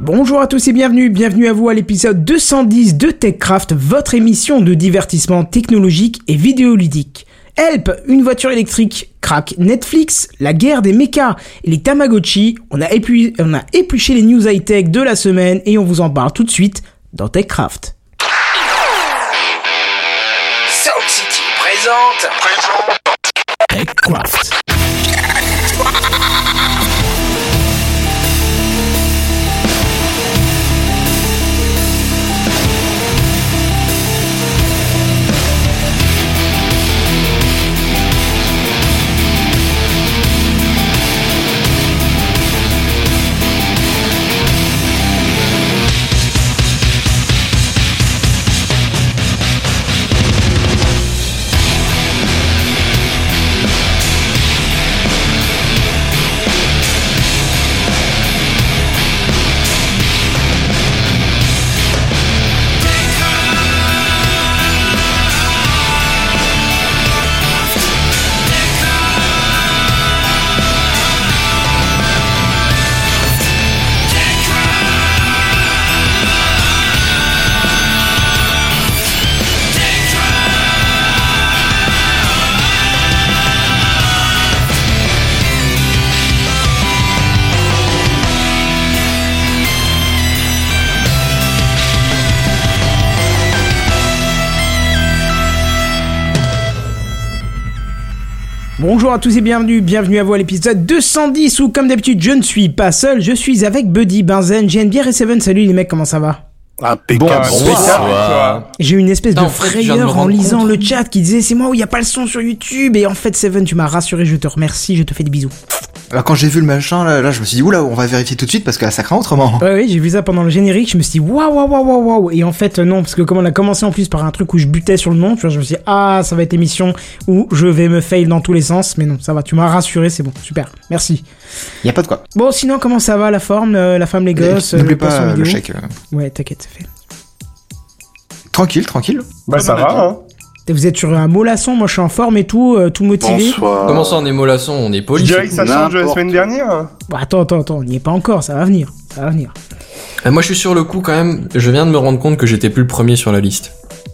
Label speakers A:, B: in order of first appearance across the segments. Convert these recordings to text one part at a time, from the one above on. A: Bonjour à tous et bienvenue, bienvenue à vous à l'épisode 210 de TechCraft, votre émission de divertissement technologique et vidéoludique. Help, une voiture électrique, crack, Netflix, la guerre des mechas, et les Tamagotchi, on a, épu- on a épluché les news high-tech de la semaine et on vous en parle tout de suite dans TechCraft.
B: Sound City présente.
C: TechCraft.
A: Bonjour à tous et bienvenue, bienvenue à vous à l'épisode 210 où comme d'habitude je ne suis pas seul, je suis avec Buddy, Benzen, JNBR et Seven, salut les mecs comment ça va
D: Impeccable.
A: J'ai eu une espèce
E: Putain,
A: de
E: en fait, je viens de me
A: frayeur en
E: rendre
A: lisant le chat qui disait c'est moi où il n'y a pas le son sur YouTube et en fait Seven tu m'as rassuré, je te remercie, je te fais des bisous.
D: Alors quand j'ai vu le machin là, là, je me suis dit oula on va vérifier tout de suite parce que là ça craint autrement.
A: Ouais oui j'ai vu ça pendant le générique, je me suis dit waouh waouh waouh waouh waouh. et en fait euh, non parce que comme on a commencé en plus par un truc où je butais sur le nom, tu vois je me suis dit ah ça va être l'émission où je vais me fail dans tous les sens mais non ça va tu m'as rassuré c'est bon super merci.
D: Y a pas de quoi.
A: Bon sinon comment ça va la forme, euh, la femme les gosses, euh,
D: N'oublie
A: le poisson
D: pas euh, le
A: vidéo
D: chèque. euh.
A: Ouais t'inquiète c'est fait.
D: Tranquille, tranquille.
F: Bah ça va, hein
A: Vous êtes sur un mollasson, moi je suis en forme et tout, euh, tout motivé.
G: Bonsoir.
E: Comment ça, on est mollasson, on est
F: Je
E: poli.
F: dirais que ça change de la
G: N'importe.
F: semaine dernière.
A: Bon, Bah, attends, attends, attends, on n'y est pas encore, ça va venir, ça va venir.
E: Euh, Moi, je suis sur le coup quand même. Je viens de me rendre compte que j'étais plus le premier sur la liste.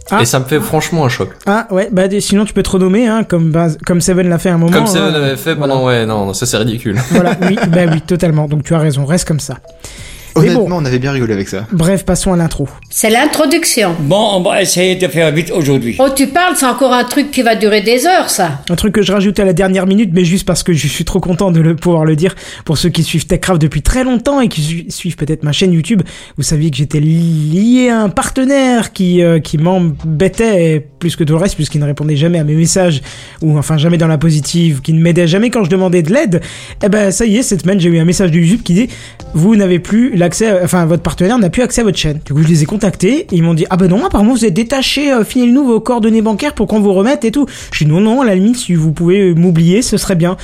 A: Ah.
E: Et ça me fait franchement un choc.
A: Ah ouais, bah des- sinon tu peux te renommer, hein, comme, Baz- comme Seven l'a fait à un moment.
E: Comme
A: hein.
E: Seven avait fait pendant, ouais, non, non, ça c'est ridicule.
A: Voilà, oui, bah oui, totalement, donc tu as raison, reste comme ça. Mais
D: Honnêtement,
A: bon.
D: on avait bien rigolé avec ça.
A: Bref, passons à l'intro.
H: C'est l'introduction.
I: Bon, on va essayer de faire vite aujourd'hui.
H: Oh, tu parles, c'est encore un truc qui va durer des heures, ça.
A: Un truc que je rajoute à la dernière minute, mais juste parce que je suis trop content de le pouvoir le dire, pour ceux qui suivent TechCraft depuis très longtemps et qui su- suivent peut-être ma chaîne YouTube, vous saviez que j'étais lié à un partenaire qui, euh, qui m'embêtait plus que tout le reste, puisqu'il ne répondait jamais à mes messages, ou enfin jamais dans la positive, qui ne m'aidait jamais quand je demandais de l'aide. Eh ben ça y est, cette semaine j'ai eu un message de YouTube qui dit vous n'avez plus l'accès, à- enfin votre partenaire n'a plus accès à votre chaîne. Du coup je les ai contactés, ils m'ont dit ah ben non apparemment vous êtes détaché, euh, filez-nous vos coordonnées bancaires pour qu'on vous remette et tout. Je dis non non à la limite si vous pouvez euh, m'oublier ce serait bien.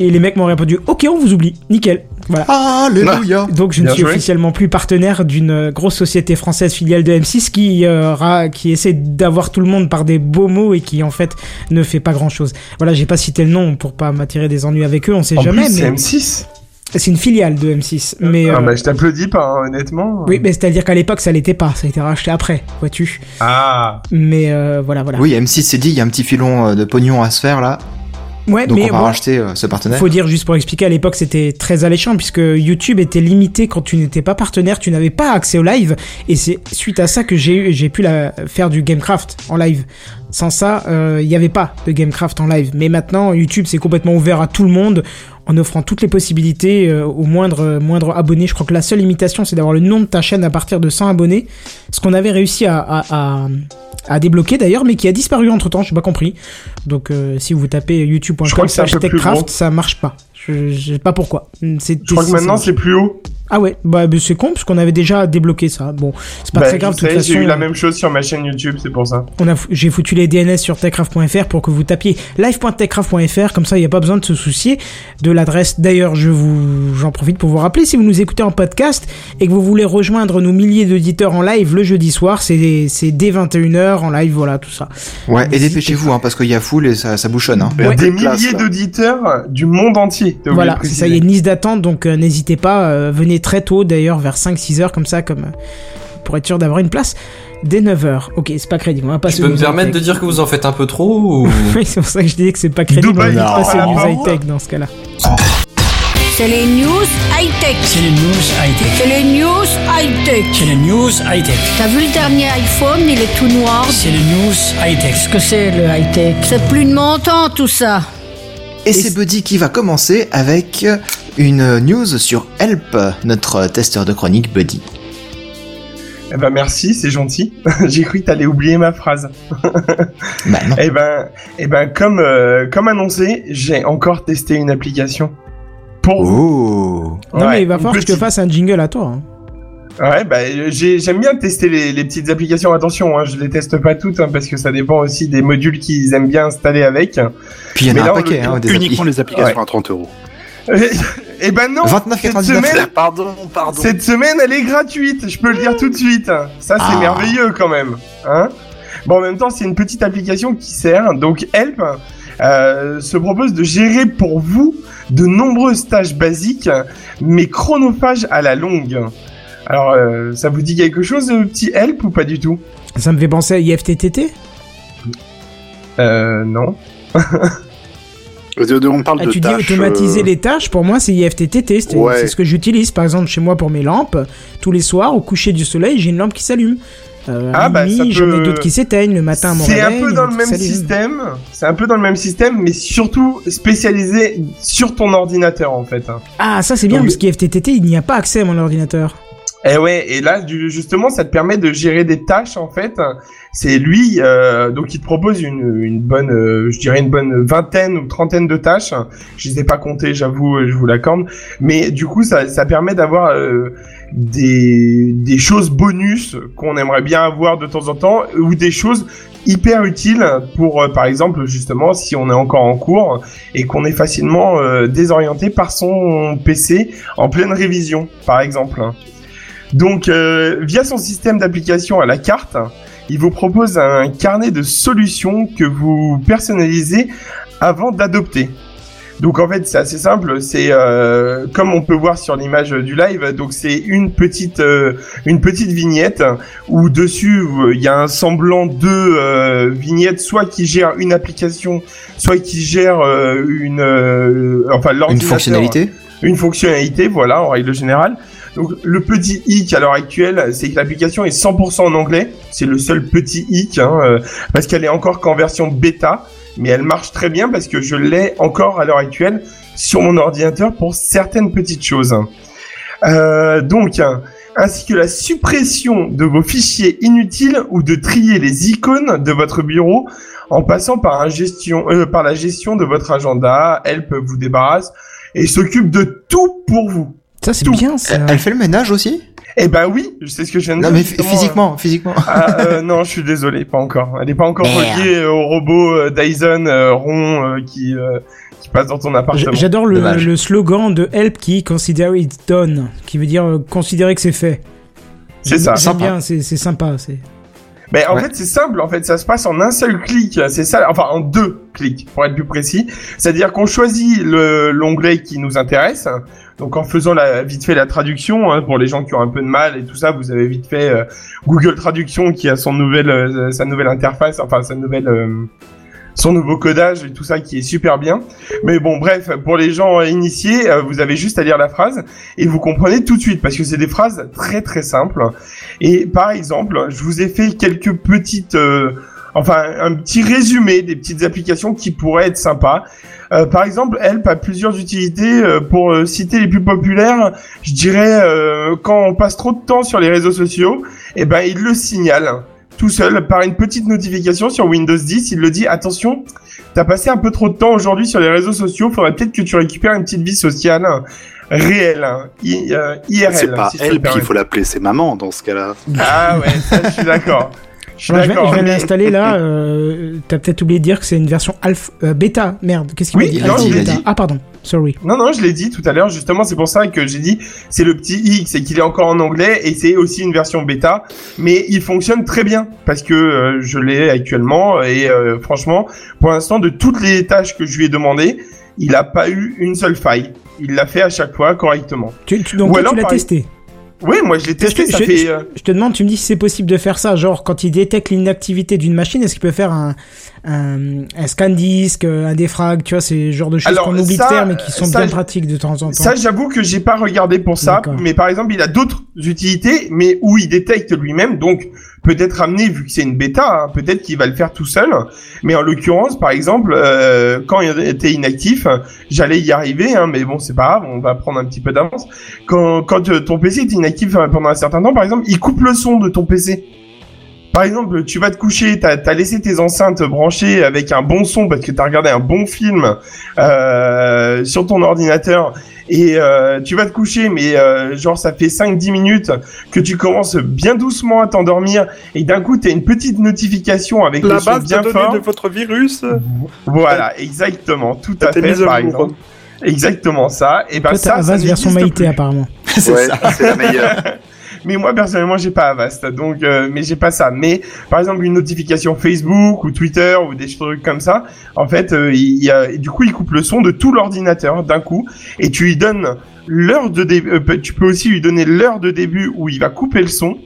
A: Et les mecs m'ont répondu ok on vous oublie, nickel. Voilà.
D: Alléluia.
A: Donc je ne
F: Bien
A: suis
F: joué.
A: officiellement plus partenaire d'une euh, grosse société française filiale de M6 qui, euh, ra- qui essaie d'avoir tout le monde par des beaux mots et qui en fait ne fait pas grand chose. Voilà, j'ai pas cité le nom pour pas m'attirer des ennuis avec eux, on sait
F: En
A: jamais.
F: plus, c'est
A: mais
F: M6.
A: c'est une filiale de M6. Mais
F: Ah
A: euh,
F: bah je t'applaudis pas, hein, honnêtement.
A: oui, mais c'est-à-dire qu'à l'époque ça l'était pas, ça a été racheté après, vois-tu.
F: Ah
A: Mais euh, voilà, voilà.
D: Oui, M6 s'est dit il y a un petit filon euh, de pognon à se faire là,
A: ouais,
D: donc
A: mais
D: on va
A: bon,
D: racheter euh, ce partenaire.
A: Faut dire juste pour expliquer, à l'époque c'était très alléchant puisque YouTube était limité quand tu n'étais pas partenaire, tu n'avais pas accès au live et c'est suite à ça que j'ai eu- j'ai pu la, faire du Gamecraft en live. Sans ça, euh, il n'y avait pas de Gamecraft en live. Mais maintenant, YouTube c'est complètement ouvert à tout le monde en offrant toutes les possibilités euh, aux moindres, euh, moindres abonnés. Je crois que la seule limitation c'est d'avoir le nom de ta chaîne à partir de 100 abonnés, ce qu'on avait réussi à, à, à, à débloquer d'ailleurs, mais qui a disparu entre temps, je n'ai pas compris. Donc euh, si vous tapez youtube.com,
F: Je crois que c'est un
A: slash
F: peu plus
A: techcraft,
F: gros.
A: ça marche pas. Je, je sais pas pourquoi. Mm, C'est-
F: Je crois que maintenant c'est plus haut.
A: Ah ouais, bah bah, c'est con parce qu'on avait déjà débloqué ça. Bon, c'est pas
F: Bah,
A: très grave.
F: je
A: De toute
F: sais, J'ai eu la
A: façon, euh,
F: même chose sur ma chaîne YouTube, c'est pour ça.
A: on a, fou- j'ai foutu les DNS sur techcraft.fr pour que vous tapiez live.techcraft.fr. Comme ça, il n'y a pas besoin de se soucier de l'adresse. D'ailleurs, je vous, j'en profite pour vous rappeler si vous nous écoutez en podcast et que vous voulez rejoindre nos milliers d'auditeurs en live le jeudi soir, c'est c'est dès 21h en live. Voilà, tout ça.
D: Ouais, et
A: N'hésitez
D: dépêchez-vous hein, parce qu'il y a foule et ça, ça bouchonne. Hein.
A: Ouais.
F: Des
G: Classe,
F: milliers
G: là.
F: d'auditeurs du monde entier. t'as oublié
A: Voilà,
F: de
A: c'est
F: préciser.
A: ça, il y a une liste d'attente, donc euh, n'hésitez pas, euh, venez très tôt d'ailleurs, vers 5-6 heures comme ça, comme euh, pour être sûr d'avoir une place, dès 9 heures. Ok, c'est pas crédible, on va passer
E: Je
A: aux
E: peux me
A: news
E: permettre
A: high-tech.
E: de dire que vous en faites un peu trop ou...
A: Oui, c'est pour ça que je disais que c'est pas crédible,
F: Dubaï,
A: on va
F: non.
A: passer aux
F: Ah,
A: news
F: bravo.
A: high-tech dans ce cas-là.
C: C'est les news high-tech.
I: C'est les news high-tech.
C: C'est les news high-tech.
I: C'est les news high-tech.
C: T'as vu le dernier iPhone, il est tout noir.
I: C'est les news high-tech.
C: Qu'est-ce que c'est le high-tech C'est plus de mon temps tout ça.
D: Et c'est Buddy qui va commencer avec euh, une news sur Help, notre euh, testeur de chronique Buddy.
F: Eh ben merci, c'est gentil. J'ai cru que t'allais oublier ma phrase.
D: Bah non.
F: Eh ben, eh ben comme, euh, comme annoncé, j'ai encore testé une application.
A: Eh.
F: Pour vous.
D: Oh
A: Non,
F: Ouais,
A: mais il va
F: une
A: falloir que je te
F: petite.
A: fasse un jingle à toi. hein.
F: Ouais, bah, euh, j'ai- j'aime bien tester les, les petites applications. Attention, hein, je les teste pas toutes hein, parce que ça dépend aussi des modules qu'ils aiment bien installer avec.
D: Puis il y en
F: Mais
D: a
F: là,
D: un
F: on
D: paquet,
F: le-
D: hein, des
G: Uniquement
D: applis.
G: les applications
F: Ouais.
G: à 30 euros.
F: Eh ben non, cette
D: 29,99.
F: semaine,
G: Pardon, pardon.
F: cette semaine, elle est gratuite. Je peux le dire tout de suite. Ça, c'est
D: Ah.
F: merveilleux quand même. Hein bon, en même temps, c'est une petite application qui sert. Donc, Help euh, se propose de gérer pour vous de nombreuses tâches basiques, mais chronophages à la longue. Alors, euh, ça vous dit quelque chose, le petit Help ou pas du tout
A: Ça me fait penser à IFTTT
F: Euh, non.
G: On parle
A: Ah,
G: de
A: tu dis
G: tâches,
A: automatiser
G: euh,
A: les tâches, pour moi c'est IFTTT, c'est
G: Ouais.
A: c'est ce que j'utilise par exemple chez moi pour mes lampes. Tous les soirs, au coucher du soleil, j'ai une lampe qui s'allume. Euh, à
F: Ah, bah,
A: minuit,
F: ça
A: j'en ai
F: peut-
A: d'autres qui s'éteignent le matin à mon
F: C'est un
A: réveil,
F: peu
A: il y en
F: dans
A: a
F: le
A: qui
F: même
A: s'allument.
F: système, c'est un peu dans le même système, mais surtout spécialisé sur ton ordinateur en fait. hein.
A: Ah, ça c'est bien,
F: Donc-
A: parce qu'IFTTT, il n'y a pas accès à mon ordinateur.
F: Et Eh ouais, et là du- justement, ça te permet de gérer des tâches en fait. C'est lui, euh, donc il te propose une, une bonne, euh, je dirais une bonne vingtaine ou trentaine de tâches. Je les ai pas comptées, j'avoue, euh, je vous l'accorde. Mais du coup, ça, ça permet d'avoir euh, des, des choses bonus qu'on aimerait bien avoir de temps en temps, ou des choses hyper utiles pour, euh, par exemple, justement, si on est encore en cours et qu'on est facilement euh, désorienté par son PC en pleine révision, par exemple. hein. Donc, euh, via son système d'application à la carte, il vous propose un carnet de solutions que vous personnalisez avant d'adopter. Donc en fait c'est assez simple, c'est euh, comme on peut voir sur l'image du live, donc c'est une petite euh, une petite vignette où dessus euh, il y a un semblant de euh, vignette soit qui gère une application, soit qui gère euh, une euh, enfin
D: Une
F: l'ordinateur
D: fonctionnalité
F: une fonctionnalité, voilà, en règle générale. Donc le petit hic à l'heure actuelle, c'est que l'application est 100% en anglais. C'est le seul petit hic, hein, euh, parce qu'elle est encore qu'en version bêta, mais elle marche très bien parce que je l'ai encore à l'heure actuelle sur mon ordinateur pour certaines petites choses. Euh, donc, hein, ainsi que la suppression de vos fichiers inutiles ou de trier les icônes de votre bureau en passant par, un gestion, euh, par la gestion de votre agenda, Help vous débarrasse et s'occupe de tout pour vous.
A: Ça c'est
F: Tout.
A: bien ça.
D: Elle elle fait le ménage aussi
F: Eh ben oui, c'est ce que je viens de
D: Non
F: dire.
D: mais
F: justement.
D: physiquement, physiquement.
F: Ah, euh, non, je suis désolé, pas encore. Elle n'est pas encore
D: Merde.
F: reliée au robot euh, Dyson euh, rond euh, qui, euh, qui passe dans ton
A: J-
F: appartement.
A: J'adore le,
D: Dommage.
A: le slogan de Help qui considère it done, qui veut dire euh, considérer que c'est fait.
F: C'est ça.
A: J'aime bien, c'est c'est sympa. c'est-
F: Mais en
D: Ouais.
F: fait, c'est simple. En fait, ça se passe en un seul clic. C'est ça. Enfin, en deux clics, pour être plus précis. C'est-à-dire qu'on choisit le l'onglet qui nous intéresse. Donc, en faisant la, vite fait la traduction, hein, pour les gens qui ont un peu de mal et tout ça, vous avez vite fait euh, Google Traduction qui a son nouvelle, euh, sa nouvelle interface, enfin sa nouvelle. euh, son nouveau codage et tout ça qui est super bien. Mais bon, bref, pour les gens euh, initiés, euh, vous avez juste à lire la phrase et vous comprenez tout de suite parce que c'est des phrases très très simples. Et par exemple, je vous ai fait quelques petites, euh, enfin un petit résumé des petites applications qui pourraient être sympas. Euh, par exemple, Help a plusieurs utilités. euh, pour euh, citer les plus populaires, je dirais euh, quand on passe trop de temps sur les réseaux sociaux, eh ben il le signale tout seul par une petite notification sur Windows 10. Il le dit attention. T'as passé un peu trop de temps aujourd'hui sur les réseaux sociaux. Faudrait peut-être que tu récupères une petite vie sociale réelle, I- euh, IRL.
G: C'est pas
F: si je peux me
G: elle qu'il
F: permettre.
G: faut l'appeler, c'est maman dans ce cas-là.
F: Ah ouais, ça, je suis d'accord. Je suis
A: Alors, je vais,
F: d'accord.
A: je vais
F: mais-
A: l'installer là. euh, T'as peut-être oublié de dire que c'est une version alpha, euh, bêta. Merde, qu'est-ce qu'il
F: Oui,
A: a dit
F: il a
A: Alpha
F: dit,
A: ou
F: il a
A: bêta
D: dit.
A: Ah pardon, sorry.
F: Non, non, je l'ai dit tout à l'heure, justement, c'est pour ça que j'ai dit, c'est le petit X, c'est qu'il est encore en anglais et c'est aussi une version bêta, mais il fonctionne très bien parce que euh, je l'ai actuellement et euh, franchement, pour l'instant, de toutes les tâches que je lui ai demandées, il n'a pas eu une seule faille. il l'a fait à chaque fois correctement.
A: Tu, tu- donc
F: Ou
A: toi,
F: alors,
A: tu l'as
F: par-
A: testé.
F: Oui, moi je l'ai testé,
A: je,
F: ça
A: je-
F: fait.
A: je-
F: euh,
A: je te demande, tu me dis si c'est possible de faire ça. Genre, quand il détecte l'inactivité d'une machine, est-ce qu'il peut faire un, un, un scan disque, euh, un défrag Tu vois, c'est le genre de choses
F: Alors,
A: qu'on oublie
F: ça,
A: de faire, mais qui sont
F: ça,
A: bien
F: je-
A: pratiques de temps en temps.
F: Ça, j'avoue que j'ai pas regardé pour ça,
A: D'accord.
F: mais par exemple, il a d'autres utilités, mais où il détecte lui-même, donc peut-être ramener, vu que c'est une bêta, hein, peut-être qu'il va le faire tout seul. Mais en l'occurrence, par exemple, euh, quand il était inactif, j'allais y arriver, hein, mais bon, c'est pas grave, on va prendre un petit peu d'avance. Quand, quand euh, ton PC est inactif euh, pendant un certain temps, par exemple, il coupe le son de ton PC. Par exemple, tu vas te coucher, t'as as laissé tes enceintes branchées avec un bon son parce que t'as regardé un bon film euh, sur ton ordinateur et euh, tu vas te coucher, mais euh, genre ça fait 5-10 minutes que tu commences bien doucement à t'endormir et d'un coup t'as une petite notification avec le
G: La
F: son
G: base de
F: bien
G: données
F: fort.
G: de votre virus
F: Voilà, exactement, tout
G: a
F: à
G: été
F: fait,
G: mise
F: par
G: à jour.
F: exemple. Exactement ça. Et ben
A: Toi, t'as
F: ça, ça
A: Avast version
F: n'existe
A: Maïté,
F: plus.
A: apparemment.
D: C'est
G: ouais,
D: ça.
G: c'est la meilleure.
F: Mais moi personnellement, j'ai pas Avast, donc euh, mais j'ai pas ça. Mais par exemple, une notification Facebook ou Twitter ou des trucs comme ça, en fait, euh, il, il y a- du coup, il coupe le son de tout l'ordinateur d'un coup, et tu lui donnes l'heure de début. tu peux aussi lui donner l'heure de début où il va couper le son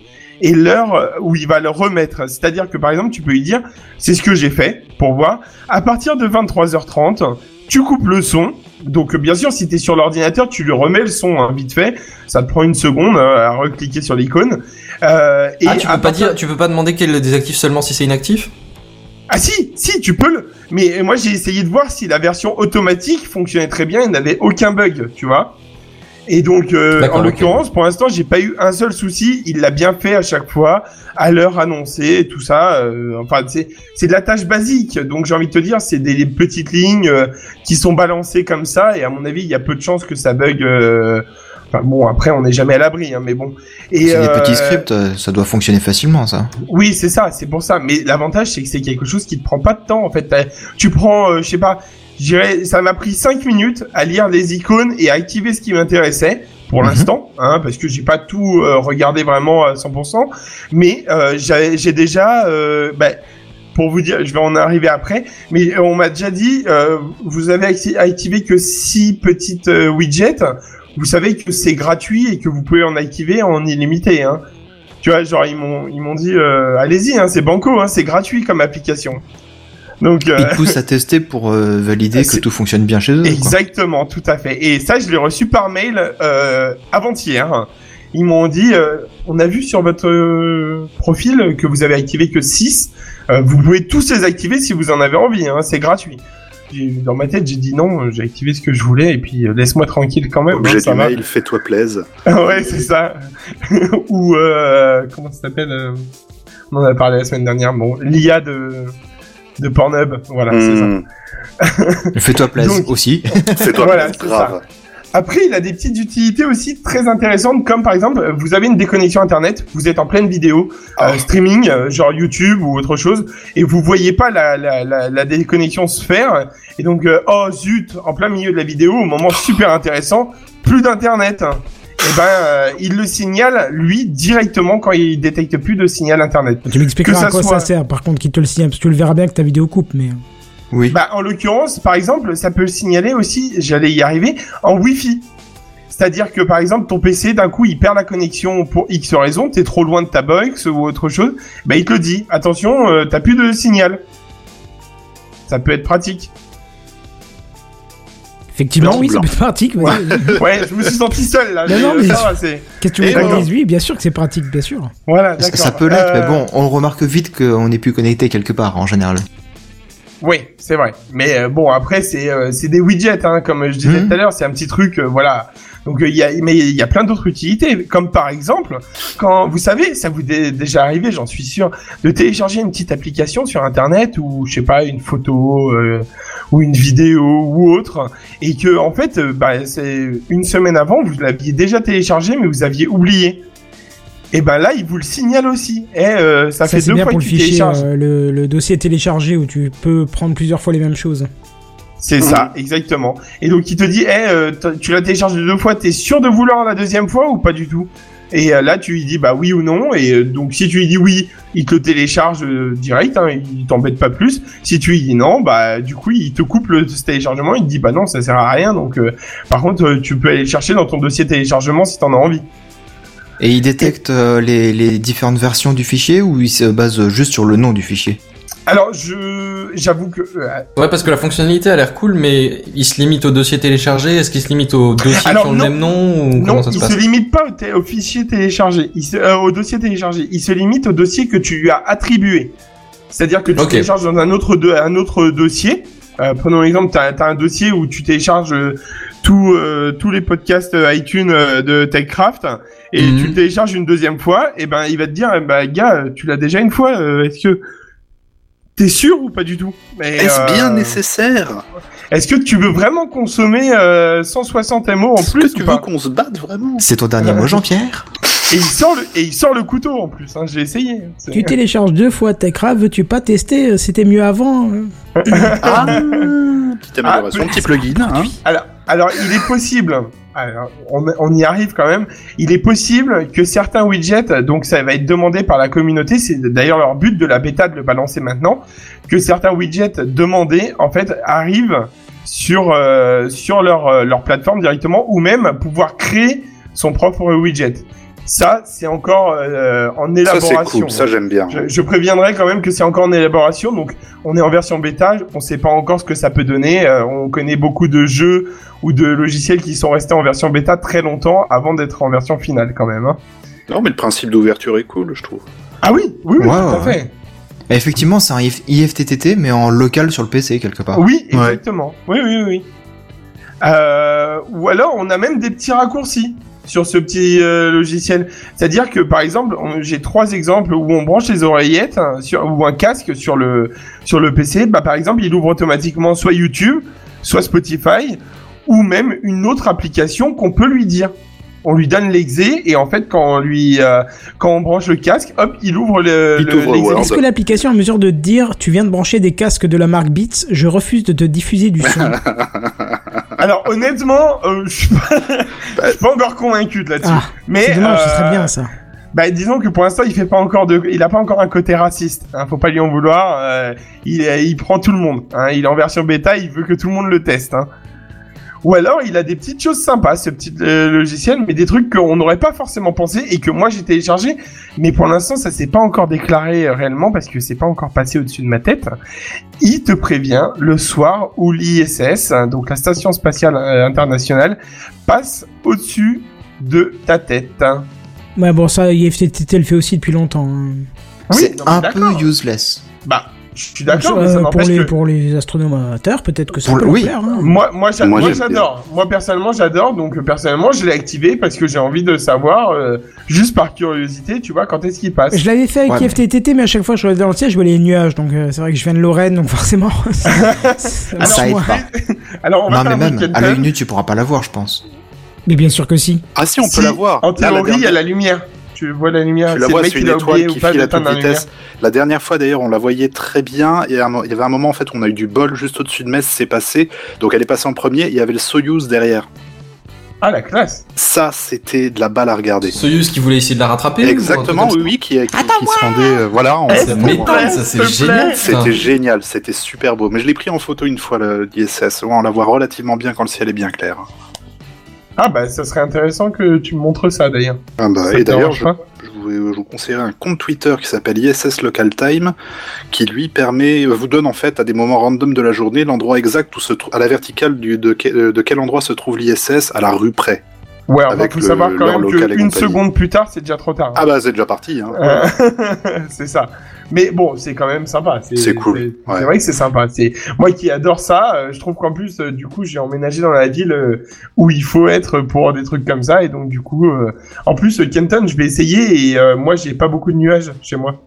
F: et l'heure euh, où il va le remettre. C'est-à-dire que par exemple, tu peux lui dire, c'est ce que j'ai fait pour voir. À partir de 23h30, tu coupes le son. Donc euh, bien sûr, si t'es sur l'ordinateur, tu lui remets le son hein, vite fait. Ça te prend une seconde hein, à recliquer sur l'icône. Euh, et
E: Ah, tu
F: à
E: peux pas
F: partir-
E: dire, tu peux pas demander qu'il le désactive seulement si c'est inactif
F: Ah si, si, tu peux le. Mais moi j'ai essayé de voir si la version automatique fonctionnait très bien et n'avait aucun bug, tu vois. Et donc euh,
E: D'accord,
F: en
E: ok.
F: l'occurrence, pour l'instant, j'ai pas eu un seul souci. Il l'a bien fait à chaque fois, à l'heure annoncée, tout ça. euh, enfin, c'est c'est de la tâche basique. Donc j'ai envie de te dire, c'est des, des petites lignes euh, qui sont balancées comme ça. Et à mon avis, il y a peu de chances que ça bug. euh, Enfin bon, après on n'est jamais à l'abri, hein, mais bon. Et,
D: C'est des
F: euh,
D: petits scripts, euh, ça doit fonctionner facilement, ça.
F: oui, c'est ça, c'est pour ça. Mais l'avantage, c'est que c'est quelque chose qui te prend pas de temps, en fait. T'as- Tu prends, euh, je sais pas, je dirais, ça m'a pris 5 minutes à lire les icônes et à activer ce qui m'intéressait, pour
D: Mhm.
F: l'instant, hein, parce que j'ai pas tout euh, regardé vraiment à 100%. Mais euh, j'ai j'ai déjà, euh, bah, pour vous dire, je vais en arriver après, mais euh, on m'a déjà dit, euh, vous avez acti- activé que 6 petites euh, widgets. Vous savez que c'est gratuit et que vous pouvez en activer en illimité, hein. Tu vois, genre ils m'ont ils m'ont dit euh, allez-y, hein, c'est banco, hein, c'est gratuit comme application. Donc euh,
D: Ils te poussent à tester pour euh, valider que
F: c'est-
D: tout fonctionne bien chez eux. quoi.
F: exactement, tout à fait. Et ça, je l'ai reçu par mail euh, avant-hier. Ils m'ont dit euh, on a vu sur votre euh, profil que vous avez activé que 6. vous pouvez tous les activer si vous en avez envie, hein, c'est gratuit. J'ai- Dans ma tête, j'ai dit non, j'ai activé ce que je voulais et puis euh, laisse-moi tranquille quand même. hein,
G: Objet
F: ça
G: du
F: va.
G: mail, fais-toi plaise.
F: ouais, c'est ça. Ou euh, comment ça s'appelle euh, On en a parlé la semaine dernière. Bon, l'IA de de Pornhub, voilà, c'est ça.
G: Hmm,
D: Fais-toi plaisir
F: Donc- bah,
D: aussi.
G: Fais-toi
F: Voilà,
G: plaise,
F: c'est
G: grave.
F: Après, il a des petites utilités aussi très intéressantes, comme par exemple, euh, vous avez une déconnexion internet, vous êtes en pleine vidéo, euh, streaming, euh, genre YouTube ou autre chose, et vous voyez pas la, la, la, la déconnexion se faire, et donc, euh, oh zut, en plein milieu de la vidéo, au moment super intéressant, plus d'internet. Et ben, euh, il le signale lui directement quand il détecte plus de signal internet.
A: Tu m'expliqueras
F: Que ça
A: à quoi
F: soit-
A: ça sert, par contre, qu'il te le signale, parce que tu le verras bien que ta vidéo coupe, mais.
D: Oui.
F: Bah, en l'occurrence, par exemple, ça peut signaler aussi, j'allais y arriver, en Wi-Fi. C'est-à-dire que par exemple, ton PC, d'un coup, il perd la connexion pour X raison, t'es trop loin de ta box ou autre chose, bah il te le dit, attention, euh, t'as plus de signal. Ça peut être pratique.
A: Effectivement,
F: Blanc,
A: oui, ça
G: blanc.
A: peut être pratique. vas-y, vas-y.
F: Ouais, je me suis senti seul là.
A: Non,
F: mais,
A: non,
F: euh,
A: mais-
F: ça va, c'est-
A: Qu'est-ce que tu
F: Et
A: veux qu'on
F: alors
A: dise Oui, bien sûr que c'est pratique, bien sûr.
F: Voilà,
D: Ça,
F: d'accord.
D: ça peut l'être,
F: Euh,
D: mais bon, on le remarque vite qu'on est plus connecté quelque part, en général.
F: Oui, c'est vrai. Mais euh, bon, après, c'est euh, c'est des widgets, hein, comme je disais
D: Mhm.
F: tout à l'heure, c'est un petit truc, euh, voilà. Donc, euh, il y a, mais il y a plein d'autres utilités, comme par exemple, quand vous savez, ça vous est déjà arrivé, j'en suis sûr, de télécharger une petite application sur Internet ou je sais pas, une photo euh, ou une vidéo ou autre, et que en fait, euh, bah, c'est une semaine avant, vous l'aviez déjà téléchargé, mais vous aviez oublié. Et ben là, il vous le signale aussi. Et ça,
A: Ça,
F: fait
A: c'est
F: deux
A: bien
F: fois
A: pour
F: que
A: le
F: tu
A: fichier,
F: télécharges.
A: euh, le, le dossier téléchargé où tu peux prendre plusieurs fois les mêmes choses.
F: C'est ça, exactement. Et donc il te dit, Eh, euh, t- tu la télécharges deux fois, t'es sûr de vouloir la deuxième fois ou pas du tout Et euh, là, tu lui dis bah oui ou non. Et euh, donc, si tu lui dis oui, il te le télécharge euh, direct, hein, il t'embête pas plus. Si tu lui dis non, bah du coup, il te coupe le ce téléchargement. Il te dit bah non, ça sert à rien. Donc, euh, par contre, euh, tu peux aller le chercher dans ton dossier téléchargement si t'en as envie.
D: Et il détecte euh, les, les différentes versions du fichier ou il se base juste sur le nom du fichier
F: Alors, je j'avoue que euh,
E: Ouais, parce que la fonctionnalité a l'air cool, mais il se limite au dossier téléchargé. Est-ce qu'il se limite au dossier qui
F: Alors,
E: ont le
F: non.
E: même nom ou
F: non,
E: comment ça se
F: il
E: passe
F: se limite pas au, té- au fichier téléchargé, il se- euh, au dossier téléchargé. Il se limite au dossier que tu lui as attribué. C'est-à-dire que tu
E: Ok.
F: télécharges dans un autre do- un autre dossier. Euh, prenons l'exemple, t'as as un dossier où tu télécharges euh, tout, euh, tous les podcasts euh, iTunes euh, de TechCraft et
E: Mhm.
F: tu le télécharges une deuxième fois. Et ben, il va te dire, eh ben, gars, tu l'as déjà une fois. euh, Est-ce que t'es sûr ou pas du tout Mais,
G: Est-ce
F: euh,
G: bien nécessaire
F: Est-ce que tu veux vraiment consommer euh, 160 MO en
G: Est-ce que
F: plus
G: tu
F: ou
G: veux
F: pas
G: qu'on se batte vraiment
D: C'est ton
F: Euh,
D: dernier mot, Jean-Pierre
F: Et il sort le, et il sort le couteau en plus. Hein, J'ai essayé. C'est-
A: Tu télécharges deux fois Techcraft, veux-tu pas tester euh, C'était mieux avant. euh.
G: Ah Petite amélioration,
F: Ah,
G: petit plugin. Hein.
F: Alors, alors, il est possible. hein. Alors, on, on y arrive quand même. Il est possible que certains widgets, donc ça va être demandé par la communauté, c'est d'ailleurs leur but de la bêta de le balancer maintenant, que certains widgets demandés en fait arrivent sur euh, sur leur euh, leur plateforme directement ou même pouvoir créer son propre widget. Ça, c'est encore euh, en
G: Ça
F: élaboration.
G: c'est cool, ça j'aime bien.
F: Je, je préviendrai quand même que c'est encore en élaboration, donc on est en version bêta, on sait pas encore ce que ça peut donner. euh, on connaît beaucoup de jeux ou de logiciels qui sont restés en version bêta très longtemps avant d'être en version finale quand même. hein.
G: Non mais le principe d'ouverture est cool, je trouve.
F: Ah oui, oui, oui,
D: Ouais,
F: tout à
D: ouais.
F: fait.
D: Et Effectivement, c'est un IF- IFTTT, mais en local sur le PC, quelque part.
F: Oui, exactement. Oui, oui, oui. Euh, ou alors, on a même des petits raccourcis sur ce petit euh, logiciel. C'est-à-dire que, par exemple, on- j'ai trois exemples où on branche les oreillettes hein, sur, ou un casque sur le, sur le PC. Bah, par exemple, il ouvre automatiquement soit YouTube, soit Spotify, ou même une autre application qu'on peut lui dire. On lui donne l'exé et en fait quand on lui euh, quand on branche le casque, hop, il ouvre le
G: Il
F: le-
G: t'ouvre
F: l'exé.
G: Word.
A: Est-ce que l'application est en mesure de te dire tu viens de brancher des casques de la marque Beats, je refuse de te diffuser du son
F: Alors honnêtement, euh, je suis pas, je suis pas encore convaincu de là-dessus.
A: Ah,
F: Mais
A: c'est dommage, ce
F: euh,
A: serait bien ça.
F: Bah, disons que pour l'instant, il fait pas encore de, il a pas encore un côté raciste. Hein, faut pas lui en vouloir. euh, il, est- il prend tout le monde. Hein, il est en version bêta, il veut que tout le monde le teste. Hein. Ou alors, il a des petites choses sympas, ce petit euh, logiciel, mais des trucs qu'on n'aurait pas forcément pensé et que moi j'ai téléchargé. Mais pour l'instant, ça s'est pas encore déclaré euh, réellement parce que c'est pas encore passé au-dessus de ma tête. Il te prévient le soir où l'ISS, hein, donc la station spatiale euh, internationale, passe au-dessus de ta tête. hein.
A: Ouais, bon, ça, IFTTT le fait aussi depuis longtemps. hein.
F: Oui,
D: c'est
F: non, mais
D: un peu
F: d'accord.
D: useless.
F: Bah, je suis d'accord,
A: Euh,
F: mais ça
A: pour,
F: n'empêche
A: les,
F: que...
A: pour les astronomes amateurs, peut-être que ça
D: Pour
A: peut
D: le-
A: leur
D: oui.
A: plaire, hein.
F: Moi, moi, j'a-
G: Moi,
F: moi,
G: j'aime
F: j'adore. Moi, personnellement, j'adore. Donc, euh, personnellement, je l'ai activé parce que j'ai envie de savoir, euh, juste par curiosité, tu vois, quand est-ce qu'il passe.
A: Je l'avais fait avec
D: Ouais, mais-
A: IFTTT, mais à chaque fois que je regardais dans le ciel, je voyais les nuages. Donc euh, c'est vrai que je viens de Lorraine, donc forcément. ça marche
D: ça aide
A: moins.
D: pas.
F: Alors, on va
D: Non, mais
F: faire un
D: même,
F: week-end
D: à l'œil
F: test.
D: nu, tu pourras pas l'avoir, je pense.
A: Mais bien sûr que si.
G: Ah si, on
F: Si,
G: peut la voir.
F: En
G: Là, la
F: théorie, il y a
G: dernière-
F: la lumière. Tu vois la lumière.
G: Tu la
F: C'est
G: vois,
F: le mec
G: c'est
F: qui
G: une
F: l'a
G: étoile
F: oublié
G: qui
F: ou pas
G: file à toute
F: d'éteindre la
G: vitesse.
F: lumière.
G: La dernière fois, d'ailleurs, on la voyait très bien. Et à un mo- il y avait un moment, en fait, on a eu du bol juste au-dessus de Metz, c'est passé. Donc elle est passée en premier, il y avait le Soyuz derrière.
F: Ah, la classe.
G: Ça, c'était de la balle à regarder.
E: Soyuz qui voulait essayer de la rattraper ou un truc
G: Exactement,
E: comme
G: oui,
E: ça
G: oui, qui, qui, qui se rendait. euh, voilà, en-
F: Eh,
E: Ça
F: S'il
E: m'étonne,
F: te
E: ça c'est
F: plaît, s'il te plaît.
E: génial. ça.
G: C'était génial, c'était super beau. Mais je l'ai pris en photo une fois, le- l'ISS. Ouais, on la voit relativement bien quand le ciel est bien clair.
F: Ah, bah, ça serait intéressant que tu me montres ça, d'ailleurs.
G: Ah bah,
F: Ça te
G: et d'ailleurs,
F: dérange
G: je,
F: pas
G: je vous, je vous conseillerais un compte Twitter qui s'appelle ISS Local Time, qui lui permet, vous donne en fait à des moments random de la journée l'endroit exact où se trouve, à la verticale du, de, que- euh, de quel endroit se trouve l'ISS à la rue près.
F: Ouais, on va
G: Avec
F: faut
G: le-
F: savoir quand
G: l'heure
F: même
G: locale et
F: qu'une
G: compagnie.
F: seconde plus tard, c'est déjà trop tard. hein.
G: Ah bah, c'est déjà parti. Hein.
F: Euh, c'est ça. Mais bon, c'est quand même sympa.
G: C'est cool,
F: C'est
G: ouais.
F: c'est vrai que c'est sympa. C'est moi qui adore ça. euh, je trouve qu'en plus, euh, du coup, j'ai emménagé dans la ville euh, où il faut être pour des trucs comme ça. Et donc, du coup, euh, en plus, euh, Kenton, je vais essayer. Et euh, moi, j'ai pas beaucoup de nuages chez moi.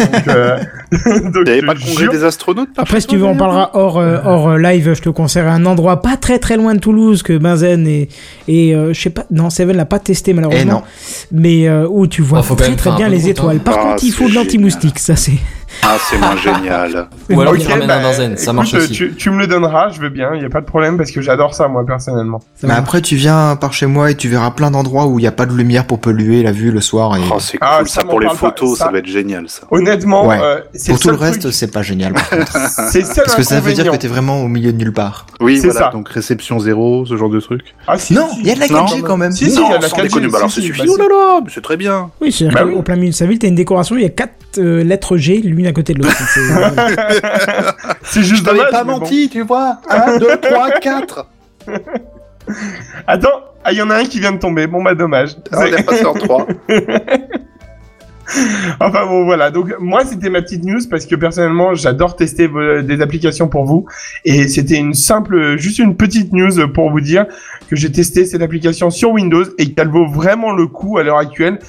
F: Donc, euh, donc,
G: Il n'y
F: je
G: avait pas le congrès
F: jure-
G: des astronautes par
A: Après, si
G: chez
A: tu veux,
G: toi,
A: on
G: d'ailleurs
A: parlera hors, euh, hors euh, live. Je te conseillerais un endroit pas très très loin de Toulouse que Benzen et, et euh, je sais pas. Non, Seven l'a pas testé
D: Eh
A: malheureusement.
D: non.
A: Mais euh, où tu vois
E: Ah, faut quand
A: très
E: même
A: très
E: faire un
A: bien
E: peu de
A: les
E: route, hein.
A: étoiles. Par
G: Ah,
A: contre, il
G: c'est
A: faut de l'anti-moustique. Ça, c'est
G: Ah, c'est moins génial.
E: Ou alors
F: Ok,
E: tu ramènes
F: bah,
E: un Danzen, ça
F: écoute,
E: marche aussi.
F: Tu, tu me le donneras, je veux bien, il n'y a pas de problème parce que j'adore ça moi personnellement.
A: Ça
D: Mais
A: va.
D: après, tu viens par chez moi et tu verras plein d'endroits où il n'y a pas de lumière pour polluer la vue le soir. Et...
G: Oh, c'est cool,
F: Ah, ça,
G: ça,
F: m'en
G: pour les
F: parle pas,
G: photos, ça...
F: ça.
G: doit être génial, ça.
F: Honnêtement,
D: Ouais.
F: euh, c'est
D: pour tout le
F: seul
D: reste,
F: truc-
D: c'est pas génial. par contre.
F: c'est le seul
D: Parce que ça veut dire que
F: inconvénient.
D: t'es vraiment au milieu de nulle part.
G: Oui,
F: C'est
G: voilà,
F: ça.
G: donc réception zéro, ce genre de truc.
F: Ah, si,
D: Non,
F: si.
D: il y a de la
G: Non,
D: 4G quand même.
F: Si, si, il y a
G: non,
F: de la
G: sans
F: 4G,
G: déconner, bah alors
F: si,
G: ça
F: si,
G: suffit.
F: bah,
G: Oh là là, mais c'est très bien.
A: Oui, c'est
F: Bah oui.
A: au plein milieu de sa ville, t'as une décoration, il y a quatre euh, lettres G l'une à côté de l'autre. C'est- euh, voilà.
F: C'est juste dommage, mais bon.
G: tu vois. 1, 2, 3, 4.
F: Attends, ah, il y en a un qui vient de tomber. Bon, bah, dommage.
D: Ah
G: Ah, On
F: C'est-
G: est passé en 3.
F: Enfin bon voilà, donc moi c'était ma petite news parce que personnellement j'adore tester euh, des applications pour vous et c'était une simple, juste une petite news pour vous dire que j'ai testé cette application sur Windows et qu'elle vaut vraiment le coup à l'heure actuelle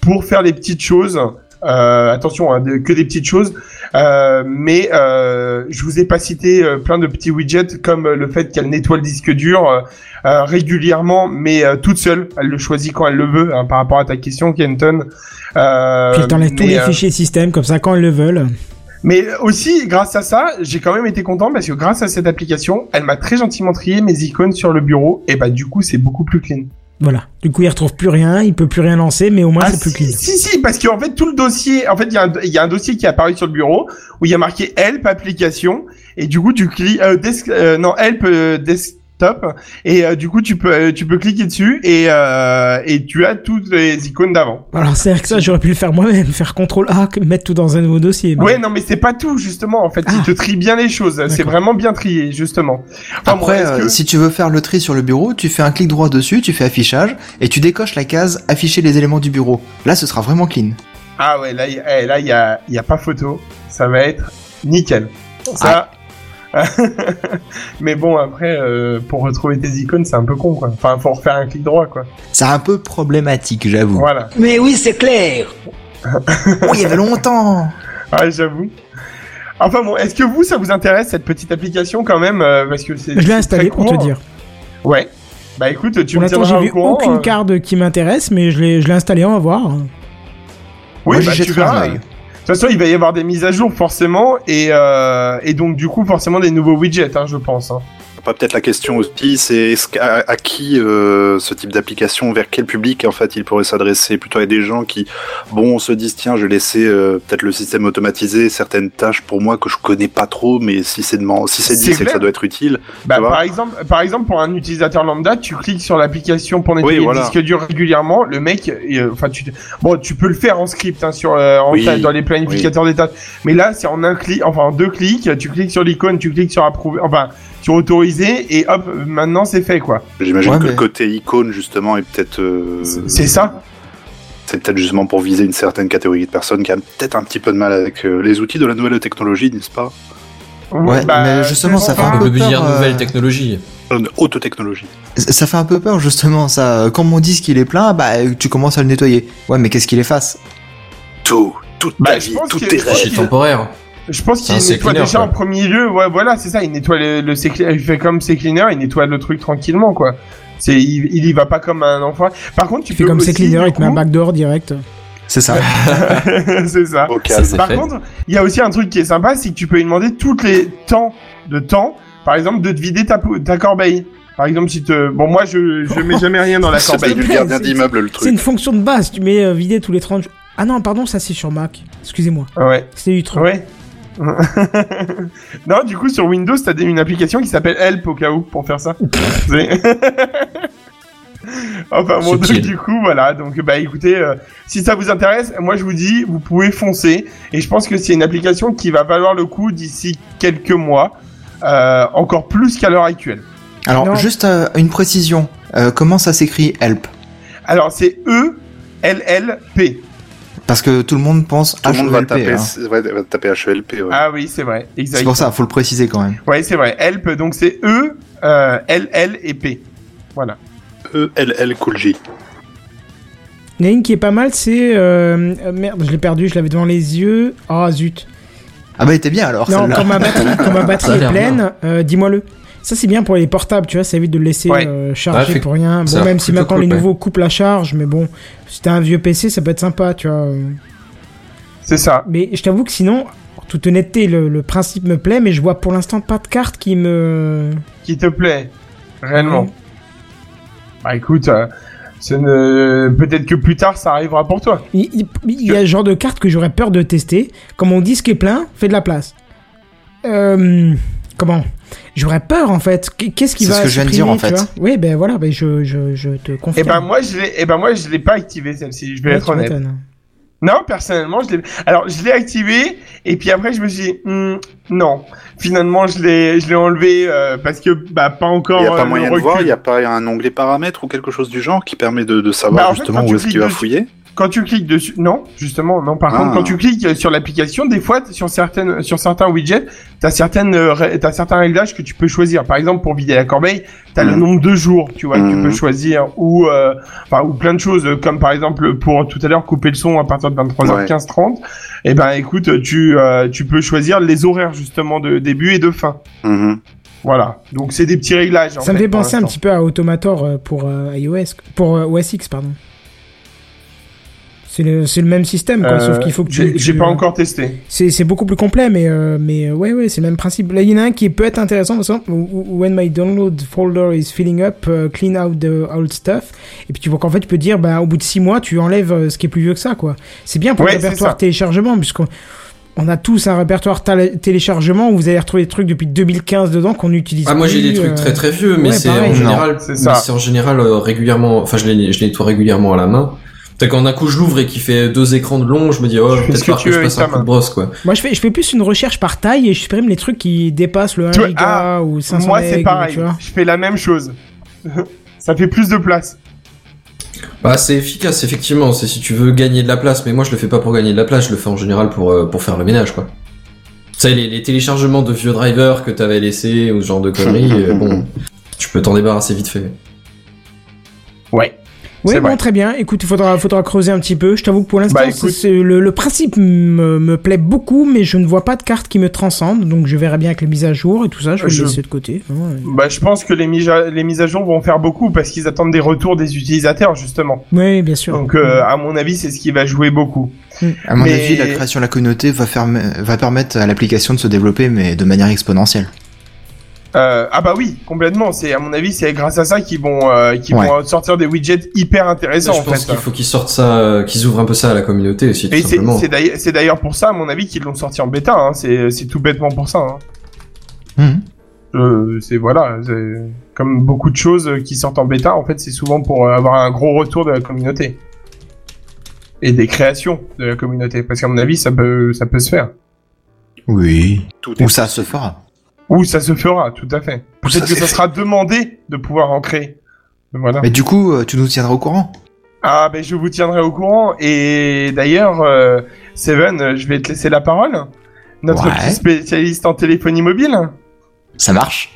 F: pour faire des petites choses. Euh, attention, hein, de- que des petites choses, Euh, mais euh, je vous ai pas cité euh, plein de petits widgets comme euh, le fait qu'elle nettoie le disque dur euh, euh, régulièrement, mais euh, toute seule. Elle le choisit quand elle le veut. hein, par rapport à ta question, Kenton. Euh,
A: Puis elle t'enlève tous
F: mais,
A: les
F: euh,
A: fichiers système, comme ça, quand ils le veulent.
F: mais aussi, grâce à ça, j'ai quand même été content parce que grâce à cette application, elle m'a très gentiment trié mes icônes sur le bureau et bah du coup c'est beaucoup plus clean.
A: Voilà. Du coup, il retrouve plus rien, il peut plus rien lancer, mais au moins
F: Ah,
A: c'est plus
F: si,
A: clean.
F: si, si, parce qu'en fait tout le dossier, en fait il y, a un- il y a un dossier qui est apparu sur le bureau où il y a marqué Help application et du coup tu cliques euh, desk- euh, non Help euh, desktop et euh, du coup tu peux euh, tu peux cliquer dessus et euh, et tu as toutes les icônes d'avant.
A: Alors c'est vrai que ça, j'aurais pu le faire moi-même, faire contrôle A, mettre tout dans un nouveau dossier. mais-
F: Ouais, non, mais c'est pas tout, justement, en fait.
A: Ah.
F: Il te trie bien les choses. C'est
A: D'accord.
F: vraiment bien trié, justement. Enfin, bon,
D: Après,
F: est-ce
D: euh,
F: que-
D: si tu veux faire le tri sur le bureau, tu fais un clic droit dessus, tu fais affichage, et tu décoches la case afficher les éléments du bureau. Là, ce sera vraiment clean.
F: Ah ouais, là, il là, y, a, y a pas photo. Ça va être nickel. Ça.
A: Ah.
F: mais bon, après, euh, pour retrouver tes icônes, c'est un peu con, quoi. Enfin, faut refaire un clic droit, quoi.
D: C'est un peu problématique, j'avoue.
F: Voilà.
I: Mais oui, c'est clair.
D: Oh, il y avait longtemps
F: Ah, j'avoue. Enfin bon, est-ce que vous, ça vous intéresse cette petite application quand même euh, Parce que c'est.
A: Je
F: c'est
A: l'ai
F: très
A: installé pour te
F: court.
A: dire.
F: Ouais. Bah écoute, tu
A: Pour
F: me
A: l'instant, j'ai
F: tiendras au
A: vu
F: courant.
A: aucune
F: euh.
A: carte qui m'intéresse, mais je l'ai, je l'ai installé, on va voir.
F: Oui,
D: Moi, j'y
F: bah, tu
D: jetterai un
F: verras.
D: œil.
F: De toute façon, il va y avoir des mises à jour forcément, et, euh, et donc du coup forcément des nouveaux widgets, hein, je pense. hein.
G: Pas peut-être la question aussi, c'est est-ce qu'à- à, qui euh, ce type d'application, vers quel public en fait il pourrait s'adresser Plutôt à des gens qui, bon, se disent tiens, je vais laisser euh, peut-être le système automatiser certaines tâches pour moi que je connais pas trop, mais si c'est deman- si c'est
F: C'est
G: dit, c'est que
F: clair.
G: ça doit être utile.
F: Bah,
G: Ça va
F: par exemple, par exemple pour un utilisateur lambda, tu cliques sur l'application pour nettoyer
G: voilà.
F: le disque dur régulièrement. Le mec, euh, enfin tu, bon, tu peux le faire en script hein, sur euh, en
G: Oui,
F: tâche, dans les planificateurs des tâches. Mais là, c'est en un clic, enfin en deux clics, tu cliques sur l'icône, tu cliques sur approuver, enfin sur autoriser, et hop, maintenant c'est fait quoi.
G: J'imagine
D: Ouais,
G: que
D: mais-
G: le côté icône justement est peut-être. euh,
F: C'est- c'est ça
G: C'est peut-être justement pour viser une certaine catégorie de personnes qui a peut-être un petit peu de mal avec euh, les outils de la nouvelle technologie, n'est-ce pas
D: Ouais, mais justement, ça fait
F: bah, enfin,
D: un
E: On peut
D: peu peur,
E: dire
D: euh,
E: nouvelle technologie.
G: Euh, Haute technologie.
D: Ça ça fait un peu peur, justement, ça. Quand mon disque, il est plein, bah, tu commences à le nettoyer. Ouais, mais qu'est-ce qu'il efface
G: Tout, toute
F: Bah,
G: ta
F: je
G: vie,
F: pense
G: tous
F: que-
G: tes
F: je pense
G: rêves.
E: C'est temporaire.
F: Je pense qu'il
E: Ah, C'est un
F: nettoie
E: cleaner,
F: déjà
E: quoi.
F: en premier lieu. Ouais, voilà, c'est ça. Il nettoie le, le sé- il fait comme c'est cleaner, il nettoie le truc tranquillement, quoi. C'est, il, il y va pas comme un enfant. Par contre, tu
A: Tu fais
F: peux
A: comme
F: aussi,
A: c'est cleaner,
F: du
A: il te met un
F: coup-
A: backdoor direct.
D: C'est ça.
F: c'est ça.
G: Au
E: Ça,
G: calme.
E: c'est
F: Par
E: fait.
F: contre, il y a aussi un truc qui est sympa, c'est que tu peux lui demander tous les temps de temps, par exemple, de te vider ta, pou- ta corbeille. Par exemple, si te, bon, moi, je, je mets jamais rien dans la
G: C'est pas
F: corbeille.
G: du
A: C'est-
G: gardien
A: c'est-
G: d'immeuble le
A: C'est
G: truc.
A: une fonction de base, tu mets euh, vider tous les 30 jours. Ah non, pardon, ça c'est sur Mac. Excusez-moi,
F: Ouais.
A: c'est du truc.
F: Ouais. non, du coup, sur Windows, t'as des- une application qui s'appelle Help au cas où pour faire ça. C'est- enfin bon, donc,
E: Subtil.
F: du coup, voilà. Donc, bah écoutez, euh, si ça vous intéresse, moi je vous dis, vous pouvez foncer. Et je pense que c'est une application qui va valoir le coup d'ici quelques mois, euh, encore plus qu'à l'heure actuelle.
D: Alors,
A: Non.
D: juste euh, une précision. Euh, comment ça s'écrit help
F: Alors, c'est E L L P.
D: Parce que tout le monde pense
G: Tout le monde va
D: HELP,
G: taper,
D: hein.
G: ouais, va taper HELP. ouais.
F: Ah oui, c'est vrai.
D: C'est
F: Exact.
D: pour ça, faut le préciser quand même.
F: Ouais, c'est vrai. Help. Donc c'est E euh, L L et P. Voilà.
G: ELL E, Cool J.
A: Il y en a une qui est pas mal, c'est. euh, euh, merde, je l'ai perdu, je l'avais devant les yeux. Ah zut.
F: Oh,
D: Ah bah, il était bien alors.
A: Non,
D: celle-là.
A: quand ma batterie, quand ma batterie
E: Ça a
A: est
E: l'air
A: pleine, euh, dis-moi-le. Ça c'est bien pour les portables, tu vois, ça évite de le laisser
F: Ouais.
A: euh, charger
E: Ouais, fait-
A: pour rien. Bon,
E: ça a l'air
A: même si
E: plutôt
A: maintenant
E: cool,
A: les
E: ouais.
A: nouveaux coupent la charge, mais bon, si t'as un vieux PC, ça peut être sympa, tu vois.
F: C'est ça.
A: Mais je t'avoue que sinon, toute honnêteté, le, le principe me plaît, mais je vois pour l'instant pas de carte qui me.
F: qui te plaît réellement.
G: Mhm.
F: Bah écoute, euh, ce ne... peut-être que plus tard ça arrivera pour toi.
A: Il, il- il y a le genre de carte que j'aurais peur de tester. Comme mon disque est plein, fait de la place. Euh, comment J'aurais peur en fait. Qu- Qu'est-ce qui
D: C'est
A: va
D: ce que je viens de dire, en
A: supprimer, tu
D: fait.
A: vois Oui, ben voilà, ben je, je, je te confirme.
F: Et ben moi je l'ai, et ben moi je l'ai pas activé celle-ci. Je vais
A: Ouais,
F: être
A: tu
F: honnête.
A: m'étonnes.
F: Non, personnellement, je l'ai. Alors, je l'ai activé et puis après, je me suis dit, Hmm, non. Finalement, je l'ai, je l'ai enlevé euh, parce que bah pas encore.
G: Il n'y a
F: euh,
G: pas
F: le
G: moyen de
F: recul.
G: voir, il n'y a pas un onglet paramètres ou quelque chose du genre qui permet de, de savoir
F: Bah, en fait,
G: justement
F: quand
G: où
F: tu
G: est-ce qu'il va
F: cliques dessus-
G: fouiller.
F: Quand tu cliques dessus, non, justement, non. Par
G: Ah.
F: contre, quand tu cliques sur l'application, des fois, t- sur certaines, sur certains widgets, t'as certaines, euh, ré- t'as certains réglages que tu peux choisir. Par exemple, pour vider la corbeille, t'as le
G: Mhm.
F: nombre de jours, tu vois, que tu
G: Mhm.
F: peux choisir ou, euh, enfin, ou plein de choses, euh, comme par exemple pour tout à l'heure couper le son à partir de 23h15 30. Et ben, écoute, tu, euh, tu peux choisir les horaires justement de début et de fin.
G: Mhm.
F: Voilà. Donc c'est des petits réglages. en
A: Ça me fait
F: pour
A: penser un
F: l'instant.
A: petit peu à Automator euh, pour euh, iOS, pour euh, OS X, pardon. C'est le, c'est le même système, quoi,
F: Euh,
A: sauf qu'il faut que tu-
F: j'ai- J'ai
A: tu-
F: pas encore testé.
A: C'est c'est beaucoup plus complet, mais, euh, mais euh, ouais, ouais, c'est le même principe. Là, il y en a un qui peut être intéressant, par exemple, When my download folder is filling up, euh, clean out the old stuff. Et puis tu vois qu'en fait, tu peux dire, bah, au bout de six mois, tu enlèves euh, ce qui est plus vieux que ça, quoi. C'est bien pour
F: Ouais,
A: le
F: c'est
A: répertoire
F: ça.
A: téléchargement, puisqu'on on a tous un répertoire tale- téléchargement où vous allez retrouver des trucs depuis 2015 dedans qu'on utilise.
E: Ah, moi j'ai
A: plus,
E: des trucs
A: euh,
E: très très vieux, mais
A: ouais,
E: c'est
A: pareil.
E: en général,
F: Non, c'est ça.
E: mais c'est en général euh, régulièrement. Enfin, je les, je les nettoie régulièrement à la main. Peut-être quand d'un coup je l'ouvre et qu'il fait deux écrans de long, je me dis oh
F: fais ce
E: peut-être
F: que
E: pas
F: tu
E: que je
F: veux
E: passe
F: avec ta
E: un coup de
F: main.
E: brosse quoi.
A: Moi, je fais, je fais plus une recherche par taille et je supprime les trucs qui dépassent le 1
F: Tu vois,
A: giga
F: ah,
A: ou 500
F: Moi, c'est
A: meg,
F: pareil.
A: tu vois.
F: Je fais la même chose. Ça fait plus de place.
E: Bah c'est efficace effectivement, c'est si tu veux gagner de la place, mais moi je le fais pas pour gagner de la place, je le fais en général pour, euh, pour faire le ménage quoi. Tu sais les, les téléchargements de vieux drivers que t'avais laissés ou ce genre de conneries, euh, bon, tu peux t'en débarrasser vite fait.
F: Ouais.
A: Oui,
F: C'est
A: bon,
F: vrai.
A: très bien. Écoute, il faudra, faudra creuser un petit peu. Je t'avoue que pour l'instant,
F: Bah, écoute.
A: c'est- c'est- le, le principe me, me plaît beaucoup, mais je ne vois pas de carte qui me transcende. Donc, je verrai bien avec les mises à jour et tout ça. Je vais
F: Je-
A: le laisser de côté. Ouais,
F: Bah, je pense que les mises, à, les mises à jour vont faire beaucoup parce qu'ils attendent des retours des utilisateurs, justement.
A: Ouais, bien sûr.
F: Donc, euh, à mon avis, c'est ce qui va jouer beaucoup.
D: À mon
F: Mais-
D: avis, la création de la communauté va, faire- va permettre à l'application de se développer, mais de manière exponentielle.
F: Euh, ah bah oui, complètement. C'est à mon avis, c'est grâce à ça qu'ils vont, euh, qu'ils
D: Ouais.
F: vont sortir des widgets hyper
E: Ça,
F: intéressants
E: je
F: en
E: pense
F: fait.
E: qu'il faut qu'ils sortent ça, euh, qu'ils ouvrent un peu ça à la communauté aussi tout
F: Et c'est
E: simplement.
F: c'est d'ailleurs- c'est d'ailleurs pour ça, à mon avis, qu'ils l'ont sorti en bêta. Hein. C'est c'est tout bêtement pour ça. Hein.
D: Mhm.
F: Euh, c'est voilà, c'est- comme beaucoup de choses euh, qui sortent en bêta, en fait, c'est souvent pour euh, avoir un gros retour de la communauté et des créations de la communauté. Parce qu'à mon avis, ça peut, ça peut se faire.
D: Oui.
G: Tout est
D: Ou ça se fera.
F: Ou ça se fera, tout à fait.
D: Ou
F: Peut-être
D: ça
F: que ça
D: s'est
F: sera demandé de pouvoir en créer. Voilà.
D: Mais du coup, euh, tu nous tiendras au courant.
F: Ah ben je vous tiendrai au courant et d'ailleurs euh, Seven, euh, je vais te laisser la parole. Notre
D: Ouais.
F: petit spécialiste en téléphonie mobile.
D: Ça marche.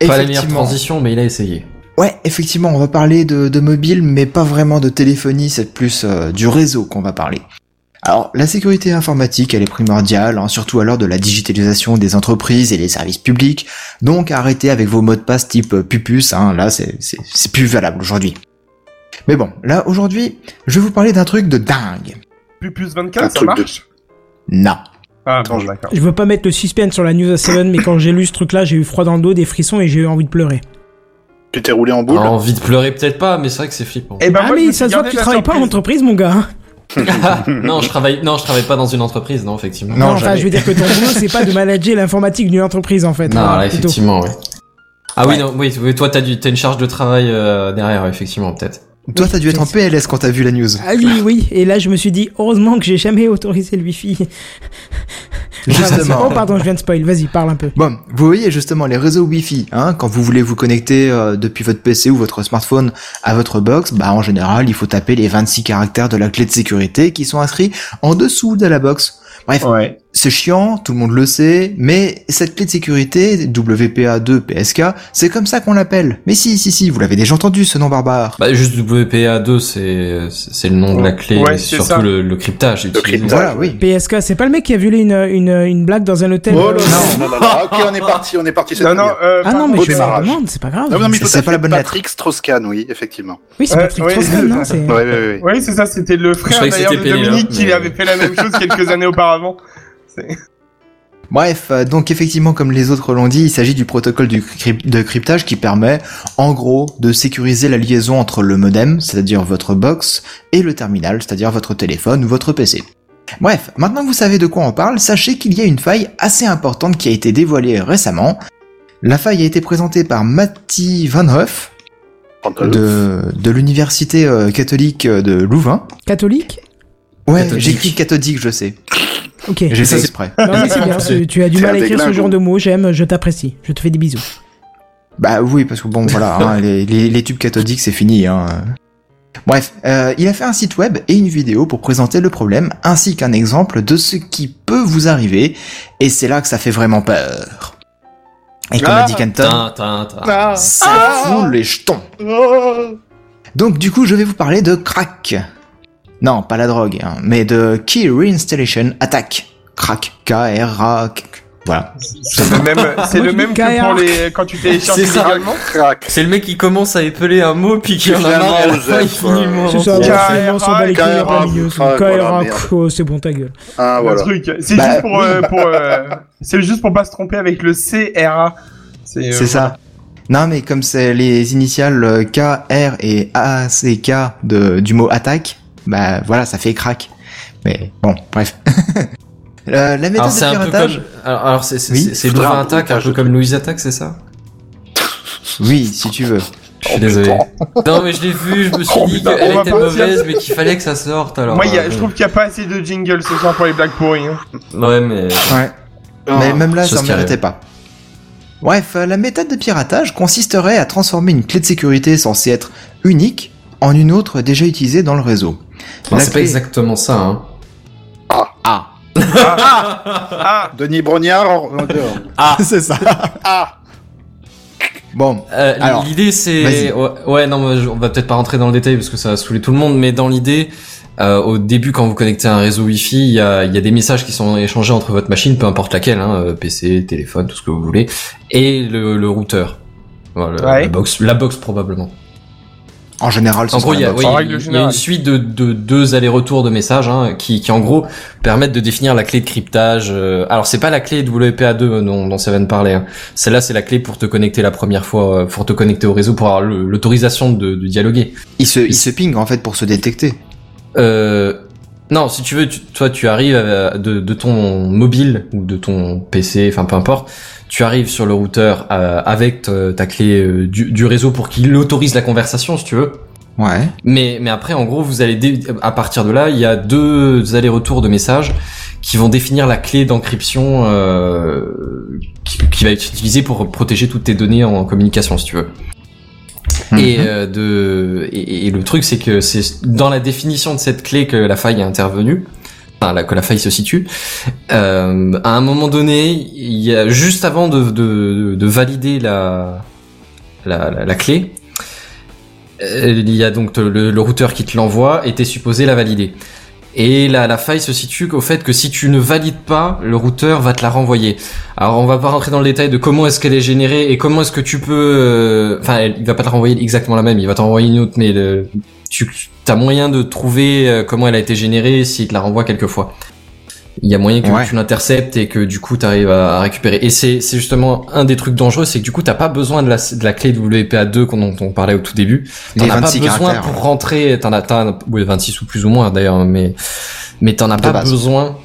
E: Pas la meilleure
D: Effectivement.
E: transition, mais il a essayé.
D: Ouais, effectivement, on va parler de, de mobile, mais pas vraiment de téléphonie, c'est plus euh, du réseau qu'on va parler. Alors, la sécurité informatique, elle est primordiale, hein, surtout à l'heure de la digitalisation des entreprises et les services publics, donc arrêtez avec vos mots de passe type euh, pupus, hein, là c'est- c'est c'est plus valable aujourd'hui. Mais bon, là aujourd'hui, je vais vous parler d'un truc de dingue.
F: Pupus
G: Un
F: 24, Ah, ça
G: truc de-
F: marche
D: Non.
F: Ah
G: Attends,
F: bon,
G: je-
F: d'accord.
A: Je veux pas mettre le suspense sur la news à 7, mais quand j'ai lu ce truc-là, j'ai eu froid dans le dos, des frissons et j'ai eu envie de pleurer.
G: Tu t'es roulé en boule.
E: Ah, envie de pleurer peut-être pas, mais c'est vrai que c'est flippant.
F: Eh ben,
A: ah,
F: moi, je me
A: mais
F: suis
A: ça se voit
F: gardé
A: que tu
F: la
A: travailles pas en entreprise,
F: surprise.
A: mon gars. hein.
E: non, je travaille, non, je travaille pas dans une entreprise, non effectivement.
D: Non,
A: enfin,
D: jamais.
A: je veux dire que ton boulot, c'est pas de manager l'informatique d'une entreprise, en fait.
E: Non,
A: hein,
E: là,
A: plutôt.
E: effectivement, ouais. Ah oui,
D: Ouais.
E: non, oui, oui, toi, t'as du- t'as une charge de travail euh, derrière, effectivement, peut-être.
D: Toi, t'as dû être en PLS quand t'as vu la news.
A: Ah oui, oui. Et là, je me suis dit, heureusement que j'ai jamais autorisé le wifi.
D: Justement.
A: Oh, pardon, je viens de spoil. Vas-y, parle un peu.
D: Bon, vous voyez justement les réseaux Wi-Fi, hein, quand vous voulez vous connecter euh, depuis votre PC ou votre smartphone à votre box, bah en général il faut taper les 26 caractères de la clé de sécurité qui sont inscrits en dessous de la box. Bref,
F: Ouais.
D: C'est chiant, tout le monde le sait, mais cette clé de sécurité, WPA2 PSK, c'est comme ça qu'on l'appelle. Mais si, si, si, vous l'avez déjà entendu ce nom barbare.
E: Bah, juste WPA2, c'est, c'est c'est le nom de la clé,
F: Ouais,
E: mais
F: c'est
E: surtout
F: ça.
E: le, le cryptage. utilisé.
G: cryptage.
D: Voilà, oui.
A: PSK, c'est pas le mec qui a violé une, une, une blague dans un hôtel
G: Oh
A: euh,
G: là là, non, non, non, non. Ok, on est parti, on est parti. c'est
F: Ah. Non,
G: très
F: non,
G: bien.
F: euh,
A: Ah non,
F: pardon.
D: Oh,
A: mais
G: Au
A: je me
G: démarrage.
A: demande, c'est pas grave.
G: Non, non, mais
D: C'est-
G: tout
D: c'est
G: à
D: pas
G: fait.
D: la bonne lettre.
G: Patrick Strauss-Kahn, oui, effectivement.
A: Oui, c'est
D: euh,
F: Ouais,
A: Patrick
F: ouais,
A: Strauss-Kahn,
F: c'est-
A: non c'est-
G: Ouais, ouais, ouais.
F: Oui, c'est ça, c'était le frère
E: croyais que
F: d'ailleurs de
E: c'était Pélé, là,
F: Dominique qui lui
E: mais-
F: avait fait la même chose quelques années auparavant.
D: Bref, euh, donc effectivement, comme les autres l'ont dit, il s'agit du protocole du cryp- de cryptage qui permet, en gros, de sécuriser la liaison entre le modem, c'est-à-dire votre box, et le terminal, c'est-à-dire votre téléphone ou votre PC. Bref, maintenant que vous savez de quoi on parle, sachez qu'il y a une faille assez importante qui a été dévoilée récemment. La faille a été présentée par Matti Van Huff
G: Ah,
D: de, de l'université euh, catholique euh, de Louvain.
A: Catholique
D: Ouais,
E: Cathodique.
D: j'écris cathodique, je sais.
A: Ok.
D: J'ai
E: Ça,
D: fait
E: c'est-
D: exprès.
A: Non, mais c'est bien, tu, tu as du
G: C'est
A: mal à
G: un
A: écrire ce
G: déglingo.
A: genre de mots, j'aime, je t'apprécie. Je te fais des bisous.
D: Bah oui, parce que bon, voilà, hein, les, les- les tubes cathodiques, c'est fini. Hein. Bref, euh, il a fait un site web et une vidéo pour présenter le problème, ainsi qu'un exemple de ce qui peut vous arriver, et c'est là que ça fait vraiment peur. Et comme a dit Canton,
E: Tin, tin, tin.
D: ça fout les jetons. Donc du coup, je vais vous parler de crack. Non, pas la drogue, hein, mais de Key Reinstallation Attack. Crack, K-R-A-C. Voilà.
F: C'est le même, c'est le même que pour les, quand tu télécharges
E: C'est ça.
F: illégalement.
G: Crac.
E: C'est le mec qui commence à épeler un mot, puis qui en a marre, à la fin, il finit mort.
A: C'est ça,
G: K-
A: finalement, on s'en bat les couilles, il y a pas
G: K-
A: de milieu, c'est- KRA,
G: K- voilà, merde.
A: oh, c'est bon, ta gueule.
G: Ah,
F: Le
G: voilà.
F: truc. C'est
D: Bah,
F: juste pour,
D: oui.
F: euh, pour, euh, c'est juste pour pas se tromper avec le CRA. C'est, euh,
D: C'est ça. Non, mais comme c'est les initiales euh, K, R et A, C, K de, du mot attaque, bah voilà, ça fait crack. Mais bon, bref. Euh, la méthode
E: Alors c'est
D: de
E: un peu
D: piratage.
E: comme, alors, alors, c'est c'est
D: Oui.
E: c'est- c'est
G: Faudra
E: Louvain
G: un peu
E: attaque, un peu
G: rajouter.
E: comme Louise attaque, c'est ça
D: Oui, si tu veux.
E: Je suis désolé. Non mais je l'ai vu, je me suis
F: Oh,
E: dit
F: putain, on
E: qu'elle
F: va
E: était
F: pas-
E: mauvaise, mais qu'il fallait que ça sorte. Alors.
F: Moi, il y a-
E: euh,
F: je trouve qu'il n'y a pas assez de jingle ce soir pour les blagues pourries. hein.
E: Ouais mais.
D: Ouais.
G: Ah.
D: Mais même là,
E: chose
D: ça en
E: qui arrive.
D: méritait pas. Bref, euh, la méthode de piratage consisterait à transformer une clé de sécurité censée être unique en une autre déjà utilisée dans le réseau.
E: Enfin,
D: La
E: c'est pas
D: clé-
E: exactement ça. Hein.
D: Ah,
F: Ah,
G: Denis Brognard, en- en dehors.
D: c'est ça.
G: Ah.
D: Bon,
E: Euh,
D: Alors,
E: l'idée
D: vas-y.
E: c'est ouais, ouais, non mais je- on va peut-être pas rentrer dans le détail parce que ça va saouler tout le monde mais dans l'idée euh, au début quand vous connectez à un réseau wifi il y a, il y a des messages qui sont échangés entre votre machine peu importe laquelle hein, euh, PC téléphone tout ce que vous voulez et le, le routeur Voilà,
F: Ouais.
E: la box la box probablement
D: en général, ce
E: en
D: sera
E: gros il y
D: la
E: a,
D: box.
E: oui,
F: En
E: il y a
F: règle
E: une- il y a
F: générale.
E: une suite de, de deux allers-retours de messages hein, qui, qui en gros permettent de définir la clé de cryptage euh, alors c'est pas la clé WPA2 dont, dont Seven parlait hein. Celle-là, c'est la clé pour te connecter la première fois, euh, pour te connecter au réseau, pour avoir le- l'autorisation de, de dialoguer.
D: Il se, il se ping en fait pour se détecter.
E: Euh, non, si tu veux, tu- toi, tu arrives à- de, de ton mobile ou de ton PC, enfin peu importe, tu arrives sur le routeur euh, avec ta, ta clé euh, du, du réseau pour qu'il autorise la conversation, si tu veux.
D: Ouais.
E: Mais, mais après, en gros, vous allez dé- à partir de là, il y a deux allers-retours de messages qui vont définir la clé d'encryption euh, qui, qui va être utilisée pour protéger toutes tes données en communication, si tu veux. Et, euh, de, et, et le truc, c'est que c'est dans la définition de cette clé que la faille est intervenue, enfin la- que la faille se situe. Euh, à un moment donné, il y a juste avant de, de, de valider la, la, la, la clé, euh, il y a donc te- le, le routeur qui te l'envoie et t'es supposé la valider. Et la, la faille se situe au fait que si tu ne valides pas, le routeur va te la renvoyer. Alors on va pas rentrer dans le détail de comment est-ce qu'elle est générée et comment est-ce que tu peux... euh, Enfin, elle- il va pas te renvoyer exactement la même, il va t'envoyer une autre, mais le- tu as moyen de trouver euh, comment elle a été générée s'il te la renvoie quelquefois. Il y a moyen que
D: Ouais.
E: tu l'interceptes et que du coup tu arrives à, à récupérer. Et c'est c'est justement un des trucs dangereux, c'est que du coup t'as pas besoin de la, de la clé WPA2 qu'on- dont on parlait au tout début. T'en
D: Les
E: as pas
D: 26
E: besoin
D: caractères.
E: pour rentrer. T'en as, t'en as- oui, 26 ou plus ou moins d'ailleurs, mais mais t'en as
D: De
E: pas
D: base.
E: besoin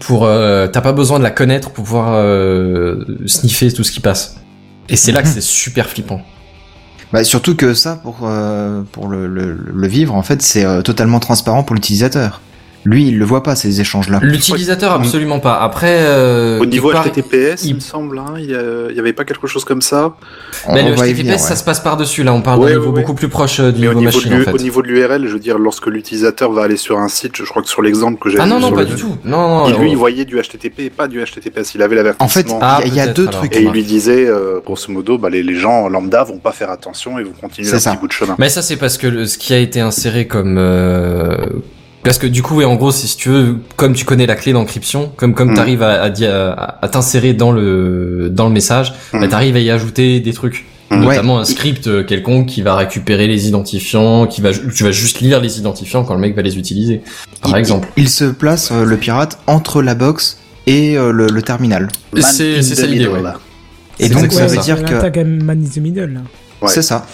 E: pour. euh, T'as pas besoin de la connaître pour pouvoir euh, sniffer tout ce qui passe. Et c'est là que c'est super flippant.
D: Bah, surtout que ça, pour, euh, pour le, le, le vivre, en fait, c'est euh, totalement transparent pour l'utilisateur. Lui, il le voit pas ces échanges-là.
E: L'utilisateur, absolument pas. Après, euh,
G: Au niveau
E: quelque part,
G: HTTPS, il
E: il-
G: me semble, hein, il n'y avait pas quelque chose comme ça.
D: On,
E: bah, le
D: on va y
E: HTTPS,
D: venir, ouais.
E: ça se passe par-dessus. Là, on parle
G: Ouais,
E: d'un niveau
G: ouais, ouais.
E: beaucoup plus proche euh, du
G: Mais au
E: niveau
G: niveau,
E: machine,
G: de, l'U-
E: en fait.
G: au niveau de l'URL, je veux dire, lorsque l'utilisateur va aller sur un site, je crois que sur l'exemple que j'avais
E: Ah non,
G: vu
E: non,
G: sur
E: pas
G: le-
E: du tout. Non, non,
G: Et
E: non,
G: lui,
E: on-
G: il voyait du HTTP et pas du HTTPS. Il avait
D: En fait, il
G: l'avertissement.
D: y a- il y a
E: Ah,
D: deux
E: peut-être,
D: trucs.
G: et il
E: alors.
G: lui disait, euh, grosso modo, bah, les, les gens lambda vont pas faire attention et vont continuer
D: C'est
G: leur
D: ça.
G: petit bout de chemin.
E: Mais ça, c'est parce que le- ce qui a été inséré comme... euh, Parce que du coup, et en gros, si tu veux, comme tu connais la clé d'encryption, comme comme
G: Mm.
E: t'arrives à, à, di- à- à t'insérer dans le dans le message, bah
G: Mm.
E: t'arrives à y ajouter des trucs,
G: Mm.
E: notamment un script euh, quelconque qui va récupérer les identifiants, qui va ju- tu vas juste lire les identifiants quand le mec va les utiliser, par
D: Il-
E: exemple.
D: Il, il se place, euh, le pirate, entre la box et euh, le, le terminal.
G: Man in
E: C'est c'est
G: the
E: ça l'idée.
G: middle,
E: ouais.
G: là.
D: Et
E: C'est
D: donc,
E: exactement
D: ça
E: ça.
D: veut dire que...
A: L'attaque à Man in the Middle, là.
G: Ouais.
D: C'est ça.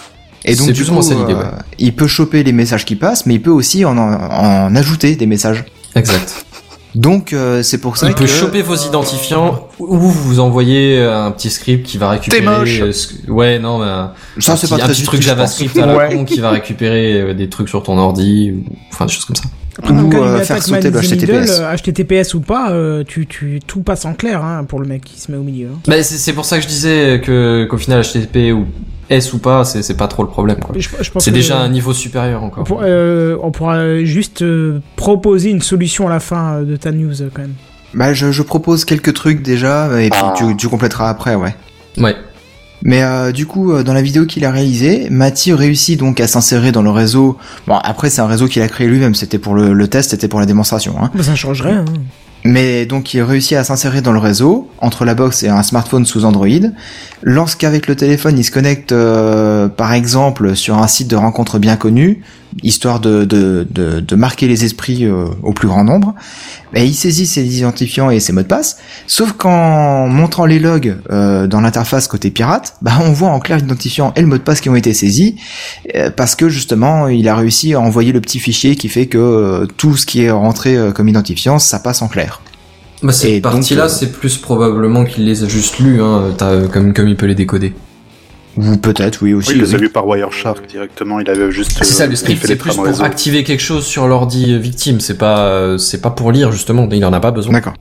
D: Et donc,
E: C'est
D: du
E: plus ou
D: coup,
E: moins ça l'idée,
D: euh,
E: ouais.
D: il peut choper les messages qui passent, mais il peut aussi en, en ajouter des messages.
E: Exact.
D: Donc, euh, c'est pour ça
E: Il
D: que...
E: peut choper vos identifiants ou vous envoyer un petit script qui va récupérer.
G: moche.
E: euh, ce- Ouais, non, bah, mais...
D: Ça, c'est
E: petit-
D: pas
E: un
D: très
E: petit truc
D: utile, je pense.
E: JavaScript à la
F: Ouais.
E: con qui va récupérer euh, des trucs sur ton ordi, ou... enfin des choses comme ça.
A: Après, dans le
D: Ou,
A: cas d'une
D: euh,
A: attaque
D: faire
A: Man
D: sauter
A: in
D: le
A: the Middle,
D: HTTPS.
A: euh, HTTPS ou pas, euh, tu, tu, tout passe en clair hein, pour le mec qui se met au milieu. hein.
E: Bah, c'est c'est pour ça que je disais que qu'au final HTTP ou S ou pas, c'est c'est pas trop le problème. quoi.
A: Je, je pense
E: C'est
A: que-
E: déjà un niveau supérieur encore.
A: On, pour- euh, on pourra juste euh, proposer une solution à la fin euh, de ta news euh, quand même.
D: Bah, je, je propose quelques trucs déjà, et puis
G: Ah.
D: tu, tu compléteras après, ouais.
E: Ouais.
D: Mais euh, du coup, euh, dans la vidéo qu'il a réalisée, Mathieu réussit donc à s'insérer dans le réseau. Bon, après, c'est un réseau qu'il a créé lui-même, c'était pour le, le test, c'était pour la démonstration. Hein.
A: Bah, ça changerait. Hein.
D: Mais donc, il réussit à s'insérer dans le réseau, entre la box et un smartphone sous Android. Lorsqu'avec le téléphone, il se connecte, euh, par exemple, sur un site de rencontre bien connu, histoire de, de, de, de marquer les esprits euh, au plus grand nombre, et il saisit ses identifiants et ses mots de passe. Sauf qu'en montrant les logs euh, dans l'interface côté pirate, bah, on voit en clair l'identifiant et le mot de passe qui ont été saisis, euh, parce que justement, il a réussi à envoyer le petit fichier qui fait que euh, tout ce qui est rentré euh, comme identifiant, ça passe en clair.
E: Bah,
D: Et
E: cette
D: donc,
E: partie-là,
D: euh,
E: c'est plus probablement qu'il les a juste lus, hein, t'as, euh, comme, comme il peut les décoder.
D: Ou peut-être, oui, aussi.
G: Oui, il les a
D: oui.
G: vus par Wireshark directement. Euh, Il avait juste.
E: C'est ça, le script, c'est
G: les
E: plus pour activer quelque chose sur l'ordi victime, c'est pas, euh, c'est pas pour lire justement, il en a pas besoin.
D: D'accord.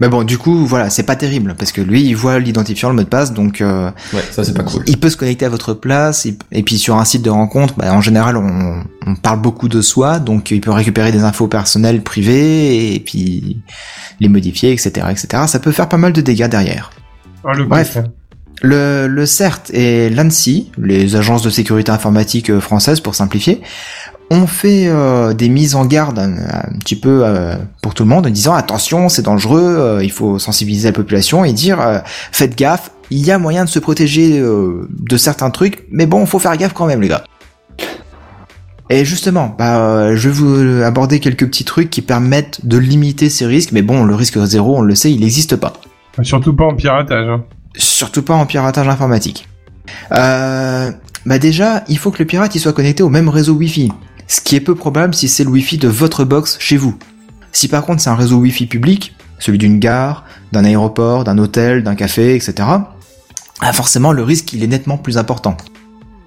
D: Mais bon, du coup, voilà, c'est pas terrible, parce que lui, il voit l'identifiant, le mot de passe, donc euh,
E: Ouais, ça c'est pas cool.
D: il peut se connecter à votre place, il- et puis sur un site de rencontre, bah, en général, on, on parle beaucoup de soi, donc il peut récupérer des infos personnelles, privées, et puis les modifier, etc., etc. Ça peut faire pas mal de dégâts derrière.
F: Ah, le
D: Bref.
F: pauvre.
D: Le, le CERT et l'ANSI, les agences de sécurité informatique euh, françaises pour simplifier, ont fait euh, des mises en garde un, un petit peu euh, pour tout le monde en disant attention c'est dangereux, euh, il faut sensibiliser la population et dire euh, faites gaffe, il y a moyen de se protéger euh, de certains trucs, mais bon faut faire gaffe quand même les gars. Et justement, bah, euh, je vais vous aborder quelques petits trucs qui permettent de limiter ces risques, mais bon le risque zéro on le sait il n'existe pas.
F: Surtout pas en piratage. hein.
D: Surtout pas en piratage informatique. Euh, bah déjà, il faut que le pirate il soit connecté au même réseau Wi-Fi, ce qui est peu probable si c'est le Wi-Fi de votre box chez vous. Si par contre c'est un réseau Wi-Fi public, celui d'une gare, d'un aéroport, d'un hôtel, d'un café, etc., ah, forcément le risque il est nettement plus important.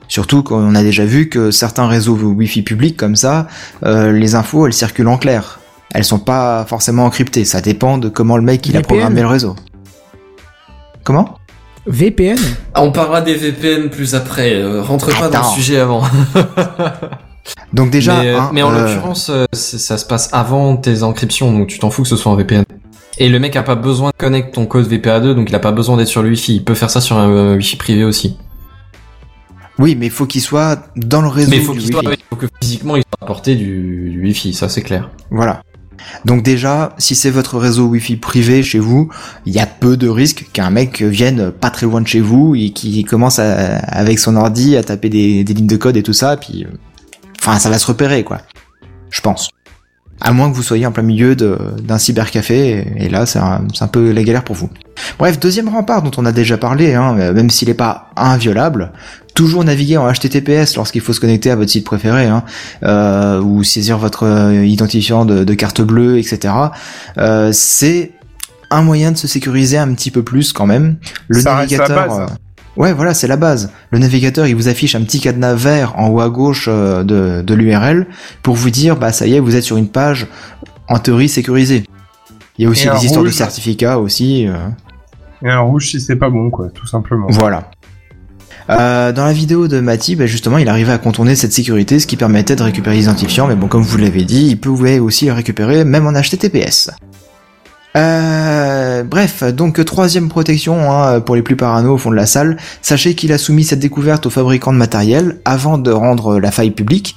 D: Surtout qu'on a déjà vu que certains réseaux Wi-Fi publics comme ça, euh, les infos elles circulent en clair. Elles sont pas forcément encryptées, ça dépend de comment le mec il a
A: VPN.
D: programmé le réseau. Comment
A: VPN
E: Ah, on parlera des VPN plus après, euh, rentre pas dans
D: Attends.
E: le sujet avant.
D: Donc déjà,
E: mais, euh,
D: hein,
E: mais en
D: euh,
E: l'occurrence, euh, c'est- ça se passe avant tes encryptions, donc tu t'en fous que ce soit un VPN. Et le mec a pas besoin de connecter ton code VPA2, donc il a pas besoin d'être sur le Wi-Fi. Il peut faire ça sur un euh, Wi-Fi privé aussi.
D: oui, mais il faut qu'il soit dans le réseau
E: Mais il faut,
D: du
E: qu'il soit-
D: Wi-Fi.
E: ouais, faut que physiquement il soit à portée du, du Wi-Fi, ça c'est clair.
D: Voilà. Donc déjà, si c'est votre réseau Wi-Fi privé chez vous, il y a peu de risques qu'un mec vienne pas très loin de chez vous et qui commence à- avec son ordi à taper des, des lignes de code et tout ça, puis euh, enfin ça va se repérer quoi. Je pense. À moins que vous soyez en plein milieu de- d'un cybercafé, et, et là c'est un, c'est un peu la galère pour vous. Bref, deuxième rempart dont on a déjà parlé, hein, euh, même s'il n'est pas inviolable, toujours naviguer en HTTPS lorsqu'il faut se connecter à votre site préféré, hein, euh, ou saisir votre euh, identifiant de, de carte bleue, etc. Euh, c'est un moyen de se sécuriser un petit peu plus quand même. Le
F: Ça reste la
D: navigateur,
F: base.
D: euh, Ouais, voilà, c'est la base. Le navigateur, il vous affiche un petit cadenas vert en haut à gauche euh, de, de l'URL pour vous dire, bah ça y est, vous êtes sur une page en théorie sécurisée. Il y a aussi
F: Et un
D: des histoires de
F: rouge.
D: certificats aussi. euh,
F: Et un rouge si c'est pas bon, quoi, tout simplement.
D: voilà. Euh, dans la vidéo de Mati, bah, justement, il arrivait à contourner cette sécurité, ce qui permettait de récupérer l'identifiant, mais bon, comme vous l'avez dit, il pouvait aussi le récupérer même en HTTPS. Euh, bref, donc troisième protection hein, pour les plus parano au fond de la salle, sachez qu'il a soumis cette découverte aux fabricants de matériel avant de rendre la faille publique.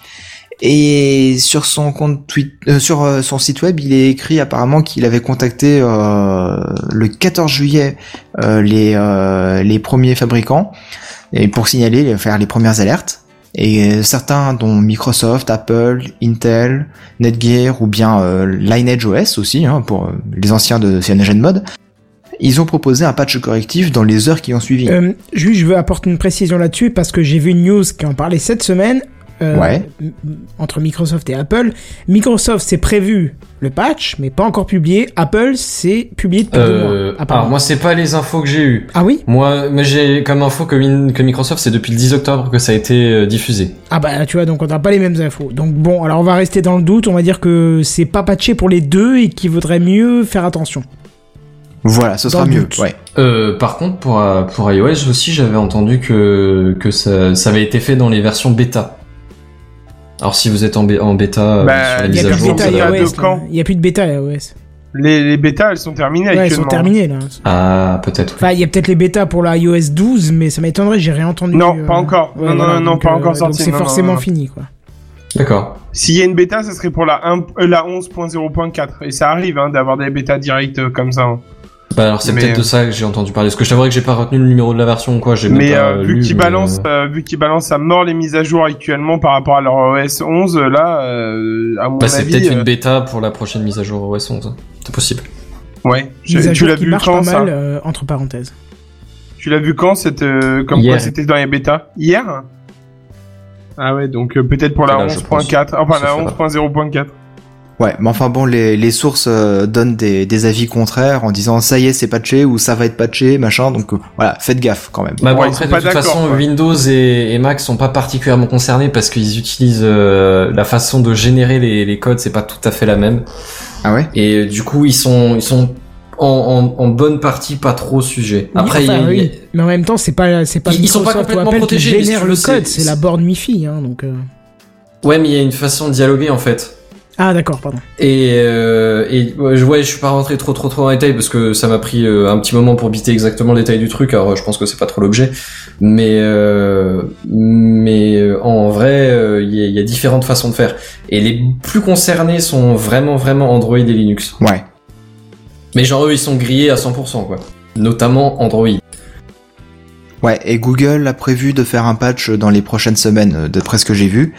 D: Et sur son compte Twitter, sur euh, son site web, il est écrit apparemment qu'il avait contacté euh, le 14 juillet euh, les euh, les premiers fabricants et pour signaler faire les premières alertes. Et euh, certains dont Microsoft, Apple, Intel, Netgear ou bien euh, Lineage OS aussi hein, pour euh, les anciens de CyanogenMod, Mode, ils ont proposé un patch correctif dans les heures qui ont suivi.
A: Euh, juste, je veux apporter une précision là-dessus parce que j'ai vu une news qui en parlait cette semaine. euh,
D: Ouais.
A: m- Entre Microsoft et Apple. Microsoft, c'est prévu le patch, mais pas encore publié. Apple, c'est publié depuis deux mois,
E: Euh, alors
A: apparemment.
E: moi c'est pas les infos que j'ai eues.
A: Ah oui
E: Moi, mais j'ai comme info que, min- que Microsoft c'est depuis le 10 octobre que ça a été euh, diffusé.
A: Ah bah tu vois, donc on n'a pas les mêmes infos. Donc bon, alors on va rester dans le doute, on va dire que c'est pas patché pour les deux et qu'il vaudrait mieux faire attention.
D: Voilà, ce
A: Dans
D: sera
A: le
D: mieux.
A: doute.
D: Ouais.
E: Euh, par contre pour euh, pour iOS aussi j'avais entendu que que ça, ça avait été fait dans les versions bêta. Alors si vous êtes en, bé- en bêta euh,
F: Bah,
E: sur
A: Il
E: les euh,
A: y a
E: mises à
A: plus de
E: jour,
A: bêta
E: ça doit-
F: à deux
A: iOS. là.
F: camps.
A: Il y a plus de bêta iOS.
F: Les, les bêtas, elles sont terminées
A: Ouais, ils
F: actuellement. hein.
A: sont terminés là.
E: ah peut-être. oui.
A: Enfin, il y a peut-être les bêtas pour la iOS 12, mais ça m'étonnerait, j'ai rien entendu.
F: Non,
A: euh,
F: pas encore. Non, non, non, non,
A: donc, euh,
F: pas encore
A: donc
F: sorti.
A: C'est
F: Non, non,
A: forcément
F: non, non.
A: fini, quoi.
E: D'accord.
F: S'il y a une bêta, ça serait pour la, un- euh, la 11.0.4. Et ça arrive hein, d'avoir des bêtas directes euh, comme ça. hein.
E: Bah alors c'est
F: Mais,
E: peut-être
F: euh,
E: de ça que j'ai entendu parler. Parce que je t'avouerais que j'ai pas retenu le numéro de la version ou quoi. J'ai même
F: Mais
E: pas,
F: euh,
E: euh,
F: vu
E: lu,
F: qu'ils
E: mais,
F: balancent,
E: euh,
F: euh, vu qu'ils balancent à mort les mises à jour actuellement par rapport à leur OS 11, euh, là, euh, à mon
E: Bah, c'est
F: avis,
E: peut-être
F: euh,
E: une bêta pour la prochaine mise à jour OS 11. hein. C'est possible.
F: ouais. Je-
A: Mise à
F: tu
A: jour
F: l'as
A: qui
F: vu
A: marche
F: quand
A: pas
F: ça
A: mal, euh, entre parenthèses.
F: Tu l'as vu quand cette, euh, comme
E: Hier.
F: quoi c'était dans les bêtas Hier. Ah ouais, donc euh, peut-être pour la
E: Voilà, je
F: 11.4, Ah, enfin
E: Ça
F: la
E: fera.
F: 11.0.4.
D: Ouais, mais enfin bon, les, les sources euh, donnent des, des avis contraires en disant ça y est, c'est patché ou ça va être patché, machin. Donc euh, voilà, faites gaffe quand même.
E: Bah, bon,
F: Ouais, ils
E: après,
F: sont
E: de
F: pas
E: toute
F: d'accord,
E: façon,
F: quoi.
E: Windows et, et Mac sont pas particulièrement concernés parce qu'ils utilisent euh, la façon de générer les, les codes, c'est pas tout à fait la même.
D: Ah ouais
E: Et euh, du coup, ils sont, ils sont en, en, en bonne partie pas trop sujets.
A: Oui,
E: Après,
A: enfin,
E: il-
A: oui. mais en même temps, c'est pas, c'est pas
E: Ils- ils sont pas
A: Microsoft ou
E: complètement
A: Apple qui
E: protégés, mais si
A: génère
E: tu
A: le
E: veux,
A: code,
E: c'est-
A: c'est la borne Wi-Fi, hein, donc. euh.
E: ouais, mais il y a une façon de dialoguer en fait.
A: Ah d'accord, pardon.
E: Et, euh, et ouais, je- ouais, je suis pas rentré trop trop trop en détail parce que ça m'a pris euh, un petit moment pour biter exactement le détail du truc. Alors euh, je pense que c'est pas trop l'objet, mais euh, mais euh, en vrai, euh, il y, a- il y a différentes façons de faire. Et les plus concernés sont vraiment vraiment Android et Linux.
D: Ouais.
E: Mais genre eux, ils sont grillés à 100% quoi. Notamment Android.
D: Ouais, et Google a prévu de faire un patch dans les prochaines semaines, euh, d'après ce que j'ai vu.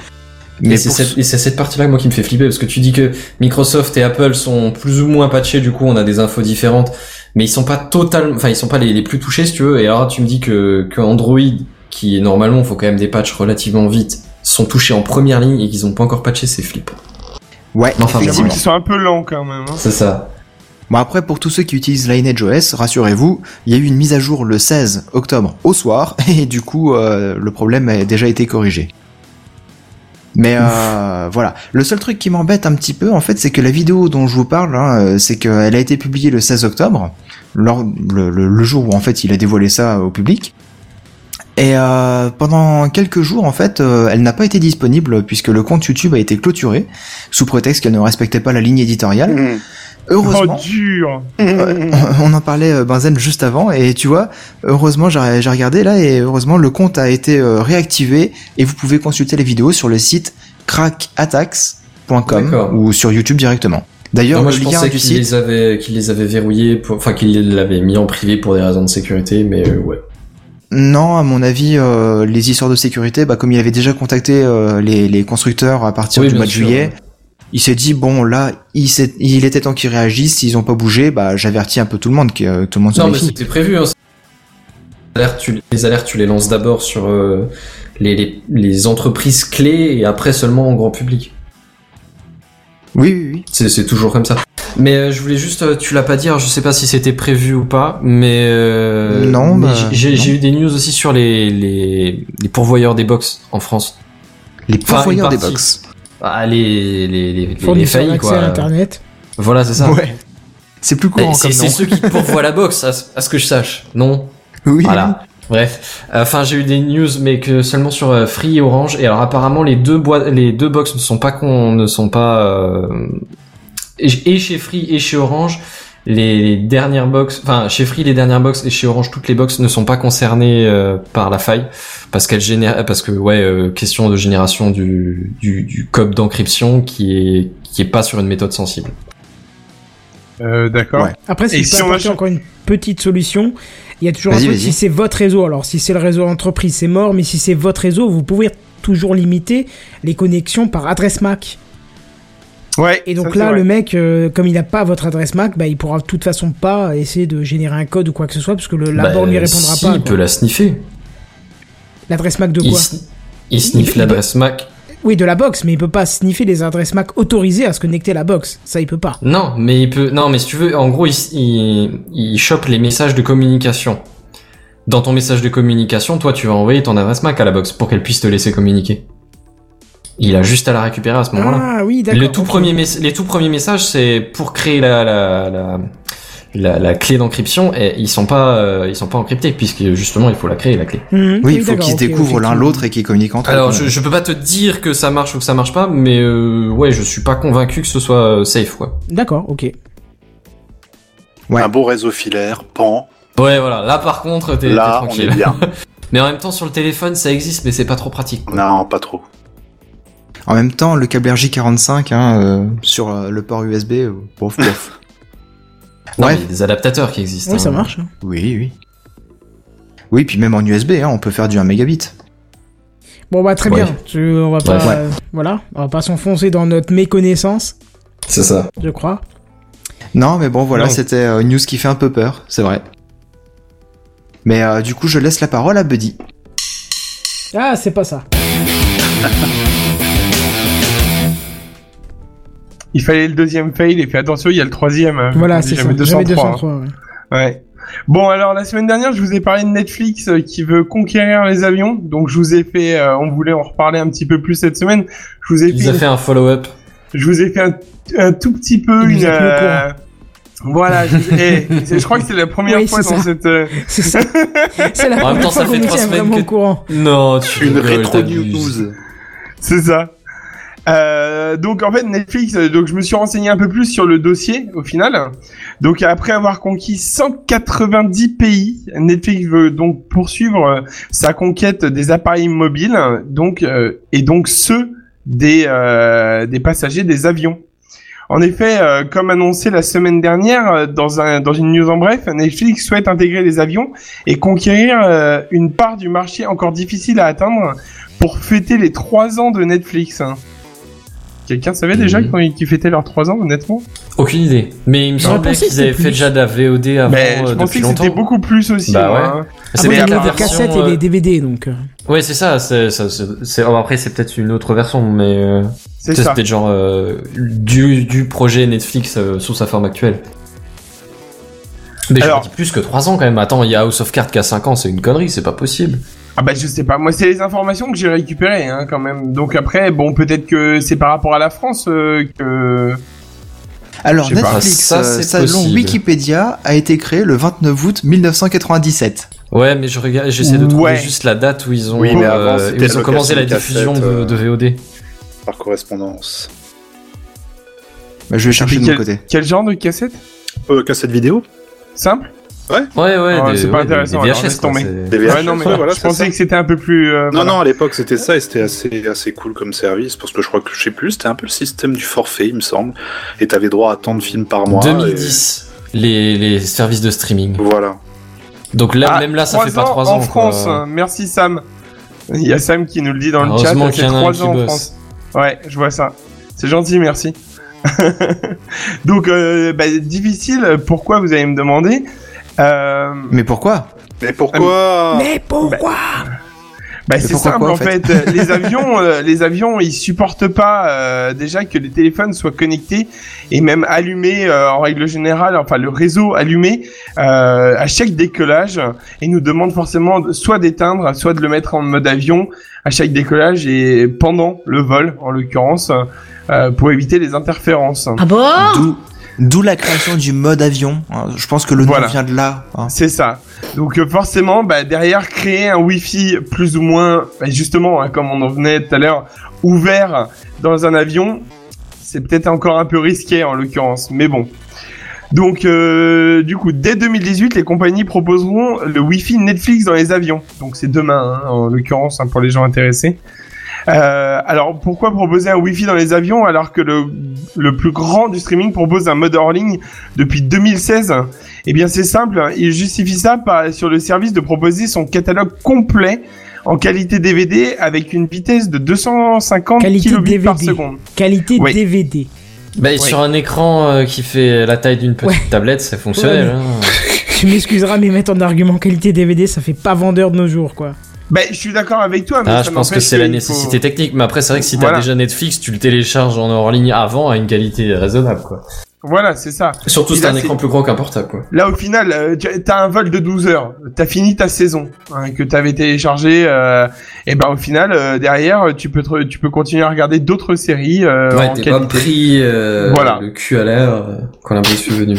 E: Mais
D: Mais
E: et c'est
D: pour-
E: cette, et c'est cette partie-là moi qui me fait flipper parce que tu dis que Microsoft et Apple sont plus ou moins patchés, du coup on a des infos différentes, mais ils sont pas totalement, enfin ils sont pas les, les plus touchés si tu veux. Et alors tu me dis que, que Android, qui normalement faut quand même des patchs relativement vite, sont touchés en première ligne et qu'ils ont pas encore patché, c'est flippant.
D: ouais,
E: Enfin,
F: J'avoue
E: bon,
D: effectivement.
F: qu'ils sont un peu lents quand même. hein.
E: C'est ça.
D: Bon après, pour tous ceux qui utilisent Lineage OS, rassurez-vous, il y a eu une mise à jour le 16 octobre au soir, et du coup, euh, le problème a déjà été corrigé. Mais euh, voilà, le seul truc qui m'embête un petit peu, en fait, c'est que la vidéo dont je vous parle, hein, euh, c'est qu'elle a été publiée le 16 octobre, lors- le, le- le jour où en fait il a dévoilé ça au public. Et euh, pendant quelques jours, en fait, euh, elle n'a pas été disponible puisque le compte YouTube a été clôturé sous prétexte qu'elle ne respectait pas la ligne éditoriale.
G: Mmh.
D: Heureusement,
F: Oh dur.
D: on en parlait euh, Benzen juste avant et tu vois heureusement j'ai j'ai regardé là et heureusement le compte a été euh, réactivé et vous pouvez consulter les vidéos sur le site crackattacks.com
E: D'accord.
D: ou sur YouTube directement.
E: Non,
D: D'ailleurs
E: moi
D: le
E: je
D: lien
E: pensais
D: du
E: qu'ils
D: site
E: les avaient, qu'ils les avaient verrouillés, pour- enfin qu'ils l'avaient mis en privé pour des raisons de sécurité, mais euh, ouais.
D: non à mon avis euh, les histoires de sécurité bah comme il avait déjà contacté euh, les, les constructeurs à partir
E: Oui,
D: du
E: bien
D: mois de
E: sûr,
D: juillet
E: ouais.
D: il s'est dit bon là il, s'est- il était temps qu'ils réagissent s'ils ont pas bougé bah j'avertis un peu tout le monde que euh, tout le monde se
E: Non, mais
D: méfie.
E: c'était prévu. Hein. Les alertes, tu- les alertes, tu les lances d'abord sur euh, les, les, les entreprises clés et après seulement en grand public.
D: oui oui oui
E: C'est c'est toujours comme ça. Mais euh, je voulais juste, euh, tu l'as pas dit, alors je sais pas si c'était prévu ou pas, mais euh,
D: Non,
E: mais
D: bah,
E: j'ai
D: non.
E: j'ai eu des news aussi sur les les, les pourvoyeurs des box en France.
D: Les
E: Enfin,
D: pourvoyeurs
E: une
D: des
E: partie.
D: box.
E: Ah les les les, les, les
A: Fournisseur
E: faillis
A: d'accès
E: quoi.
A: à Internet.
E: Voilà c'est ça.
D: Ouais. C'est plus
E: Et
D: courant
E: C'est
D: comme
E: c'est
D: nom.
E: ceux qui pourvoient la box, à, ce- à ce que je sache. Non.
D: Oui.
E: Voilà. Bref. Enfin, j'ai eu des news, mais que seulement sur euh, Free et Orange. Et alors, apparemment, les deux boîtes, les deux box ne sont pas con, ne sont pas euh, et et chez Free et chez Orange. Les dernières box, enfin chez Free les dernières box et chez Orange toutes les box ne sont pas concernées euh, par la faille parce qu'elles génèrent, parce que ouais euh, question de génération du du, du code d'encryption qui est qui est pas sur une méthode sensible.
F: Euh, D'accord.
D: Ouais.
A: Après, si
F: Et
A: je peux
F: si on
A: apporter
F: achète-
A: encore une petite solution, il y a toujours un
D: Vas-y,
A: truc,
D: vas-y.
A: si c'est votre réseau, alors si c'est le réseau entreprise, c'est mort, mais si c'est votre réseau, vous pouvez toujours limiter les connexions par adresse MAC.
F: Ouais,
A: Et donc
F: ça,
A: là,
F: c'est
A: le
F: vrai.
A: mec, euh, comme il n'a pas votre adresse MAC, bah, il pourra de toute façon pas essayer de générer un code ou quoi que ce soit, parce que le, la
E: Bah,
A: borne lui répondra
E: si,
A: pas.
E: Il
A: quoi.
E: peut la sniffer.
A: L'adresse MAC de
E: il,
A: quoi
E: sn- il sniffe
A: Il-
E: l'adresse MAC.
A: Oui, de la box, mais il peut pas sniffer les adresses MAC autorisées à se connecter à la box. Ça, il peut pas.
E: Non, mais il peut. Non, mais si tu veux, en gros, il, s- il, il chope les messages de communication. Dans ton message de communication, toi, tu vas envoyer ton adresse MAC à la box pour qu'elle puisse te laisser communiquer. Il a juste à la récupérer à ce moment-là.
A: Ah oui, d'accord.
E: Le tout premier mes- les tout premiers messages, c'est pour créer la la, la, la, la clé d'encryption et ils sont pas euh, ils sont pas encryptés puisque justement il faut la créer la clé.
A: Mhm.
D: Oui, il faut
A: d'accord,
D: qu'ils se
A: ok,
D: découvrent l'un
A: effectivement.
D: l'autre et qu'ils communiquent entre
E: Alors,
D: eux.
E: je, je peux pas te dire que ça marche ou que ça marche pas, mais euh, ouais, je suis pas convaincu que ce soit euh, safe, quoi.
A: D'accord, ok.
D: Ouais.
G: Un beau réseau filaire, pan.
E: Ouais, voilà. Là, par contre, t'es t'es
G: Là, on est
E: tranquille.
G: bien.
E: mais en même temps, sur le téléphone, ça existe, mais c'est pas trop pratique. quoi.
G: non, pas trop.
D: En même temps, le câble RJ45 hein, euh, sur euh, le port USB, euh, pauvre pauvre.
E: Non,
D: Ouais.
E: mais il y a des adaptateurs qui existent.
A: Oui, ça
E: hein.
A: marche. hein.
D: oui, oui. Oui, puis même en USB, hein, on peut faire du 1 mégabit.
A: Bon bah très
E: Ouais.
A: bien. Tu- on va pas,
D: Ouais.
A: euh, voilà, on va pas s'enfoncer dans notre méconnaissance,
E: C'est ça.
A: je crois.
D: Non, mais bon, voilà,
E: Non.
D: c'était euh, une news qui fait un peu peur, c'est vrai. Mais euh, du coup, je laisse la parole à Buddy.
A: Ah, c'est pas ça.
F: Il fallait le deuxième fail et puis attention, il y a le troisième. hein.
A: Voilà,
F: On dit
A: c'est ça.
F: jamais 203.
A: Jamais 203. ouais.
F: hein. Ouais. Bon, alors la semaine dernière, je vous ai parlé de Netflix euh, qui veut conquérir les avions. Donc je vous ai fait, euh, on voulait en reparler un petit peu plus cette semaine. Je vous ai
E: Ils
F: fait,
E: ont fait un follow-up.
F: je vous ai fait un, un tout petit peu
A: Il nous
F: une.
A: a tenu au
F: euh, Voilà. je, eh, c'est- je crois que c'est la première
A: Oui,
F: fois
A: c'est
F: dans
A: ça.
F: cette. euh,
A: C'est ça. c'est la
E: En même
A: première fois
E: temps, ça
A: qu'on
E: fait
A: nous
E: trois
A: tient
E: semaines
A: vraiment
E: que-
A: au courant.
E: Non, tu
G: Une
E: rigoles,
G: rétro
E: t'abuses.
G: news.
F: C'est ça. Euh, donc en fait Netflix, euh, donc je me suis renseigné un peu plus sur le dossier au final. Donc après avoir conquis 190 pays, Netflix veut donc poursuivre euh, sa conquête des appareils mobiles, donc euh, et donc ceux des euh, des passagers des avions. En effet, euh, comme annoncé la semaine dernière euh, dans un dans une news en bref, Netflix souhaite intégrer les avions et conquérir euh, une part du marché encore difficile à atteindre pour fêter les trois ans de Netflix. hein. Quelqu'un savait déjà
E: Mhm.
F: qu'ils qui fêtaient leurs trois ans, honnêtement
E: Aucune idée. Mais il me
A: J'aurais
E: semblait
A: pensé que
E: qu'ils avaient
A: c'était
E: fait
A: plus.
E: déjà de la VOD avant
F: Mais je pensais
E: euh, depuis
F: que
E: longtemps.
F: c'était beaucoup plus aussi.
E: Bah
F: moi,
E: ouais.
F: hein.
A: Ah
E: C'est
A: oui, il
E: peut-être
A: y
E: la
A: a des
E: version,
A: cassettes et
E: euh,
A: des DVD donc. euh.
E: Ouais, c'est ça. c'est- ça- c'est- c'est- alors Après, c'est peut-être une autre version, mais euh,
F: C'est
E: ça,
F: ça.
E: c'était genre euh, du du projet Netflix euh, sous sa forme actuelle. Mais je
F: Alors-
E: dis plus que 3 ans quand même. Attends, il y a House of Cards qui a 5 ans, c'est une connerie, c'est pas possible.
F: Ah bah je sais pas. Moi, c'est les informations que j'ai récupérées hein, quand même. Donc après, bon, peut-être que c'est par rapport à la France euh, que.
D: Alors,
F: Je sais pas.
D: Netflix,
E: Ça,
D: euh,
E: c'est
D: salon
E: possible.
D: Wikipédia, a été créé le 29 août 1997.
E: Ouais, mais je regarde, j'essaie de trouver
F: Ouais.
E: juste la date où ils ont,
G: Oui, mais
E: euh,
G: avant, c'était
E: où ils ont
G: la
E: commencé la
G: cassette,
E: diffusion de,
G: euh,
E: de VOD.
G: Par correspondance.
D: Bah, je vais chercher de mon
F: quel-
D: côté.
F: Quel genre de cassette
G: Euh, cassette vidéo
F: Simple
E: Ouais, ouais,
F: Ah,
E: des-
F: c'est pas
E: ouais, des-
F: intéressant,
E: des
F: alors,
E: VHS,
F: laisse
E: quoi,
F: tomber.
E: c'est-
G: Des
F: Ouais,
G: VHS,
F: non mais
G: ouais, voilà,
F: je
G: c'est
F: pensais
G: ça.
F: que c'était un peu plus. euh,
G: Non,
F: voilà.
G: non, à l'époque c'était ça et c'était assez, assez cool comme service parce que je crois que je sais plus, c'était un peu le système du forfait, il me semble. Et t'avais droit à tant de films par mois. et-
E: 2010, les, les services de streaming.
G: Voilà.
E: Donc là,
F: Ah,
E: même là, ça fait pas 3 ans.
F: en
E: quoi.
F: France. hein. Merci Sam. Il y a Sam qui nous le dit dans le chat.
E: Heureusement qu'il
F: C'est
E: y en a un
F: 3
E: qui
F: ans en
E: bosse.
F: France. Ouais, je vois ça. C'est gentil, merci. Donc, euh, bah, difficile. Pourquoi vous allez me demander euh,
D: Mais pourquoi
F: Ah,
G: Mais pourquoi
A: Mais pourquoi
F: Bah,
D: Mais
F: c'est
D: pourquoi
F: simple
D: quoi, en
F: en fait. les avions, euh, les avions, ils supportent pas euh, déjà que les téléphones soient connectés et même allumés euh, en règle générale. Enfin, le réseau allumé euh, à chaque décollage et nous demande forcément de- soit d'éteindre, soit de le mettre en mode avion à chaque décollage et pendant le vol en l'occurrence euh, pour éviter les interférences.
H: Ah bon
D: D'où, d'où la création du mode avion. hein. Je pense que le nom
F: Voilà.
D: vient de là. hein.
F: C'est ça. Donc euh, forcément, bah, derrière, créer un Wi-Fi plus ou moins, bah, justement, hein, comme on en venait tout à l'heure, ouvert dans un avion, c'est peut-être encore un peu risqué en l'occurrence, mais bon. Donc euh, du coup, dès 2018, les compagnies proposeront le Wi-Fi Netflix dans les avions. Donc c'est demain, hein, en l'occurrence, hein, pour les gens intéressés. Euh, alors pourquoi proposer un Wi-Fi dans les avions alors que le, le plus grand du streaming propose un mode hors ligne depuis 2016 eh bien, c'est simple. hein. Il justifie ça par, sur le service de proposer son catalogue complet en qualité DVD avec une vitesse de 250
A: Qualité
F: kilobits par
A: DVD.
F: seconde.
A: Bah, Qualité
F: Oui.
A: DVD.
E: Bah, sur un écran euh, qui fait la taille d'une petite tablette, c'est fonctionnel.
A: Ouais,
E: hein.
A: Tu m'excuseras, mais mettre en argument qualité DVD, ça fait pas vendeur de nos jours, quoi.
F: Ben, je suis d'accord avec toi. Mais
E: Ah,
F: ça
E: je pense que
F: n'empêche
E: c'est la
F: qu'il
E: nécessité
F: faut-
E: technique, mais après c'est vrai que si t'as
F: Voilà.
E: déjà Netflix, tu le télécharges en hors ligne avant à une qualité raisonnable quoi.
F: Voilà, c'est ça.
E: Surtout
F: Et
E: si
F: là,
E: t'as un
F: c'est-
E: écran plus grand qu'un portable quoi.
F: Là, au final, euh, tu- t'as un vol de 12 heures. T'as fini ta saison hein, que t'avais téléchargé. euh, et ben, au final, euh, derrière, tu peux te- tu peux continuer à regarder d'autres séries euh,
E: ouais,
F: en
E: t'es pas
F: qualité.
E: pris euh,
F: Voilà.
E: le cul à l'air euh, quand la brise est venue.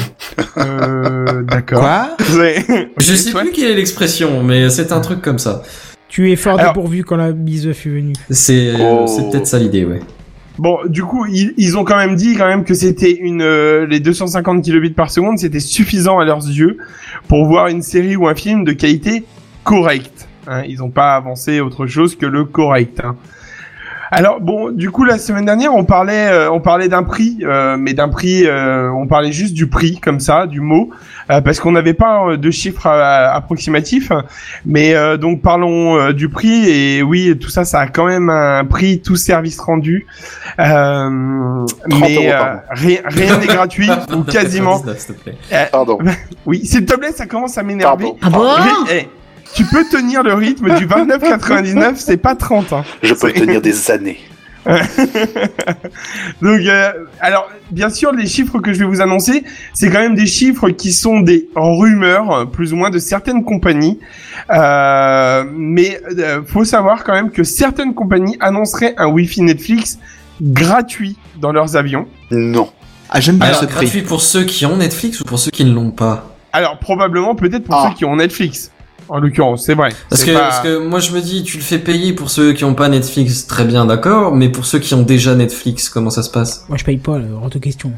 F: Euh, d'accord.
D: Quoi
F: Ouais.
E: Je
F: Ok,
E: sais
F: toi
E: plus quelle est l'expression, mais c'est un truc comme ça.
A: Tu es fort
F: Alors-
A: dépourvu quand la bise fut venue.
E: C'est euh,
G: Oh.
E: c'est peut-être ça l'idée, ouais.
F: Bon, du coup, ils, ils ont quand même dit quand même que c'était une euh, les 250 kilobits par seconde, c'était suffisant à leurs yeux pour voir une série ou un film de qualité correcte. hein. ils n'ont pas avancé autre chose que le correct. hein. Alors bon, du coup la semaine dernière on parlait euh, on parlait d'un prix, euh, mais d'un prix, euh, on parlait juste du prix comme ça, du mot, euh, parce qu'on n'avait pas euh, de chiffre euh, approximatif. Mais euh, donc parlons euh, du prix et oui tout ça ça a quand même un prix tout service rendu. Euh,
G: 30 euros,
F: mais euh,
G: pardon.
F: rien rien n'est gratuit ou quasiment.
E: 99, s'il te plaît.
G: Pardon.
F: Oui s'il te plaît ça commence à m'énerver.
G: Pardon.
H: Ah bon
F: Mais, eh, tu peux tenir le rythme du 29,99 c'est pas 30 hein.
G: Je peux tenir des années.
F: Donc, euh, alors, bien sûr, les chiffres que je vais vous annoncer, c'est quand même des chiffres qui sont des rumeurs, euh, plus ou moins, de certaines compagnies. Euh, mais euh, faut savoir quand même que certaines compagnies annonceraient un Wi-Fi Netflix gratuit dans leurs avions.
G: Non.
D: Ah, j'aime bien
E: Alors,
D: ce prix.
E: gratuit pour ceux qui ont Netflix ou pour ceux qui ne l'ont pas
F: Alors, probablement, peut-être pour
G: Ah.
F: ceux qui ont Netflix. En l'occurrence, c'est vrai.
E: Parce
F: C'est
E: que,
F: pas-
E: parce que moi je me dis, tu le fais payer pour ceux qui n'ont pas Netflix, très bien, d'accord, mais pour ceux qui ont déjà Netflix, comment ça se passe
A: Moi, je paye pas, là, hors de question.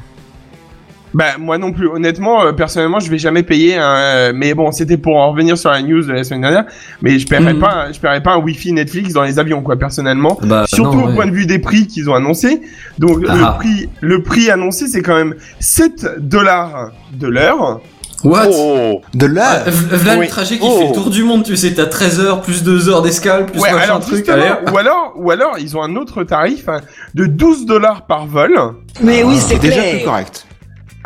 F: Bah moi non plus. Honnêtement, euh, personnellement, je vais jamais payer. Un... euh, Mais bon, c'était pour en revenir sur la news de la semaine dernière. Mais je paierai
E: Mhm.
F: pas, un- je paierai pas un Wi-Fi Netflix dans les avions, quoi. Personnellement,
E: Bah,
F: surtout
E: non,
F: au
E: ouais.
F: point de vue des prix qu'ils ont annoncé. Donc
E: Ah.
F: le prix, le prix annoncé, c'est quand même 7 dollars de l'heure.
E: What
G: Oh
D: De là,
E: Ah, v- V'là
F: Oui.
E: le trajet qui
G: Oh.
E: fait le tour du monde, tu sais, t'as 13 heures, plus 2 heures d'escale, plus
F: Ouais,
E: machin
F: alors
E: truc.
F: justement,
E: allez.
F: ou alors, ou alors, ils ont un autre tarif hein, de 12 dollars par vol.
J: Mais oui,
D: c'est
J: c'est
D: déjà plus
J: clair.
D: correct.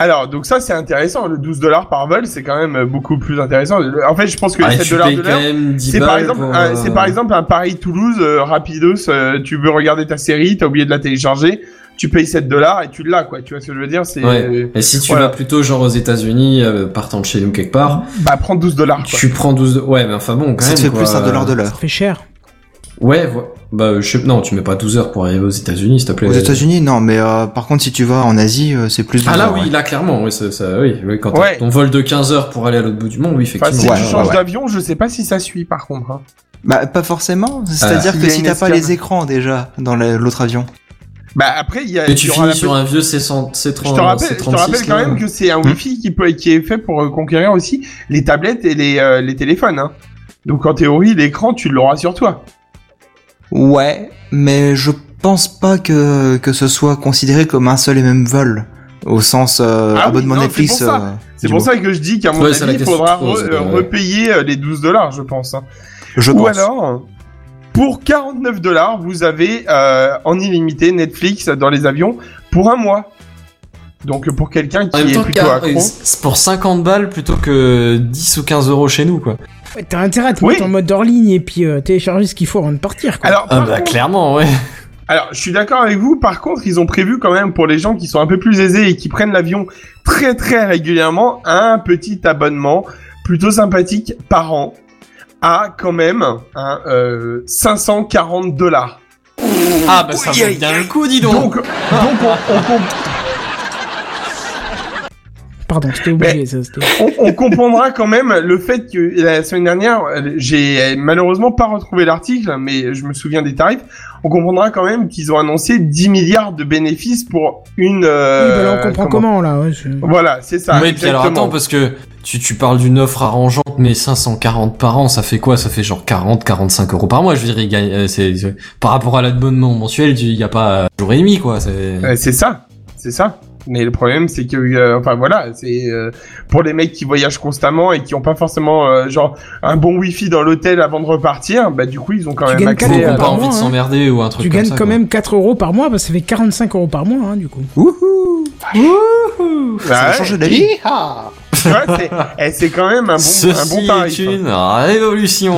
F: Alors donc ça c'est intéressant. Le 12 dollars par vol, c'est quand même euh, beaucoup plus intéressant. En fait, je pense que
E: Ah,
F: les 7
E: tu
F: dollars
E: payes
F: de
E: quand
F: l'heure.
E: même 10
F: C'est par
E: balles
F: exemple,
E: pour,
F: un,
E: euh,
F: c'est par exemple un Paris-Toulouse euh, rapidos. euh, tu veux regarder ta série, t'as oublié de la télécharger, tu payes 7 dollars et tu l'as quoi. Tu vois ce que je veux dire C'est
E: Ouais. Et si tu
F: euh, voilà.
E: vas plutôt genre aux États-Unis, euh, partant de chez nous quelque part,
F: bah prends 12 dollars. quoi.
E: tu prends 12. de- Ouais, mais enfin bon, quand
D: Ça
E: même.
D: te fait
E: quoi.
D: plus un dollar de
A: Ça
D: l'heure.
A: fait cher.
E: Ouais, vo- bah euh, je sais... non, tu mets pas 12 heures pour arriver aux États-Unis, s'il te plaît.
D: Aux États-Unis, non, mais euh, par contre, si tu vas en Asie, euh, c'est plus.
E: Ah là,
D: bizarre,
E: oui,
D: ouais.
E: là clairement, oui, ça, ça- oui, oui, quand t'as
F: Ouais.
E: ton vol de 15 heures pour aller à l'autre bout du monde, oui,
F: Enfin,
E: effectivement.
F: si
D: Ouais,
F: tu
D: ouais,
F: changes
D: ouais.
F: d'avion, je sais pas si ça suit par contre. hein.
D: Bah, pas forcément. C'est-à-dire
F: Il y
D: que
F: a
D: si
F: une
D: t'as pas
F: escale.
D: les écrans déjà dans la- l'autre avion.
F: Bah après il y a. il
E: Mais tu
F: y aura
E: finis
F: la
E: sur un vieux C100, C30,
F: Je te rappelle, je te rappelle quand même que c'est un
D: Hmm.
F: Wi-Fi qui peut, qui est fait pour euh, conquérir aussi les tablettes et les, euh, les téléphones. hein. Donc en théorie, l'écran tu l'auras sur toi.
D: Ouais, mais je pense pas que, que ce soit considéré comme un seul et même vol. Au sens euh,
F: Ah oui,
D: abonnement
F: non, c'est
D: Netflix.
F: pour ça.
D: euh,
F: C'est
D: du
F: pour
D: mot.
F: ça que je dis qu'à mon
E: Ouais, c'est la
F: avis, il
E: question
F: faudra
E: que je pose,
F: re-
E: euh, ouais.
F: repayer euh, les 12 dollars, je pense. hein.
D: Je
F: Ou
D: pense.
F: alors, pour 49 dollars, vous avez euh, en illimité Netflix dans les avions pour un mois. Donc pour quelqu'un
E: En
F: qui
E: même
F: est
E: temps,
F: plutôt
E: car-
F: accro.
E: c'est pour 50 balles plutôt que 10 ou 15 euros chez nous, quoi.
A: Ouais, T'as intérêt à te
F: Oui.
A: mettre en mode hors ligne et puis euh, télécharger ce qu'il faut avant de partir. Quoi.
F: Alors,
E: Ah
F: par
E: bah
F: contre-
E: clairement, ouais.
F: Alors, je suis d'accord avec vous. Par contre, ils ont prévu quand même pour les gens qui sont un peu plus aisés et qui prennent l'avion très très régulièrement un petit abonnement plutôt sympathique par an à quand même hein, euh, 540 dollars.
E: Ah bah ça vaut bien le coup, dis donc.
F: Donc, donc on, on comp-
A: Pardon, c'était obligé. Ça, c'était-
F: on, on comprendra quand même le fait que la semaine dernière, euh, j'ai euh, malheureusement pas retrouvé l'article, mais je me souviens des tarifs. On comprendra quand même qu'ils ont annoncé 10 milliards de bénéfices pour une. euh,
A: oui, bah là, on comprend comment, là. ouais, c'est-
F: Voilà, c'est ça.
E: mais puis alors
F: exactement.
E: attends, parce que tu, tu parles d'une offre arrangeante, mais 540 par an, ça fait quoi Ça fait genre 40, 45 euros par mois, je dirais. il gagne- euh, c'est- c'est- Par rapport à l'abonnement mensuel, tu- il n'y a pas un jour et demi, quoi. c'est-
F: Euh, c'est ça, c'est ça. Mais le problème, c'est que, euh, enfin voilà, c'est euh, pour les mecs qui voyagent constamment et qui ont pas forcément euh, genre un bon wifi dans l'hôtel avant de repartir, bah du coup ils ont quand
A: Tu
F: même
A: gagnes
E: Faut
A: quatre
F: accès.
E: qu'on
A: euros
E: a
F: à-
E: pas
A: par
E: envie
A: mois,
E: de
A: hein.
E: s'emmerder ou un truc
A: Tu
E: comme
A: gagnes
E: ça,
A: quand
E: quoi.
A: même 4 euros par mois, bah, ça fait 45 euros par mois, hein, du coup.
D: Ça a
F: Ouais,
D: changé d'avis
F: tu vois, c'est eh, c'est quand même un bon, un
E: Ceci
F: bon tarif.
E: est
F: hein.
E: une révolution.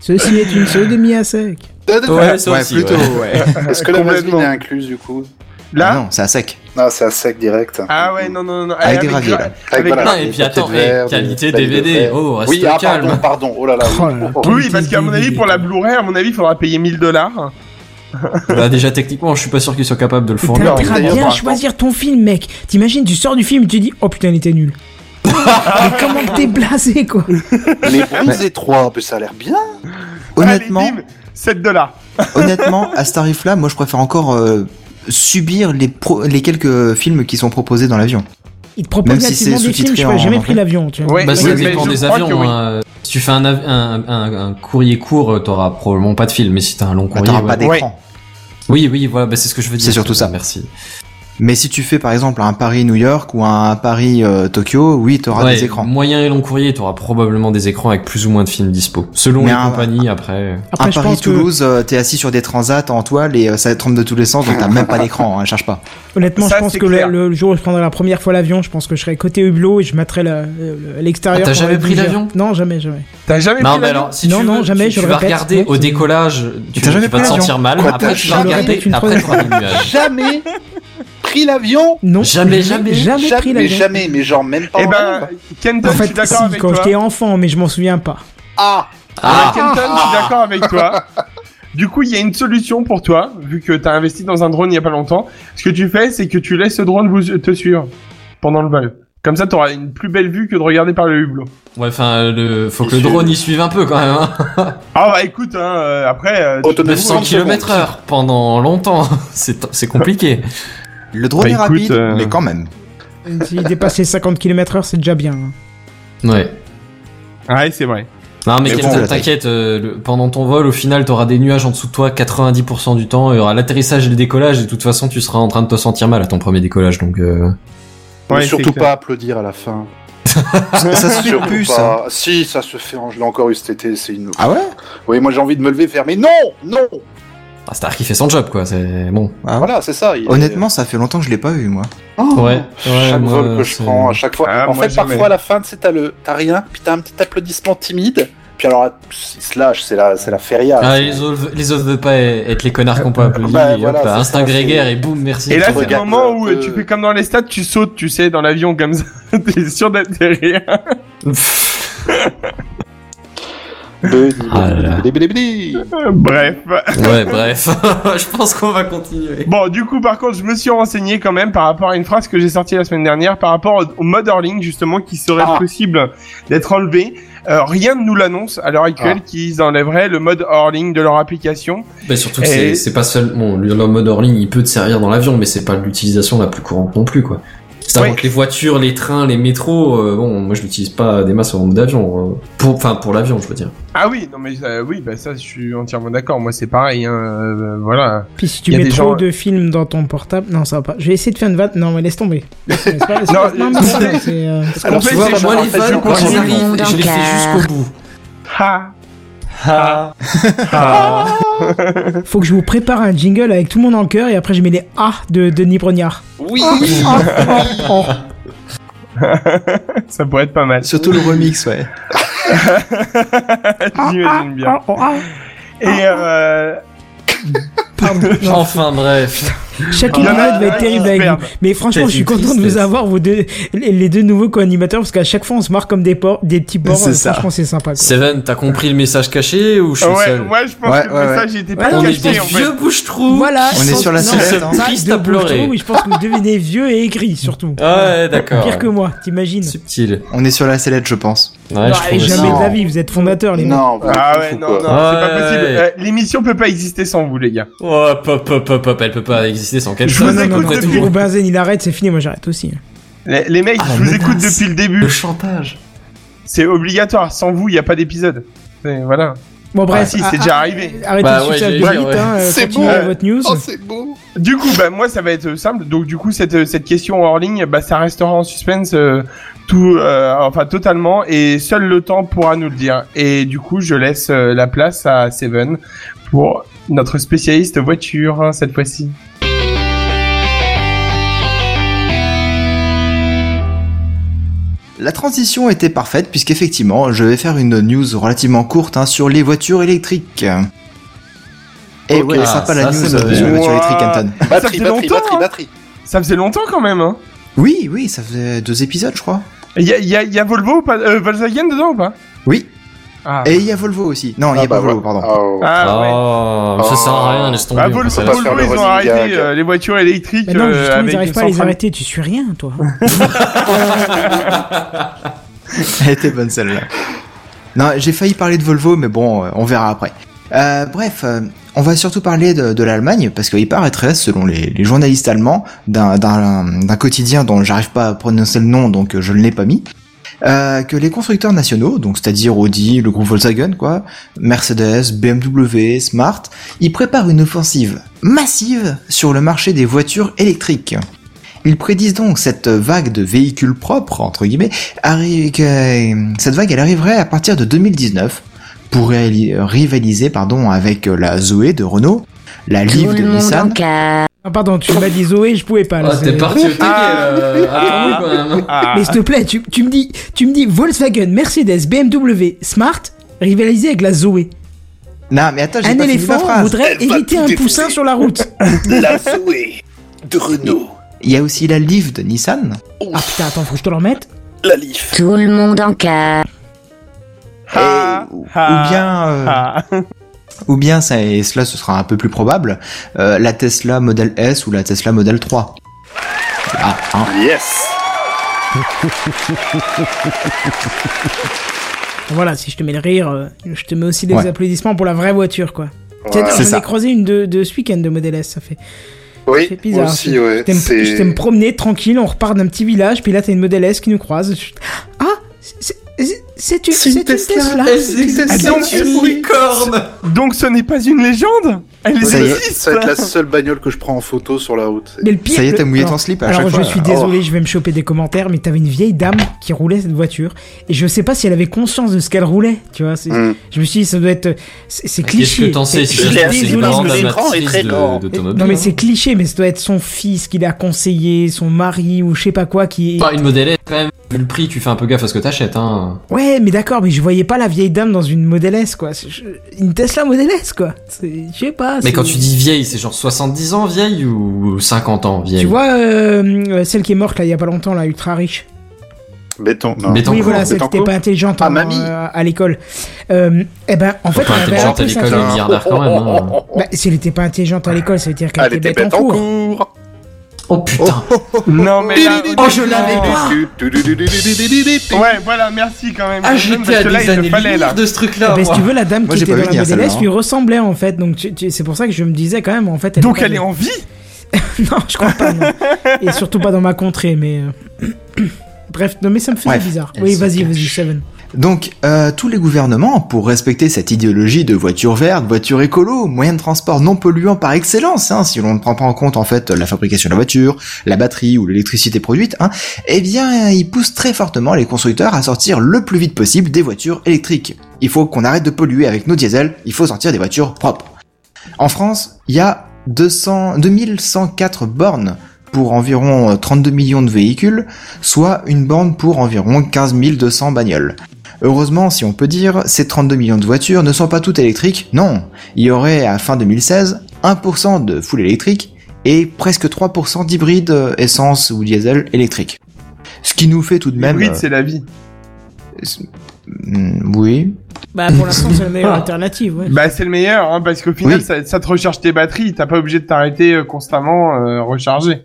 A: Ceci est une seule demi à sec.
E: ouais, ça
D: ouais,
E: aussi,
D: plutôt,
E: ouais.
D: ouais.
G: oh. Est-ce que la
F: Complètement.
G: vaseline est incluse du coup
D: Ah
F: Là,
D: non, c'est à sec.
G: Non, c'est à sec direct.
F: Ah ouais, non, non, non. non,
D: Avec des graviers, là.
F: avec-
G: voilà,
E: Non, et
G: des
E: puis attends,
G: papiers de
E: eh,
G: verre, des
E: qualité
G: feuilles de
E: DVD,
G: verre.
E: oh, reste
G: oui, ah,
E: calme.
G: Pardon, pardon, oh là là.
A: Oh là là.
G: Oh, oh.
F: Oui, parce qu'à mon avis, pour la Blu-ray, à mon avis, il faudra payer 1000 dollars.
E: bah déjà techniquement, je suis pas sûr qu'ils soient capables de le
A: T'as
E: fournir.
F: mais
A: intérêt à
F: d'ailleurs,
A: bien
F: par
A: choisir ton film, mec. T'imagines, tu sors du film et tu dis Oh putain, il était nul. Mais comment que t'es blasé, quoi.
G: Les bronzés 3, mais ça a l'air bien.
D: Honnêtement,
F: Allez, bim, 7 dollars.
D: honnêtement, à ce tarif-là, moi je préfère encore euh, subir les, pro- les quelques films qui sont proposés dans l'avion.
A: Il te propose
D: Même si
A: nativement
D: c'est
A: des films,
D: sous-titré
A: je sais pas,
D: en
A: j'ai jamais
D: anglais.
A: pris l'avion, tu vois.
F: Ouais,
E: Bah,
F: oui,
E: ça
F: mais
E: dépend
F: je
E: des
F: crois que
E: avions.
F: oui.
E: hein. Si tu fais un, av- un, un- un courrier court, euh, t'auras probablement pas de film. Mais si t'as un long
D: Bah,
E: courrier,
D: T'auras
E: ouais.
D: pas d'écran.
E: oui, oui, voilà, bah, c'est ce que je veux dire.
D: C'est surtout ça.
E: Merci.
D: Mais si tu fais par exemple un Paris-New York ou un Paris-Tokyo, oui, t'auras
E: Ouais,
D: des écrans.
E: Moyen et long courrier, t'auras probablement des écrans avec plus ou moins de films dispo. Selon
D: Mais
E: les
D: un-
E: compagnies, après.
A: Après,
D: un
A: je pense que,
D: Paris-Toulouse, euh, t'es assis sur des transats en toile et euh, ça trempe de tous les sens, donc t'as même pas d'écran, hein, cherche pas.
A: honnêtement,
F: Ça,
A: je pense
F: c'est
A: que le,
F: clair.
A: le jour où je prendrai la première fois l'avion, je pense que je serai côté hublot et je mettrai la- euh, le- l'extérieur.
E: Ah, t'as
A: pour
E: jamais
A: la
E: pris
A: bouger.
E: l'avion
A: Non, jamais, jamais.
F: T'as jamais
E: Non,
F: pris
E: mais
F: l'avion
E: alors, si
A: bah Non,
E: tu, veux,
A: non, jamais,
E: tu-
A: je
E: tu
A: le
E: vas
A: répète.
E: regarder
A: Non,
E: au
A: c'est-
E: décollage, tu,
D: T'as jamais
E: tu vas te
D: pris
E: sentir mal,
G: Quoi,
E: après
G: t'as
E: tu vas
G: jamais
E: regarder,
A: pris une
E: après tu vas regarder le nuage.
G: Jamais pris l'avion.
A: Non,
E: Jamais, jamais,
A: jamais,
G: Jamais,
A: pris
G: mais
A: l'avion.
G: jamais, mais genre même pas
F: Eh
G: en
F: ben,
G: rêve.
F: Kenton,
A: En
F: je
A: fait,
F: suis d'accord
A: si,
F: avec
A: quand
F: toi.
A: j'étais enfant, mais je m'en souviens pas.
G: Ah,
E: Ah,
F: Ouais, Kenton, je suis d'accord avec toi. Du coup, il y a une solution pour toi, vu que t'as investi dans un drone il y a pas longtemps. Ce que tu fais, c'est que tu laisses ce drone vous, te suivre pendant le vol. Comme ça, t'auras une plus belle vue que de regarder par le hublot.
E: ouais, enfin, le, faut que le
G: Monsieur.
E: drone y suive un peu quand même. Hein.
F: Ah bah écoute, hein, euh, après... euh, tu-
G: Autonomie
E: 900
G: 30 secondes.
E: km heure pendant longtemps, c'est c'est compliqué.
D: Le drone
F: Bah,
D: est
F: écoute,
D: rapide,
F: euh,
D: mais quand même.
A: S'il dépasse les 50 km/h, c'est déjà bien. hein.
E: Ouais.
F: Ouais, c'est vrai.
E: Non mais,
D: Mais
E: Kenton,
D: bon, la taille.
E: t'inquiète, euh, le- pendant ton vol, au final, t'auras des nuages en dessous de toi 90% du temps, il y aura l'atterrissage et le décollage, et de toute façon, tu seras en train de te sentir mal à ton premier décollage, donc... Euh...
G: Mais
F: Ouais,
G: surtout
F: c'est clair.
G: pas applaudir à la fin.
D: Ça, ça se fait
G: Surtout
D: plus. hein.
G: pas. Si, ça se fait. hein, Je l'ai encore eu cet été. C'est une.
D: Ah ouais
G: Oui, moi j'ai envie de me lever et faire. Mais non, non.
E: Ah, Star qui fait son job, quoi, c'est... Bon.
D: Ah.
G: Voilà, c'est ça. il est-
D: Honnêtement, ça fait longtemps que je l'ai pas vu, moi.
G: Oh,
E: Ouais, ouais,
G: chaque
E: moi,
G: vol que je
E: c'est-
G: prends, à chaque fois.
F: Ah,
G: en
F: moi,
G: fait,
F: jamais.
G: parfois à la fin, tu sais, t'as le, t'as rien, puis t'as un petit applaudissement timide. Puis alors, il se lâche, c'est la, c'est la feria.
E: Ah,
G: c'est-
E: les autres, les autres veulent pas être les connards qu'on peut appeler,
G: Bah,
E: et hop,
G: voilà,
E: là,
G: c'est
E: instinct
G: ça,
E: grégaire,
G: c'est-
E: et boum, merci.
F: Et là,
E: c'est
F: c'est le
G: Regarde,
F: moment où
G: euh,
F: tu fais comme dans les stades, tu sautes, tu sais, dans l'avion comme ça. T'es sûr d'atterrir.
E: Ah là là.
G: Bidi, bidi, bidi,
F: Ah,
G: bidi.
F: Bref.
E: Ouais, bref, je pense qu'on va continuer.
F: Bon, du coup, par contre, je me suis renseigné quand même par rapport à une phrase que j'ai sortie la semaine dernière, par rapport au- au mode Erling, justement, qui serait
G: Ah.
F: possible d'être enlevé. Euh, rien ne nous l'annonce à l'heure actuelle qu'ils enlèveraient le mode Erling de leur application.
E: Bah, surtout que
F: Et-
E: c'est- c'est pas seulement... Le le mode hors ligne, il peut te servir dans l'avion, mais c'est pas l'utilisation la plus courante non plus, quoi. C'est avant
F: Ouais.
E: que les voitures, les trains, les métros, euh, bon, moi je l'utilise pas des masses en mode avion. euh, pour, enfin, pour l'avion, je veux dire.
F: Ah oui, non mais euh, oui, bah ça, je suis entièrement d'accord. Moi, c'est pareil. Hein, euh, voilà.
A: Puis si tu
F: Y a
A: mets
F: des
A: trop
F: gens-
A: de films dans ton portable, non, ça va pas. Je vais essayer de faire une vague. Non, mais laisse tomber. Laisse tomber, c'est pas- c'est
F: Non,
A: pas- Non, mais
F: je-
A: c'est pas- c'est, euh,
F: Ce qu'on fait,
E: Tu vois,
F: c'est
E: moi,
F: genre,
E: les
F: en fait,
E: vannes,
F: je
E: quand
F: continue.
E: j'arrive, je les fais jusqu'au bout.
F: Ha,
E: Ah.
A: Faut que je vous prépare un jingle avec tout le monde en cœur et après je mets les A de Denis Brognard.
G: Oui,
A: Oh, oh, oh.
F: Ça pourrait être pas mal.
D: Surtout le remix, ouais.
F: J'imagine bien. Et euh,
A: Pardon. Non,
E: Enfin bref.
A: Chacune
F: Il y
A: des
F: en a-
A: notes va être
F: ah,
A: terrible avec
F: superbe.
A: vous. Mais franchement,
E: C'est
A: je suis
E: une
A: content de vous
E: tristesse.
A: avoir, vous deux, les les deux nouveaux co-animateurs, parce qu'à chaque fois, on se marre comme des, por- des petits porcs.
D: C'est
A: euh,
D: ça.
A: Franchement, c'est sympa. quoi.
E: Seven, t'as compris le message caché ou je suis
F: ouais,
E: seul
F: ouais, je pense
D: Ouais,
F: que le
D: ouais, ouais.
F: message il était
A: Ouais,
F: pas
E: On est
F: caché
E: des
F: en fait.
E: vieux bouche-trous.
A: Voilà.
D: On est
A: sans-
D: sur la
A: non,
D: sellette, hein.
A: ça,
E: Triste
A: de
E: à pleurer.
A: Boucheron, Oui, je pense que vous devenez vieux et aigri, surtout.
E: Ouais, d'accord.
A: Pire que moi, t'imagines.
E: Subtil.
D: On est sur la sellette, je pense.
E: Ouais,
A: Non,
E: je
A: et
E: trouve
A: jamais
E: ça.
A: de la vie, vous êtes fondateur, les mecs.
G: Non, vous êtes
F: Ah
G: fous,
F: ouais,
G: quoi.
F: non, non, c'est
E: Ouais,
F: pas possible.
E: ouais.
F: Euh, L'émission peut pas exister sans vous, les gars.
E: Oh, pop, pop, pop, pop, elle peut pas exister sans quelque
F: Je
E: chose.
F: vous
E: à peu
F: écoute
E: près
F: depuis-
E: tout.
F: toujours.
A: Robin Zen, il arrête, c'est fini, moi j'arrête aussi.
F: Les, les mecs,
E: Ah,
F: je
E: la
F: vous écoute
E: menace.
F: depuis le
E: Le
F: début.
E: chantage.
F: C'est obligatoire. Sans vous, il y a pas d'épisode. C'est- Voilà.
A: Bon,
F: Ah
A: bref.
F: si, c'est
A: ah,
F: déjà
A: ah,
F: arrivé.
A: Arrêtez
E: Bah
A: de
E: ouais,
A: suivre
E: j'ai-
A: la
E: ouais, ouais.
A: bête, hein, euh,
G: C'est
A: continuez
G: bon.
A: à votre news.
G: Oh, c'est beau.
F: Du coup, bah moi, ça va être simple. Donc du coup, cette euh, cette question hors ligne, bah ça restera en suspense euh, tout, euh, enfin totalement, et seul le temps pourra nous le dire. Et du coup, je laisse euh, la place à Seven pour notre spécialiste voiture hein, cette fois-ci.
D: La transition était parfaite puisqu'effectivement, je vais faire une news relativement courte hein, sur les voitures électriques. Et
G: Ok.
D: ouais,
E: Ah,
D: sympa
E: ça,
D: la news
E: c'est
D: euh,
E: mauvais.
D: sur les voitures
F: Ouah.
D: électriques, Anton.
G: Batterie,
F: faisait
G: batterie,
F: longtemps,
G: batterie,
F: hein.
G: batterie.
F: Ça faisait longtemps quand même. Hein.
D: Oui, oui, ça faisait deux épisodes, je crois.
F: Il y a, il y, a, il y a Volvo ou pas euh, Volkswagen dedans ou pas
D: Oui.
F: Ah,
D: Et il y a Volvo aussi. Non, il y
G: Ah,
D: a pas
G: bah,
D: Volvo,
G: voilà.
D: pardon.
G: Ah, ouais.
F: ah ouais.
E: Oh, ça sert à rien, laisse tomber.
F: Ah,
E: on
F: Volvo,
E: passe à
G: pas
E: la
G: faire
F: Volvo,
G: le
F: ils ont
G: Rosing
F: arrêté
G: Gag.
F: euh, les voitures électriques.
A: Bah non,
F: euh,
A: justement,
F: avec
A: ils n'arrivent pas à
F: une
A: les
F: centrale.
A: arrêter, tu suis rien, toi.
D: Elle était bonne celle-là. Non, j'ai failli parler de Volvo, mais bon, euh, on verra après. Euh, bref, euh, on va surtout parler de, de l'Allemagne, parce qu'il paraîtrait, selon les, les journalistes allemands, d'un- d'un d'un quotidien dont j'arrive pas à prononcer le nom, donc euh, je ne l'ai pas mis, euh, que les constructeurs nationaux, donc c'est-à-dire Audi, le groupe Volkswagen, quoi, Mercedes, BMW, Smart, ils préparent une offensive massive sur le marché des voitures électriques. Ils prédisent donc cette vague de véhicules propres, entre guillemets, arri- que- euh, cette vague elle arriverait à partir de 2019 pour réali- rivaliser pardon, avec la Zoé de Renault, la
C: Tout
D: Liv de
C: le monde en
D: Nissan
C: cas.
A: Ah, pardon, tu m'as dit Zoé, je pouvais pas. là,
E: Oh, t'es
A: c'est-
E: parti au taquet,
F: Ah.
E: euh,
F: Ah.
E: ah, oui, quand même.
F: Ah.
A: Mais s'il te plaît, tu, tu me dis, tu me dis Volkswagen, Mercedes, BMW, Smart, rivaliser avec la Zoé.
D: Non, mais attends, j'ai
A: Un
D: pas fini ma
A: éléphant
D: phrase.
A: voudrait
G: Elle va
A: éviter
G: tout
A: un
G: défoncer.
A: poussin sur la route.
G: La Zoé de Renault.
D: Il y a aussi la Liv de Nissan.
A: Ah putain, attends, faut que je te le remette.
G: La Leaf.
C: Tout le monde en cas.
F: Ah.
D: Et- ou-
F: Ah.
D: ou bien, euh,
F: Ah.
D: ou bien ça, et cela ce sera un peu plus probable, euh, la Tesla Model S ou la Tesla Model 3. Ah, hein.
G: Yes.
A: Voilà, si je te mets le rire, euh, je te mets aussi des
D: Ouais.
A: applaudissements pour la vraie voiture, quoi. Tu sais,
G: Voilà.
A: j'en
D: C'est
A: ai
D: ça.
A: croisé une de, de ce week-end de Model S, ça fait.
G: Oui,
A: C'est bizarre,
G: moi aussi,
A: c'est-
G: ouais.
A: Je t'aime-
G: c'est-
A: Je t'aime promener tranquille, on repart d'un petit village, puis là t'as une Model S qui nous croise. Je- Ah, c'est- c'est- c'est une, c'est une Tesla. c'est une
F: Ah. donc,
A: Tesla.
F: une
E: licorne.
F: Donc ce n'est pas une légende Elle
D: Ça y est,
F: existe
G: Ça va être la seule bagnole que je prends en photo sur la route.
A: Mais le pire,
D: Ça y est,
A: le-
D: t'as mouillé
A: alors-
D: ton slip à
A: Alors
D: chaque
A: je
D: fois. Oh.
A: suis désolé, je vais me choper des commentaires, mais t'avais une vieille dame qui roulait cette voiture et je sais pas si elle avait conscience de ce qu'elle roulait, tu vois. c'est-
D: Hmm.
G: Mm.
A: Je me suis dit ça doit être c'est c'est
E: Qu'est-ce
A: cliché.
E: que t'en sais
A: Et-
E: si
A: je
E: ça se
A: suis
E: trouve, c'est une
A: désolé,
E: grande
A: mais-
E: amatrice de- d'automobile
A: Non mais c'est cliché, mais ça doit être son fils qui l'a conseillé, son mari ou je sais pas quoi qui.
E: Enfin, une Model S, quand même, vu le prix, tu fais un peu gaffe à ce que t'achètes, hein.
A: Ouais, mais d'accord, mais je voyais pas la vieille dame dans une Model S quoi, C'est- je- une Tesla Model S quoi. C'est- Je sais pas.
E: Mais
A: c'est-
E: quand tu dis vieille, c'est genre 70 ans vieille ou 50 ans vieille
A: tu vois euh, euh, celle qui est morte là il y a pas longtemps là, ultra riche.
G: Béton, non.
E: Mais t'en
A: Oui,
E: cours.
A: voilà, celle qui
G: Betancourt.
A: n'était pas intelligente
G: Ah,
A: en-
G: mamie.
A: euh, à l'école. Euh, eh ben, en fait,
E: Enfin,
A: elle avait
E: intelligente à
A: appris ça.
E: l'école, et milliardaire quand même. hein.
A: Bah, si elle n'était pas intelligente à l'école, ça veut dire qu'elle
G: Elle était bête en cours.
E: Oh putain.
F: Non mais là,
E: Oh, je l'avais pas.
F: Ouais, voilà, merci quand même.
E: Ah,
F: Seven,
E: j'étais à
F: parce que là,
E: des
F: il le fallait
E: années-lumière
F: là.
E: de ce truc-là.
A: Eh ben, si
E: moi.
A: tu veux, la dame
D: Moi,
A: qui
D: j'ai
A: était
D: pas
A: dans
D: vu
A: la
D: venir,
A: Model S
D: celle-là,
A: lui
D: hein.
A: ressemblait en fait, donc tu- tu- c'est pour ça que je me disais quand même en fait.
F: Donc
A: pas-
F: elle est en vie
A: non, je crois pas. non. Et surtout pas dans ma contrée, mais. euh, Bref, non mais ça me faisait
D: Bref,
A: bizarre.
E: elle
A: Oui,
E: se
A: vas-y, vas-y,
E: cache.
A: Seven.
D: Donc, euh, tous les gouvernements, pour respecter cette idéologie de voiture verte, voiture écolo, moyen de transport non polluant par excellence, hein, si l'on ne prend pas en compte en fait la fabrication de la voiture, la batterie ou l'électricité produite, hein, eh bien, ils poussent très fortement les constructeurs à sortir le plus vite possible des voitures électriques. Il faut qu'on arrête de polluer avec nos diesels, il faut sortir des voitures propres. En France, il y a 200, 2104 bornes pour environ euh, 32 millions de véhicules, soit une borne pour environ 15 200 bagnoles. Heureusement, si on peut dire, ces 32 millions de voitures ne sont pas toutes électriques, non. Il y aurait à fin 2016 1% de full électrique et presque 3% d'hybrides euh, essence ou diesel électrique. Ce qui nous fait tout de même...
F: Hybride,
D: euh,
F: c'est la vie.
D: Mm, Oui.
A: Bah, pour l'instant, c'est la meilleure alternative, ouais.
F: Bah, c'est le meilleur, hein, parce qu'au final,
D: Oui.
F: ça, ça te recharge tes batteries. T'as pas obligé de t'arrêter euh, constamment euh, recharger.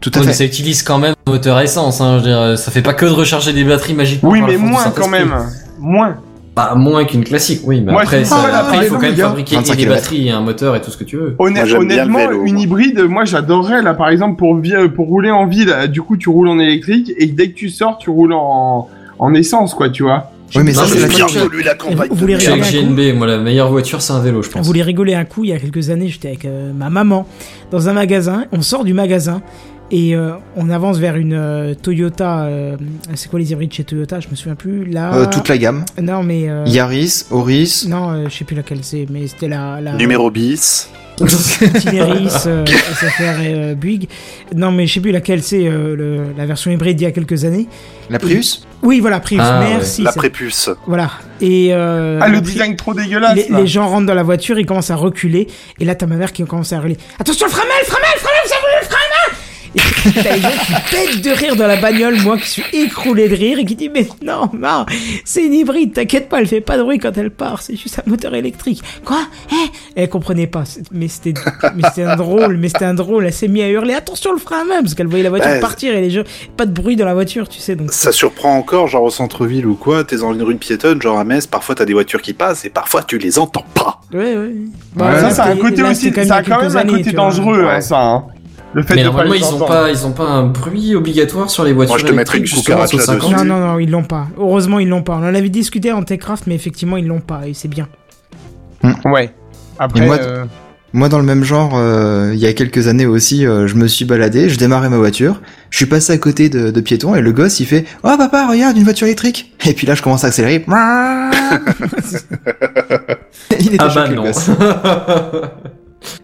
D: Tout à
E: Oui, mais
D: fait.
E: ça utilise quand même un moteur essence, hein, je veux dire, euh, ça fait pas que de recharger des batteries magiquement.
F: Oui,
E: par
F: mais
E: le
F: moins
E: photosynthèse.
F: quand même. Moins.
E: Bah, moins qu'une classique, oui, mais
F: Moi,
E: après,
F: je-
E: ça-
F: Ah, voilà,
E: après, il faut
D: les
E: quand même
D: gars.
E: fabriquer et
D: 25
E: des
D: kilomètres.
E: batteries et un moteur et tout ce que tu veux.
F: Honnê-
G: Moi, j'aime bien le
F: honnêtement,
G: vélo,
F: une
G: moi.
F: hybride, moi j'adorerais là par exemple pour, vi- pour rouler en ville. euh, Du coup, tu roules en électrique et dès que tu sors, tu roules en, en essence, quoi, tu vois.
D: Oui, mais
E: Non,
D: ça,
E: mais
D: c'est la
E: je-
G: bien
E: voiture.
G: voulu la campagne
A: Vous
G: de
A: voulez
G: merde.
E: Chez
A: regarder un coup
E: GNB, moi, la meilleure voiture, c'est un vélo, je
A: On
E: pense.
A: voulait rigoler un coup il y a quelques années, j'étais avec euh, ma maman dans un magasin. On sort du magasin et euh, on avance vers une euh, Toyota. euh, c'est quoi les hybrides chez Toyota Je me souviens plus. La...
D: Euh, toute la gamme.
A: Non, mais. euh,
D: Yaris, Auris,
A: Non, euh, je sais plus laquelle c'est, mais c'était la. la...
G: Numéro bis.
A: Tineris, euh, SFR et euh, Bouygues. Non, mais je sais plus laquelle c'est euh, le- la version hybride il y a quelques années.
D: la Prius.
A: Oui, voilà, Prius.
E: Ah, ouais.
A: merci.
G: La
A: ça-
G: prépuce.
A: Voilà. Et euh,
F: Ah, le
A: Prius-
F: design trop dégueulasse.
A: les,
F: là.
A: les gens rentrent dans la voiture, ils commencent à reculer, et là t'as ma mère qui commence à hurler Attention, le Framel, le Framel, le Framel, ça brûle, le Framel Et t'as les gens qui pètent de rire dans la bagnole, moi qui suis écroulé de rire, et qui dit Mais non, non, c'est une hybride, t'inquiète pas, elle fait pas de bruit quand elle part, c'est juste un moteur électrique. Quoi Eh Elle comprenait pas, c'est- mais c'était mais c'était un drôle, mais c'était un drôle, elle s'est mise à hurler Attention, le Framel, parce qu'elle voyait la voiture
G: Ouais.
A: partir et les gens, pas de bruit dans la voiture, tu sais, donc.
G: Ça surprend encore, genre au centre-ville ou quoi, t'es dans une rue piétonne, genre à Metz, parfois t'as des voitures qui passent et parfois tu les entends pas.
A: Ouais, ouais.
F: Ouais,
A: là,
F: ça, ça a un
A: c'était-
F: côté
A: là,
F: aussi,
A: c'était
F: ça a
A: il y a
F: quand
A: quelques
F: même un
A: années,
F: côté
A: tu vois.
F: dangereux, hein, ça. hein. Le fait
E: Mais
F: de pas
E: normalement,
F: les
E: ils ont
F: entendre.
E: pas, ils ont pas un bruit obligatoire sur les voitures.
G: Moi, je te mettrais une
E: électriques, justement,
G: cucaracha
E: sauf
G: dessus.
E: 50.
A: Non, non, non, ils l'ont pas. Heureusement, ils l'ont pas. On en avait discuté en Techcraft, mais effectivement, ils l'ont pas. Et c'est bien.
F: Ouais. Après,
D: Et moi,
F: euh,
D: Moi, dans le même genre, euh, il y a quelques années aussi, euh, je me suis baladé, je démarrais ma voiture, je suis passé à côté de, de piétons et le gosse il fait Oh papa, regarde une voiture électrique Et puis là, je commence à accélérer. il était
E: Ah bah
D: choqué, le
E: non.
D: gosse.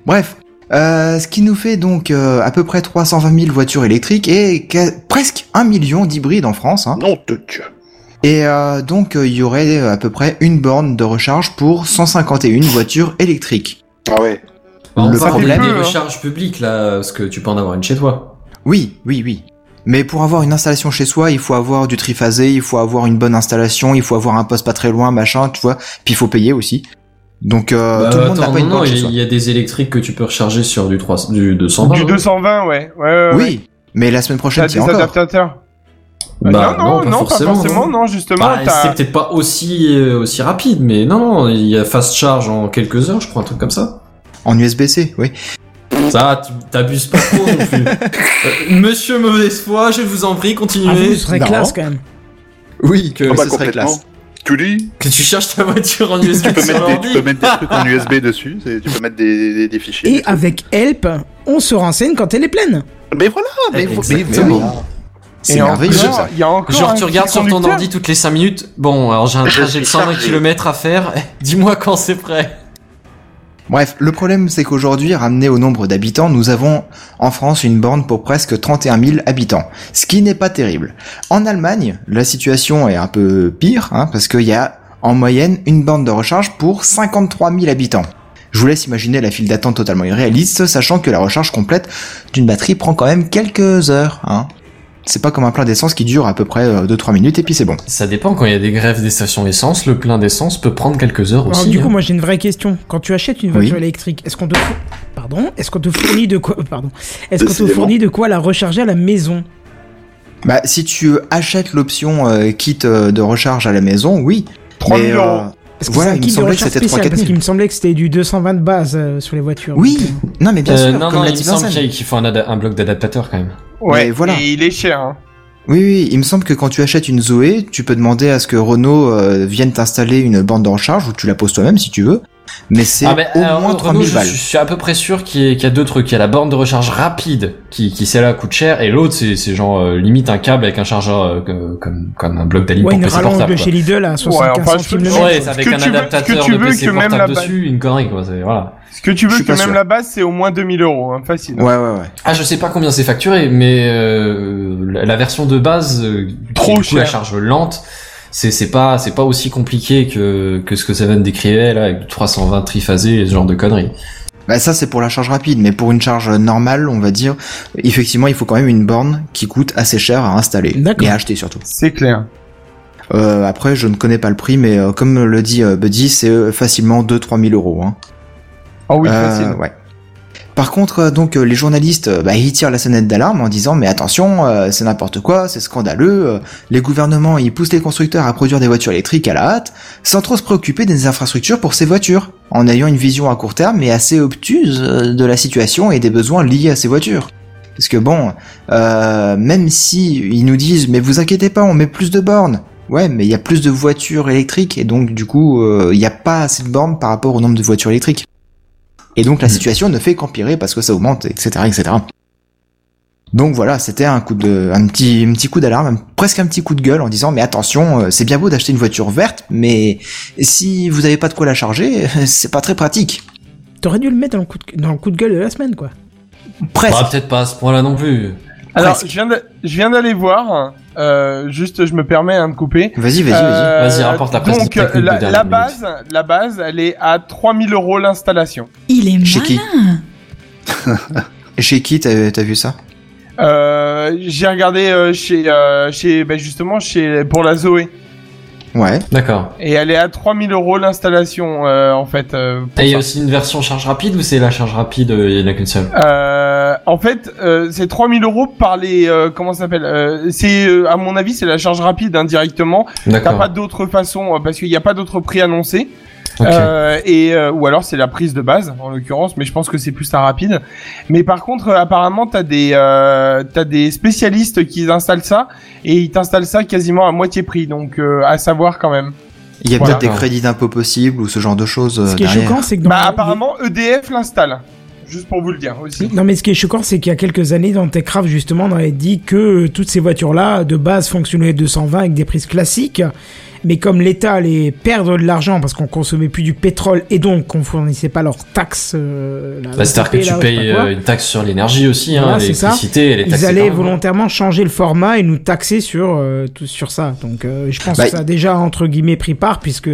D: Bref, euh, ce qui nous fait donc euh, à peu près 320 000 voitures électriques et ca- presque un million d'hybrides en France. hein.
G: Non, de Dieu.
D: Et euh, donc euh, il y aurait euh, à peu près une borne de recharge pour 151 voitures électriques.
G: Ah ouais.
E: Bah, On
D: Le
E: parle
F: problème-
E: des
F: Peu, hein.
E: recharges publiques là, parce que tu peux en avoir une chez toi.
D: Oui, oui, oui. Mais pour avoir une installation chez soi, il faut avoir du triphasé, il faut avoir une bonne installation, il faut avoir un poste pas très loin, machin, tu vois. Puis il faut payer aussi. Donc euh,
E: Bah,
D: tout le monde n'a
E: attends,
D: pas une
E: non, non,
D: borne
E: il y,
D: chez
E: a-
D: soi.
E: il y a des électriques que tu peux recharger sur du 300, du 220.
F: du
E: hein.
F: 220, ouais. ouais,
G: Ah,
F: ouais, ouais.
D: Oui, mais la semaine
F: T'as
D: prochaine, il y
F: des
D: a encore.
F: adaptateurs.
E: Bah,
F: non, non, non, pas forcément, non, justement.
E: Bah,
F: t'as-
E: c'est peut-être pas aussi euh, aussi rapide, mais non, non, il y a fast charge en quelques heures, je crois, un truc comme ça.
D: En USB-C, oui.
E: Ça, tu- t'abuses pas trop non plus. Euh, Monsieur mauvaise foi, je vous en prie,
A: Ah, vous,
E: continuez.
A: ce serait
D: Euh, non.
A: classe quand même.
D: Oui, que
G: Ah bah,
D: ce serait classe.
G: Tu lis,
E: que tu cherches ta voiture en USB
G: tu peux,
E: sur
G: mettre des,
E: l'ordi.
G: tu peux mettre des trucs en USB dessus, c'est- tu peux mettre des, des- des fichiers.
A: Et
G: des trucs.
A: avec Help, on se renseigne quand elle est pleine.
G: Mais voilà, mais, vo- mais
E: Exactement.
G: oui.
D: C'est
F: Et
D: merveilleux
F: encore,
D: ça.
F: Il y a encore
E: Genre
F: un
E: tu regardes sur ton
F: conducteur.
E: ordi toutes les 5 minutes. Bon, alors j'ai un
G: Je
E: trajet
G: suis
E: de 120
G: chargé.
E: km à faire. Dis-moi quand c'est prêt.
D: Bref, le problème c'est qu'aujourd'hui, ramené au nombre d'habitants, nous avons en France une borne pour presque 31 000 habitants, ce qui n'est pas terrible. En Allemagne, la situation est un peu pire, hein, parce qu'il y a en moyenne une borne de recharge pour 53 000 habitants. Je vous laisse imaginer la file d'attente totalement irréaliste, sachant que la recharge complète d'une batterie prend quand même quelques heures. Hein. C'est pas comme un plein d'essence qui dure à peu près 2-3 minutes et puis c'est bon.
E: Ça dépend quand il y a des grèves des stations essence, le plein d'essence peut prendre quelques heures
A: Alors,
E: aussi.
A: du coup,
E: hein.
A: moi j'ai une vraie question. Quand tu achètes une
D: Oui.
A: voiture électrique, est-ce qu'on te fou- pardon, est-ce qu'on te fournit de quoi pardon, est-ce qu'on te
G: Décidément.
A: fournit de quoi la recharger à la maison
D: Bah, si tu achètes l'option euh, kit euh, de recharge à la maison, oui.
F: 3 000
D: mais,
G: euh,
D: euh,
F: euros.
A: Parce que
D: Voilà,
A: c'est un
D: il me
A: kit de
D: semblait que
A: recharge
D: c'était trois,
A: spécial
D: quatre
A: parce
D: mille.
A: qu'il me semblait que c'était du 220 de base euh, sur les voitures.
D: Oui,
A: Donc,
D: non mais bien
E: Euh,
D: sûr,
E: non,
D: comme
E: non,
D: l'a
E: il me
D: dit
E: semble
D: Vincent.
E: qu'il qu'il faut un, ada- un bloc d'adaptateur quand même.
D: Mais
F: Ouais,
D: voilà.
F: et il est cher. Hein.
D: Oui, oui, il me semble que quand tu achètes une Zoé, tu peux demander à ce que Renault euh, vienne t'installer une bande de recharge ou tu la poses toi-même si tu veux. mais c'est
E: Ah, mais,
D: au
E: euh,
D: moins
E: entre
D: 3000
E: nous, je,
D: balles.
E: suis- je suis à peu près sûr qu'il y, a- qu'il y a deux trucs. Il y a la borne de recharge rapide qui, qui celle-là coûte cher, et l'autre c'est c'est genre euh, limite un câble avec un chargeur euh, que- comme, comme un bloc d'alim
A: Ouais,
E: pour
A: une
E: PC
A: rallonge
E: portable.
A: de
E: quoi.
A: chez Lidl à 75
F: enfin, je
A: centimes
F: peux-
A: le mètre.
F: Lidl.
E: Ouais, c'est avec
F: Ce que
E: un
F: tu veux-
E: adaptateur
F: ce que tu
E: de
F: veux
E: PC
F: que même
E: portable
F: la
E: dessus, une connerie quoi. c'est- Voilà.
F: Ce que tu
D: Je
F: veux
D: suis
F: que
D: pas
F: même
D: sûr.
F: la base, c'est au moins 2000 euros, hein, facile.
D: Ouais, ouais, ouais.
E: Ah, je sais pas combien c'est facturé, mais euh, la la version de base, euh, qui est
F: Trop
E: du coup la
F: cher.
E: charge lente, c'est c'est pas c'est pas aussi compliqué que que ce que Seven décrivait là avec du 320 triphasé et ce genre de conneries.
D: Bah ça c'est pour la charge rapide, mais pour une charge normale, on va dire, effectivement, il faut quand même une borne qui coûte assez cher à installer
A: D'accord.
D: et à acheter surtout.
F: C'est clair.
D: Euh, après, je ne connais pas le prix, mais euh, comme le dit euh, Buddy, c'est euh, facilement 2-3 000 euros. Hein.
F: Ah oui,
D: Euh,
F: facile.
D: ouais. Par contre, euh, donc euh, les journalistes, euh, bah, ils tirent la sonnette d'alarme en disant mais attention, euh, c'est n'importe quoi, c'est scandaleux. euh, les gouvernements, ils poussent les constructeurs à produire des voitures électriques à la hâte, sans trop se préoccuper des infrastructures pour ces voitures, en ayant une vision à court terme mais assez obtuse euh, de la situation et des besoins liés à ces voitures. Parce que bon, euh, même si ils nous disent mais vous inquiétez pas, on met plus de bornes. Ouais, mais il y a plus de voitures électriques et donc du coup, euh, il n'y a pas assez de bornes par rapport au nombre de voitures électriques. Et donc la
E: Mhm.
D: situation ne fait qu'empirer parce que ça augmente, etc., etc. Donc voilà, c'était un coup de, un petit, un petit coup d'alarme, un- presque un petit coup de gueule en disant mais attention, euh, c'est bien beau d'acheter une voiture verte, mais si vous n'avez pas de quoi la charger, c'est pas très pratique.
A: T'aurais dû le mettre dans le, coup de, dans le coup de gueule de la semaine, quoi.
D: Presque.
E: Bah, peut-être pas à ce point-là non plus.
F: Alors,
D: presque.
F: je viens d'a- je viens d'aller voir, euh, juste je me permets hein, de couper.
D: Vas-y, vas-y, vas-y.
F: Euh,
E: Vas-y, rapporte la presse
F: Donc,
E: technique de
F: la,
E: dernière
F: la
E: minute.
F: base, la base, elle est à 3000 euros l'installation.
J: Il est
D: Chez qui
J: malin.
D: Chez qui t'as t'as vu ça
F: Euh, J'ai regardé euh, chez, euh, chez ben justement chez pour la Zoé.
D: Ouais.
E: D'accord.
F: Et elle est à 3000 euros l'installation, euh, en fait. euh, pour
E: Et il y a
F: ça.
E: aussi une version charge rapide ou c'est la charge rapide euh, il y en a qu'une seule.
F: Euh, en fait, euh, c'est 3000 euros par les... euh, comment ça s'appelle Euh, C'est, euh, à mon avis, c'est la charge rapide, indirectement. T'as
E: D'accord.
F: pas d'autre façon, euh, parce qu'il n'y a pas d'autre prix annoncé.
E: Ok.
F: Euh, et euh, Ou alors, c'est la prise de base, en l'occurrence, mais je pense que c'est plus la rapide. Mais par contre, euh, apparemment, t'as des, euh, t'as des spécialistes qui installent ça, et ils t'installent ça quasiment à moitié prix, donc euh, à savoir quand même.
D: Il y a
F: Voilà.
D: peut-être des crédits d'impôt possibles ou ce genre de choses. euh,
A: Ce qui est
D: derrière.
A: choquant, c'est que dans
F: Bah,
A: la-
F: apparemment, EDF l'installe. Juste pour vous le dire aussi.
A: Non mais ce qui est choquant c'est qu'il y a quelques années dans Techcraft justement on avait dit que euh, toutes ces voitures là de base fonctionnaient 220 avec des prises classiques mais comme l'État allait perdre de l'argent parce qu'on consommait plus du pétrole et donc qu'on fournissait pas leurs taxes euh, la-
E: Bah, C'est-à-dire que
A: la-
E: tu
A: je sais
E: payes
A: pas quoi,
E: euh, une taxe sur l'énergie aussi, hein,
A: Voilà, c'est ça.
E: l'électricité, elle est
A: ils
E: taxée
A: allaient
E: énormément.
A: volontairement changer le format et nous taxer sur euh, tout, sur ça donc euh, je pense
D: Bah,
A: que ça a déjà entre guillemets pris part puisque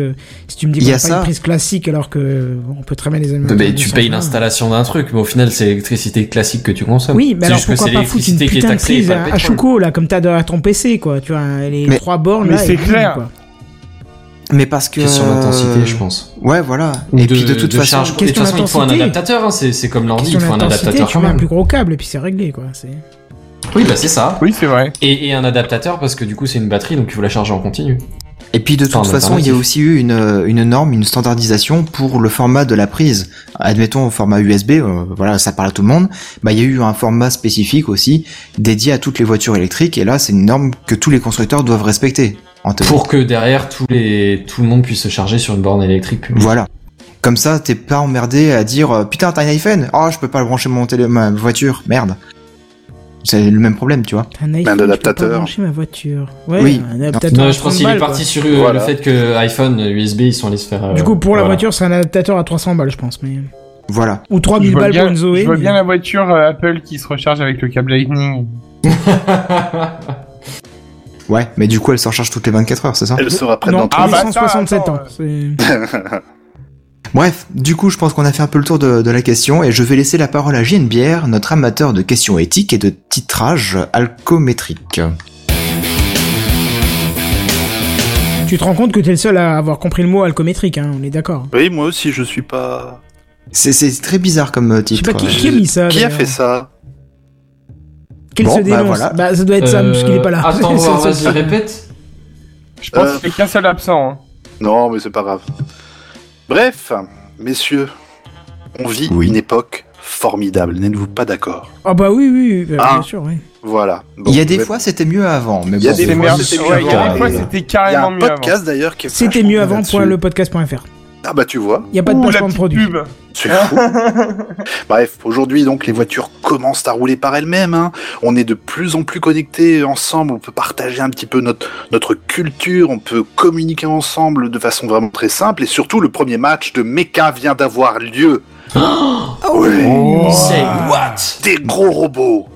A: si tu me dis
D: Il y
A: qu'on
D: a
A: a pas
D: ça.
A: une prise classique alors que euh, on peut très bien les
E: Mais Bah, tu payes
A: l'installation
E: l'installation d'un truc, mais au final c'est l'électricité classique que tu consommes.
A: Oui, mais
E: C'est
A: alors
E: juste que
A: pourquoi
E: c'est
A: pas foutre une
E: l'électricité qui est
A: putain de
E: taxée et
A: prise
E: pas le
A: à, à
E: pétrole.
A: Choco, là, comme t'as de- à ton PC, quoi. Tu vois, les
D: Mais-
A: trois bornes,
F: mais
A: là,
F: c'est
A: et boum,
F: clair.
A: quoi.
D: Mais parce que.
E: Question
A: euh,
E: d'intensité, je pense.
D: Ouais, voilà. Et puis de toute façon,
E: charge. Et De toute
A: question
E: façon, il faut un
A: d'intensité.
E: adaptateur, hein, c'est c'est comme l'ordi,
A: Question
E: il faut un
A: d'intensité,
E: adaptateur
A: tu
E: quand
A: mets un
E: même.
A: plus gros câble et puis c'est réglé, quoi. C'est-
E: Oui, bah c'est ça.
F: Oui, c'est vrai.
E: Et, et un adaptateur parce que du coup c'est une batterie, donc il faut la charger en continu.
D: Et puis de
E: Enfin,
D: toute
E: en
D: façon, il y a
E: alternative.
D: aussi eu une, euh, une norme, une standardisation pour le format de la prise. Admettons au format USB, euh, voilà, ça parle à tout le monde. Bah, il y a eu un format spécifique aussi dédié à toutes les voitures électriques. Et là, c'est une norme que tous les constructeurs doivent respecter. En théorie.
E: Pour que derrière tous les tout le monde puisse se charger sur une borne électrique publique.
D: Voilà. Comme ça, t'es pas emmerdé à dire euh, putain, t'as un iPhone. Oh, je peux pas le brancher mon télé, ma voiture. Merde. C'est le même problème, tu vois.
A: Un iPhone, je peux pas
G: adaptateur.
A: brancher ma voiture. Ouais,
D: Oui.
A: un adaptateur.
E: Non,
A: à
E: je pense
A: 30
E: qu'il est
A: balles,
E: parti
A: quoi.
E: sur euh,
G: Voilà.
E: le fait que iPhone, USB, ils sont allés se faire. euh,
A: Du coup, pour la
E: voilà.
A: voiture, c'est un adaptateur à 300 balles, je pense. Mais...
D: Voilà.
A: Ou
F: Je
A: 3000
F: vois
A: Oh, balles
F: bien-
A: pour une Zoé.
F: Je vois
A: mais-
F: bien la voiture euh, Apple qui se recharge avec le câble Lightning.
D: Ouais. Mais du coup, elle s'en charge toutes les 24 heures, c'est ça
G: Elle sera prête
A: Non,
G: dans
F: Ah, bah,
A: 167
F: attends,
A: ans. C'est-
D: Bref, du coup, je pense qu'on a fait un peu le tour de, de la question et je vais laisser la parole à JNBR, notre amateur de questions éthiques et de titrage alcométrique.
A: Tu te rends compte que t'es le seul à avoir compris le mot alcométrique, hein, on est d'accord.
G: Oui, moi aussi, je suis pas.
D: C'est, c'est très bizarre comme euh,
A: Je sais
D: titre.
A: pas qui,
D: euh,
A: qui a mis ça.
G: Qui a
A: d'ailleurs
G: fait ça
A: Qu'il
D: Bon,
A: se
D: bah,
A: dénonce.
D: voilà.
A: Bah, ça doit être Sam,
E: Euh,
A: puisqu'il est pas là.
E: Attends,
A: C'est-
E: voir,
A: c'est-
E: vas-y, répète.
F: Je pense
G: Euh.
F: qu'il n'y a qu'un seul absent. hein.
G: Non, mais c'est pas grave. Bref, messieurs, on vit
D: Oui.
G: une époque formidable. N'êtes-vous pas d'accord
A: Ah bah oui, oui, oui, bah,
G: Ah.
A: bien sûr, oui.
G: Voilà. Bon,
D: Il y a des
G: mais-
D: fois, c'était mieux avant, mais
G: Il y a
D: bon,
G: des
D: c'est
G: fois,
D: vraiment
G: c'était
D: sûr
G: mieux
F: Ouais, il y a
D: qu'à-
F: des
G: avant.
F: fois, c'était
G: Il y a
F: carrément
G: un
F: mieux avant.
G: podcast d'ailleurs qui est
A: C'était
G: vachement
A: mieux
G: bien
A: avant
G: là-dessus.
A: point le podcast.fr.
G: Ah bah tu vois,
A: Il n'y a pas de
F: Ouh, la
A: placement de
F: petite
A: produit.
F: pub.
G: c'est fou. Bref, aujourd'hui donc les voitures commencent à rouler par elles-mêmes. hein. On est de plus en plus connectés ensemble, on peut partager un petit peu notre, notre culture, on peut communiquer ensemble de façon vraiment très simple. Et surtout, le premier match de Mecha vient d'avoir lieu.
A: Oh.
E: Say what
G: Des gros robots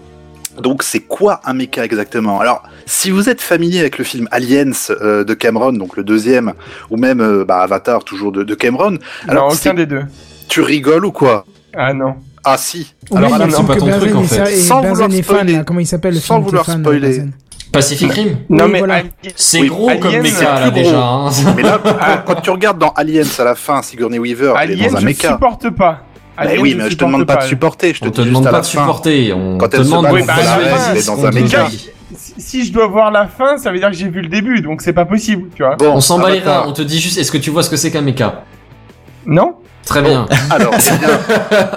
G: donc c'est quoi un mecha exactement Alors si vous êtes familier avec le film Aliens euh, de Cameron, donc le deuxième, ou même euh, bah, Avatar toujours de, de Cameron, alors
F: non, aucun
G: c'est-
F: des deux.
G: tu rigoles ou quoi
F: Ah non.
G: Ah si,
A: Ou
E: Alors,
A: même, il
E: Alan,
A: me
E: c'est
A: semble
E: pas
A: que
E: ton truc,
A: Benzen
E: en
A: est
E: fait.
A: sa- et
G: Sans vouloir
A: Benzen est fan,
G: spoiler.
A: là. Comment il s'appelle le
G: Sans
A: film, t'es
G: vouloir
A: fan,
G: spoiler.
A: Benzen
E: Pacific Rim
F: Non mais
A: voilà.
F: Ali-
E: C'est
G: Oui,
E: gros
F: Alien,
E: comme
F: c'est
E: méca,
G: plus
E: là,
G: gros.
E: déjà. hein.
G: Mais là, quand, quand tu regardes dans Aliens à la fin, Sigourney Weaver, elle est
F: Alien,
G: dans un
F: je
G: mecha.
F: supporte pas.
G: Bah
F: Alien,
G: oui, mais je te demande pas de
F: supporte
G: supporter, je te
E: On te
G: dis juste
E: demande
G: à
E: pas
G: la
E: de
G: fin.
E: supporter, on
G: Quand
E: te
G: elle se
E: demande
G: bat
E: de
F: contre
E: voir
F: la
E: la
F: reine,
E: fin,
F: elle est
E: ce
G: dans
E: qu'on
G: un
E: te
G: méga.
E: dit.
F: Si si je dois voir la fin, ça veut dire que j'ai vu le début, donc c'est pas possible, tu vois.
G: Bon,
E: On s'en bat les reins,
G: Avatar.
E: on te dit juste est-ce que tu vois ce que c'est qu'un méca
F: Non
E: Très bien.
G: Alors, eh bien,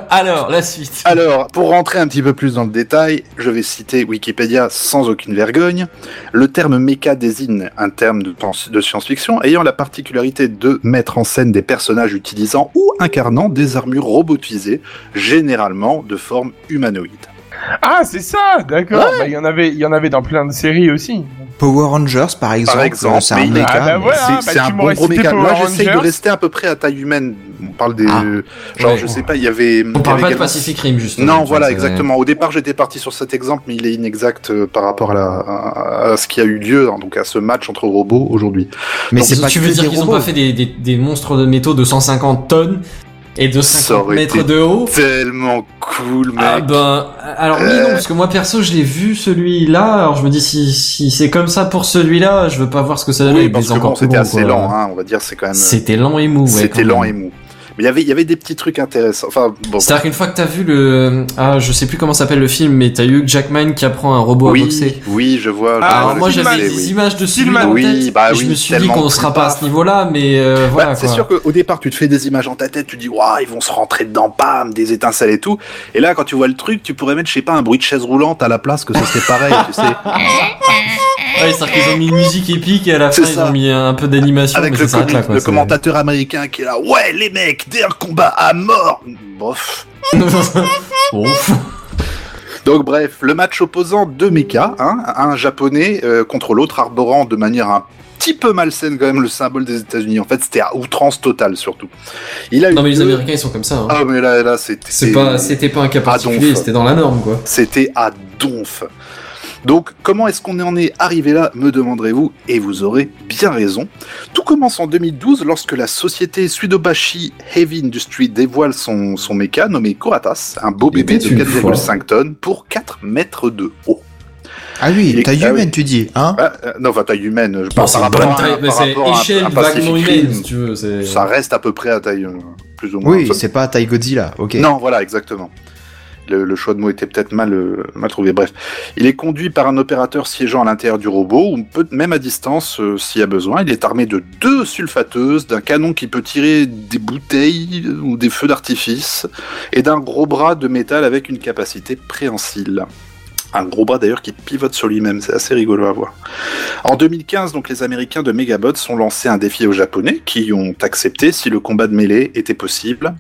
E: Alors, la suite.
G: alors, pour rentrer un petit peu plus dans le détail, je vais citer Wikipédia sans aucune vergogne. Le terme méca désigne un terme de, pens- de science-fiction ayant la particularité de mettre en scène des personnages utilisant ou incarnant des armures robotisées, généralement de forme humanoïde.
F: Ah, c'est ça D'accord. Bah, Il y en avait, il y en avait dans plein de séries aussi.
D: Power Rangers, par exemple,
G: exemple,
D: c'est un
G: mais-
D: mecha.
F: Ah, bah
D: mais-
F: voilà.
G: C'est- c'est
F: bah,
G: un
F: tu
G: bon
F: m'aurais
G: gros
F: cité
G: méca.
F: Power
G: Moi, j'essaye de
F: Rangers.
G: rester à peu près à taille humaine. On parle des.
E: Ah.
G: genre,
E: Ouais.
G: je sais pas, il y avait.
E: On parle
G: il y
E: pas
G: avait
E: de Pacific Rim, justement.
G: Non, voilà,
E: Ça, c'est-
G: exactement. Au départ, j'étais parti sur cet exemple, mais il est inexact euh, par rapport à, la- à- à ce qui a eu lieu, hein, donc à ce match entre robots aujourd'hui.
D: Mais
G: Donc,
D: c'est
E: Si
D: pas
E: tu
D: que
E: veux dire
D: des
E: qu'ils ont
D: robots.
E: pas fait des, des, des monstres de métaux de 150 tonnes et de
G: Ça
E: 50
G: aurait
E: mètres
G: été
E: de haut
G: Tellement cool, mec.
E: Ah ben, alors oui, non, parce que moi perso, je l'ai vu celui-là. Alors je me dis si, si c'est comme ça pour celui-là, je veux pas voir ce que ça donne.
G: oui,
E: avec
G: parce
E: des
G: que bon,
E: encore plus
G: c'était
E: gros,
G: assez
E: quoi.
G: lent, hein, on va dire, c'est quand même.
E: C'était lent et mou. ouais,
G: C'était
E: quand
G: lent
E: même.
G: et mou. Mais il y avait, il y avait des petits trucs intéressants. Enfin, bon.
E: C'est-à-dire qu'une fois que t'as vu le, ah, je sais plus comment s'appelle le film, mais t'as eu Jackman qui apprend un robot à boxer.
G: Oui, oui, je vois. je
F: Ah,
G: vois
E: Alors
G: le
E: moi
G: film,
E: j'avais
G: mais
E: des
G: oui.
E: images de celui
F: Film-
E: en
G: Oui,
E: tête,
G: bah
E: et je
G: oui,
E: me suis dit
G: tellement
E: qu'on sera
G: plus
E: pas à
G: tard.
E: ce niveau-là, mais euh, voilà
G: Bah, c'est
E: quoi.
G: sûr qu'au départ, tu te fais des images dans ta tête, tu dis, waouh, ils vont se rentrer dedans, bam, des étincelles et tout. Et là, quand tu vois le truc, tu pourrais mettre, je sais pas, un bruit de chaise roulante à la place, que ce serait pareil, tu sais.
E: Ouais, c'est-à-dire qu'ils ont mis une musique épique et à la fin
G: C'est
E: ils
G: ça.
E: ont mis un peu d'animation, mais
G: Avec
E: ça
G: le,
E: s'arrête
G: commu-
E: là quoi.
G: le
E: c'est-
G: commentateur américain qui est là, ouais, les mecs, dès un combat à mort. Bof.
E: Ouf.
G: Donc, bref, le match opposant deux mechas, hein, un japonais euh, contre l'autre, arborant de manière un petit peu malsaine quand même le symbole des États-Unis. En fait, c'était à outrance totale surtout. Il a eu
E: Non mais les
G: deux-
E: Américains ils sont comme ça. Hein.
G: Ah, mais là, là c'était.
E: C'est pas, c'était pas un cas
G: Ah, donc,
E: particulier,
G: euh,
E: c'était dans la norme quoi.
G: C'était à Donf. Donc, comment est-ce qu'on en est arrivé là, me demanderez-vous, et vous aurez bien raison. Tout commence en 2012 lorsque la société Suidobashi Heavy Industry dévoile son, son méca nommé Koratas, un beau
E: Il
G: bébé de
E: était une fois.
G: 4,5 tonnes pour 4 mètres de haut.
D: Ah oui,
G: Les-
D: taille
G: ah
D: humaine,
G: oui.
D: tu dis, hein
G: Ah, euh, non, enfin, taille humaine, je
E: Bon,
G: pense
E: c'est
G: par
E: une
G: rapport
E: bonne
G: à,
E: taille, mais
G: par
E: c'est
G: rapport à-
E: échelle
G: à Pacific
E: vaguement
G: Rim,
E: humaine si tu veux. c'est-
G: Ça reste à peu près à taille, euh, plus ou moins.
D: Oui,
G: Enfin,
D: c'est pas taille Godzilla, ok.
G: Non, voilà, exactement. Le, le choix de mots était peut-être mal, euh, mal trouvé. Bref, il est conduit par un opérateur siégeant à l'intérieur du robot, ou peut même à distance euh, s'il y a besoin. Il est armé de deux sulfateuses, d'un canon qui peut tirer des bouteilles euh, ou des feux d'artifice, et d'un gros bras de métal avec une capacité préhensile. Un gros bras d'ailleurs qui pivote sur lui-même, c'est assez rigolo à voir. En 2015, donc les Américains de Megabot ont lancé un défi aux Japonais, qui ont accepté si le combat de mêlée était possible.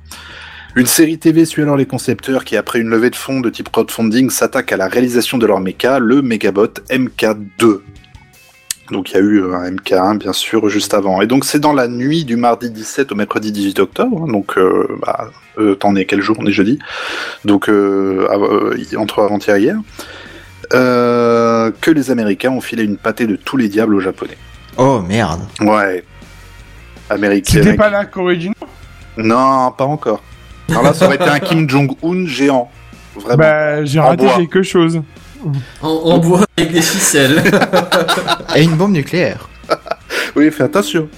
G: Une série TV suit alors les concepteurs qui, après une levée de fonds de type crowdfunding, s'attaquent à la réalisation de leur méca, le Megabot MK2. Donc il y a eu euh, un MK1 bien sûr juste avant. Et donc c'est dans la nuit du mardi 17 au mercredi 18 octobre, hein, donc euh, bah, euh, t'en es quel jour On est jeudi. Donc euh, av- euh, entre avant-hier et hier, euh, que les Américains ont filé une pâtée de tous les diables aux Japonais.
D: Oh merde.
G: Ouais. Américains.
F: C'était pas la Corée du Nord
G: Non, pas encore. Alors là, ça aurait été un Kim Jong-un géant. Vraiment.
F: Bah, j'ai
G: Ah En
F: raté
G: bois.
F: quelque chose.
E: En, en bois avec des ficelles.
G: Ah.
D: Et une bombe nucléaire.
G: Oui, fais attention.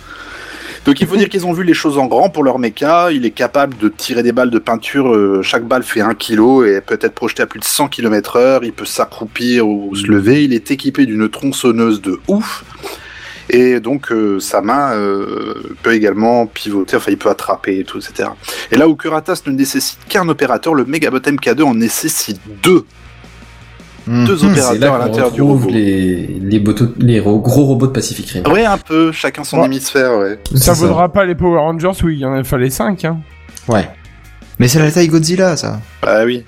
G: Donc il faut dire qu'ils ont vu les choses en grand pour leur méca. Il est capable de tirer des balles de peinture. euh, chaque balle fait un kilo et peut être projetée à plus de 100 km heure. Il peut s'accroupir ou se lever. Il est équipé d'une tronçonneuse de ouf. Et donc euh, sa main euh, peut également pivoter, enfin il peut attraper et tout, etc. Et là où Curatas ne nécessite qu'un opérateur, le Megabot MK2 en nécessite deux.
D: Hmm.
G: deux
E: C'est là
G: opérateurs à
E: qu'on
G: l'intérieur du
E: retrouve
G: robot. Ah
E: les, les, boto- les ro- gros robots de Pacific Rim.
G: Ouais, un peu, chacun son
F: Ouais.
G: hémisphère, ouais.
F: Ça vaudra pas les Power Rangers où il y en fallait 5. Hein.
D: Ouais. Mais c'est la taille Godzilla, ça.
G: Ah oui.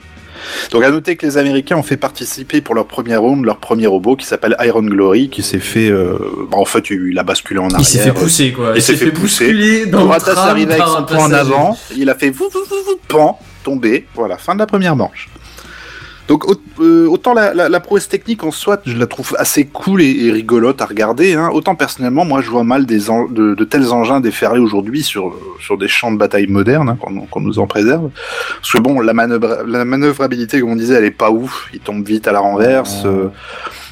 G: Donc à noter que les Américains ont fait participer pour leur première round leur premier robot qui s'appelle Iron Glory qui s'est fait euh, bah, en fait il a basculé en arrière.
E: Il s'est fait pousser, quoi.
G: Ah Il s'est fait pousser.
E: bousculer dans le
G: Coratas
E: tram
G: arrive avec
E: par
G: son
E: un
G: point en
E: passager.
G: avant, il a fait vous vous vous vous pan, tombé, voilà, fin de la première manche. Donc au- euh, autant la, la, la prouesse technique en soi, je la trouve assez cool et, et rigolote à regarder, hein, autant personnellement, moi je vois mal des en- de, de tels engins déferlés aujourd'hui sur, sur des champs de bataille modernes, hein, qu'on qu'on nous en préserve. Parce que bon, la, manœuvre, la manœuvrabilité, comme on disait, elle est pas ouf, il tombe vite à la renverse. euh,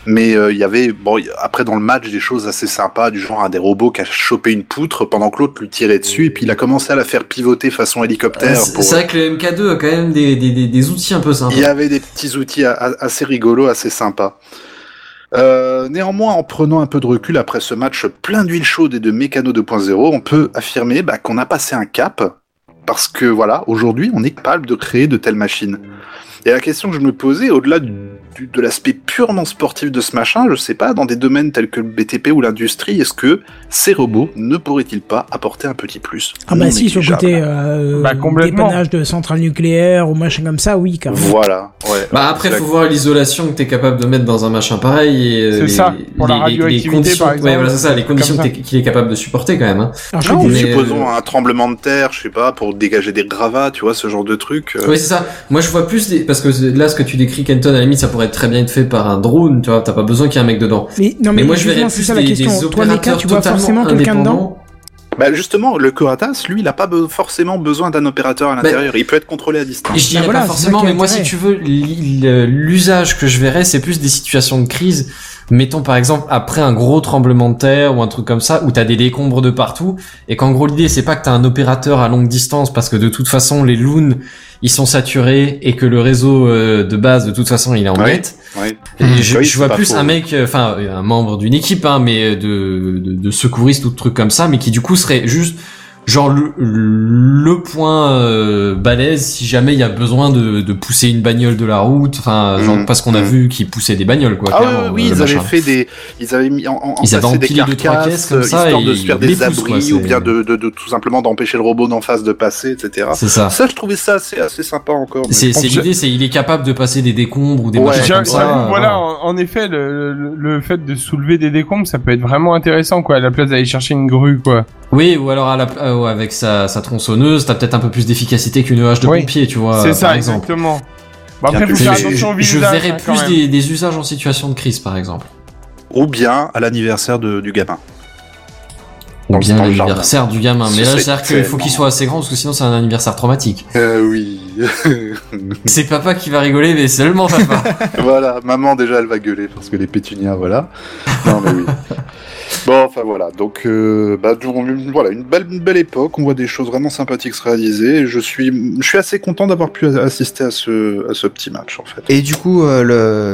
G: mais euh, il y avait, bon, il y a- après dans le match, des choses assez sympas, du genre un des robots qui a chopé une poutre pendant que l'autre lui tirait dessus, et puis il a commencé à la faire pivoter façon
E: Euh,
G: hélicoptère.
E: C'est
G: pour-
E: c'est vrai que le MK2 a quand même des, des, des, des outils un peu sympas.
G: Il y avait des petits outils a- a- assez rigolos, assez sympas. Euh, néanmoins, en prenant un peu de recul après ce match plein d'huile chaude et de mécano 2.0, on peut affirmer bah, qu'on a passé un cap parce que voilà, aujourd'hui, on est capable de créer de telles machines. Et la question que je me posais, au-delà du- du- de l'aspect purement sportif de ce machin, je sais pas, dans des domaines tels que le BTP ou l'industrie, est-ce que ces robots ne pourraient-ils pas apporter un petit plus
A: Ah bah
G: non
A: si, sur le
G: négligeable
A: côté euh,
F: Bah, complètement.
A: dépannage de centrales nucléaires ou machin comme ça, oui, carrément.
G: Voilà, ouais.
E: Bah après, faut voir l'isolation que t'es capable de mettre dans un machin pareil et euh,
F: C'est
E: les,
F: ça, pour la
E: les- les-
F: radioactivité,
E: les conditions,
F: par exemple.
E: ouais, voilà, c'est ça, les conditions
F: Comme
E: que
F: ça.
E: t'es- qu'il est capable de supporter quand même. Hein.
A: Alors, je
G: Non,
A: vais
G: ou
A: te-
E: mais- euh,
G: supposons un tremblement de terre, je sais pas, pour dégager des gravats, tu vois, ce genre de truc. euh,
E: Oui, c'est ça. Moi, je vois plus des... parce que là, ce que tu décris, Kenton, à la limite, ça pourrait être très bien être fait par un drone. Tu vois, t'as pas besoin qu'il y ait un mec dedans.
A: mais, non, mais,
E: Mais, moi, je
A: justement,
E: verrais
A: c'est
E: plus
A: ça
E: des,
A: la
E: des
A: question. Toi, Mika,
E: opérateurs
A: tu vois
E: totalement
A: forcément quelqu'un dedans
E: indépendants.
G: Bah justement, le Coratas, lui, il a pas be- forcément besoin d'un opérateur
E: Bah,
G: à l'intérieur. Il peut être contrôlé à
E: Et
G: distance.
E: Je dirais
A: Bah, voilà,
E: pas
A: c'est ça
E: forcément,
A: qui a
E: mais moi, si
A: intérêt.
E: tu veux, l'i- le- l'usage que je verrais, c'est plus des situations de crise. Mettons, par exemple, après un gros tremblement de terre ou un truc comme ça, où t'as des décombres de partout, et qu'en gros, l'idée, c'est pas que t'as un opérateur à longue distance, parce que de toute façon, les loons, ils sont saturés, et que le réseau euh, de base, de toute façon, il est en
G: Ouais.
E: bête.
G: Ouais.
E: Et
G: Mmh.
E: je,
G: Oui,
E: je
G: c'est
E: vois
G: pas
E: plus
G: faux.
E: un mec, euh, enfin euh, un membre d'une équipe, hein, mais de, de, de secouriste ou de trucs comme ça, mais qui du coup serait juste genre le, le point euh, balèze si jamais il y a besoin de, de pousser une bagnole de la route, enfin genre
G: Mmh,
E: parce qu'on a
G: mmh.
E: vu qu'ils poussaient des bagnoles quoi.
G: Ah oui,
E: clairement,
G: oui,
E: euh,
G: ils
E: le
G: avaient
E: machin.
G: fait des, ils avaient mis en, en
E: Ils avaient
G: placé des
E: empilé deux, trois caisses
G: carcasses
E: comme
G: euh,
E: ça,
G: histoire
E: et
G: de se faire
E: ils les
G: des
E: poussent, quoi,
G: abris ou
E: c'est-
G: bien de, de, de tout simplement d'empêcher le robot d'en face de passer, etc.
E: C'est ça.
G: Ça, je trouvais ça assez, assez sympa encore. mais-
E: C'est c'est
F: je-
E: l'idée, c'est il est capable de passer des décombres ou des
G: Ouais.
E: machins
F: J'a-
E: comme ça.
F: j'avoue, voilà,
E: euh,
F: en, en effet, le, le, le fait de soulever des décombres, ça peut être vraiment intéressant, quoi, à la place d'aller chercher une grue, quoi.
E: Oui, ou alors à la, euh, ouais, avec sa, sa tronçonneuse, t'as peut-être un peu plus d'efficacité qu'une hache de
F: Oui.
E: pompier, tu vois.
F: c'est
E: par
F: ça,
E: exemple.
F: exactement. Bon, après,
G: Bien
F: faut
G: que
F: faire
G: je-
F: attention au
E: Je, je
F: visage. hein,
E: verrais
F: quand
E: plus
F: même.
E: des, des usages en situation de crise, par exemple.
G: Ou bien à l'anniversaire de- du gamin.
E: Ou
G: Dans
E: bien
G: le- dans le
E: l'anniversaire du gamin.
G: Ce
E: Mais là,
G: serait
E: c'est-à-dire qu'il faut qu'il
G: tellement-
E: soit assez grand, parce que sinon, c'est un anniversaire traumatique.
G: Euh, oui.
E: C'est papa qui va rigoler, mais seulement papa.
G: voilà, maman déjà elle va gueuler parce que les pétunias, voilà. Non mais oui. Bon, enfin voilà, donc euh, bah, donc, une- voilà, une belle, une belle époque, on voit des choses vraiment sympathiques se réaliser, et je suis, je suis assez content d'avoir pu assister à ce, à ce petit match en fait.
D: Et du coup, euh,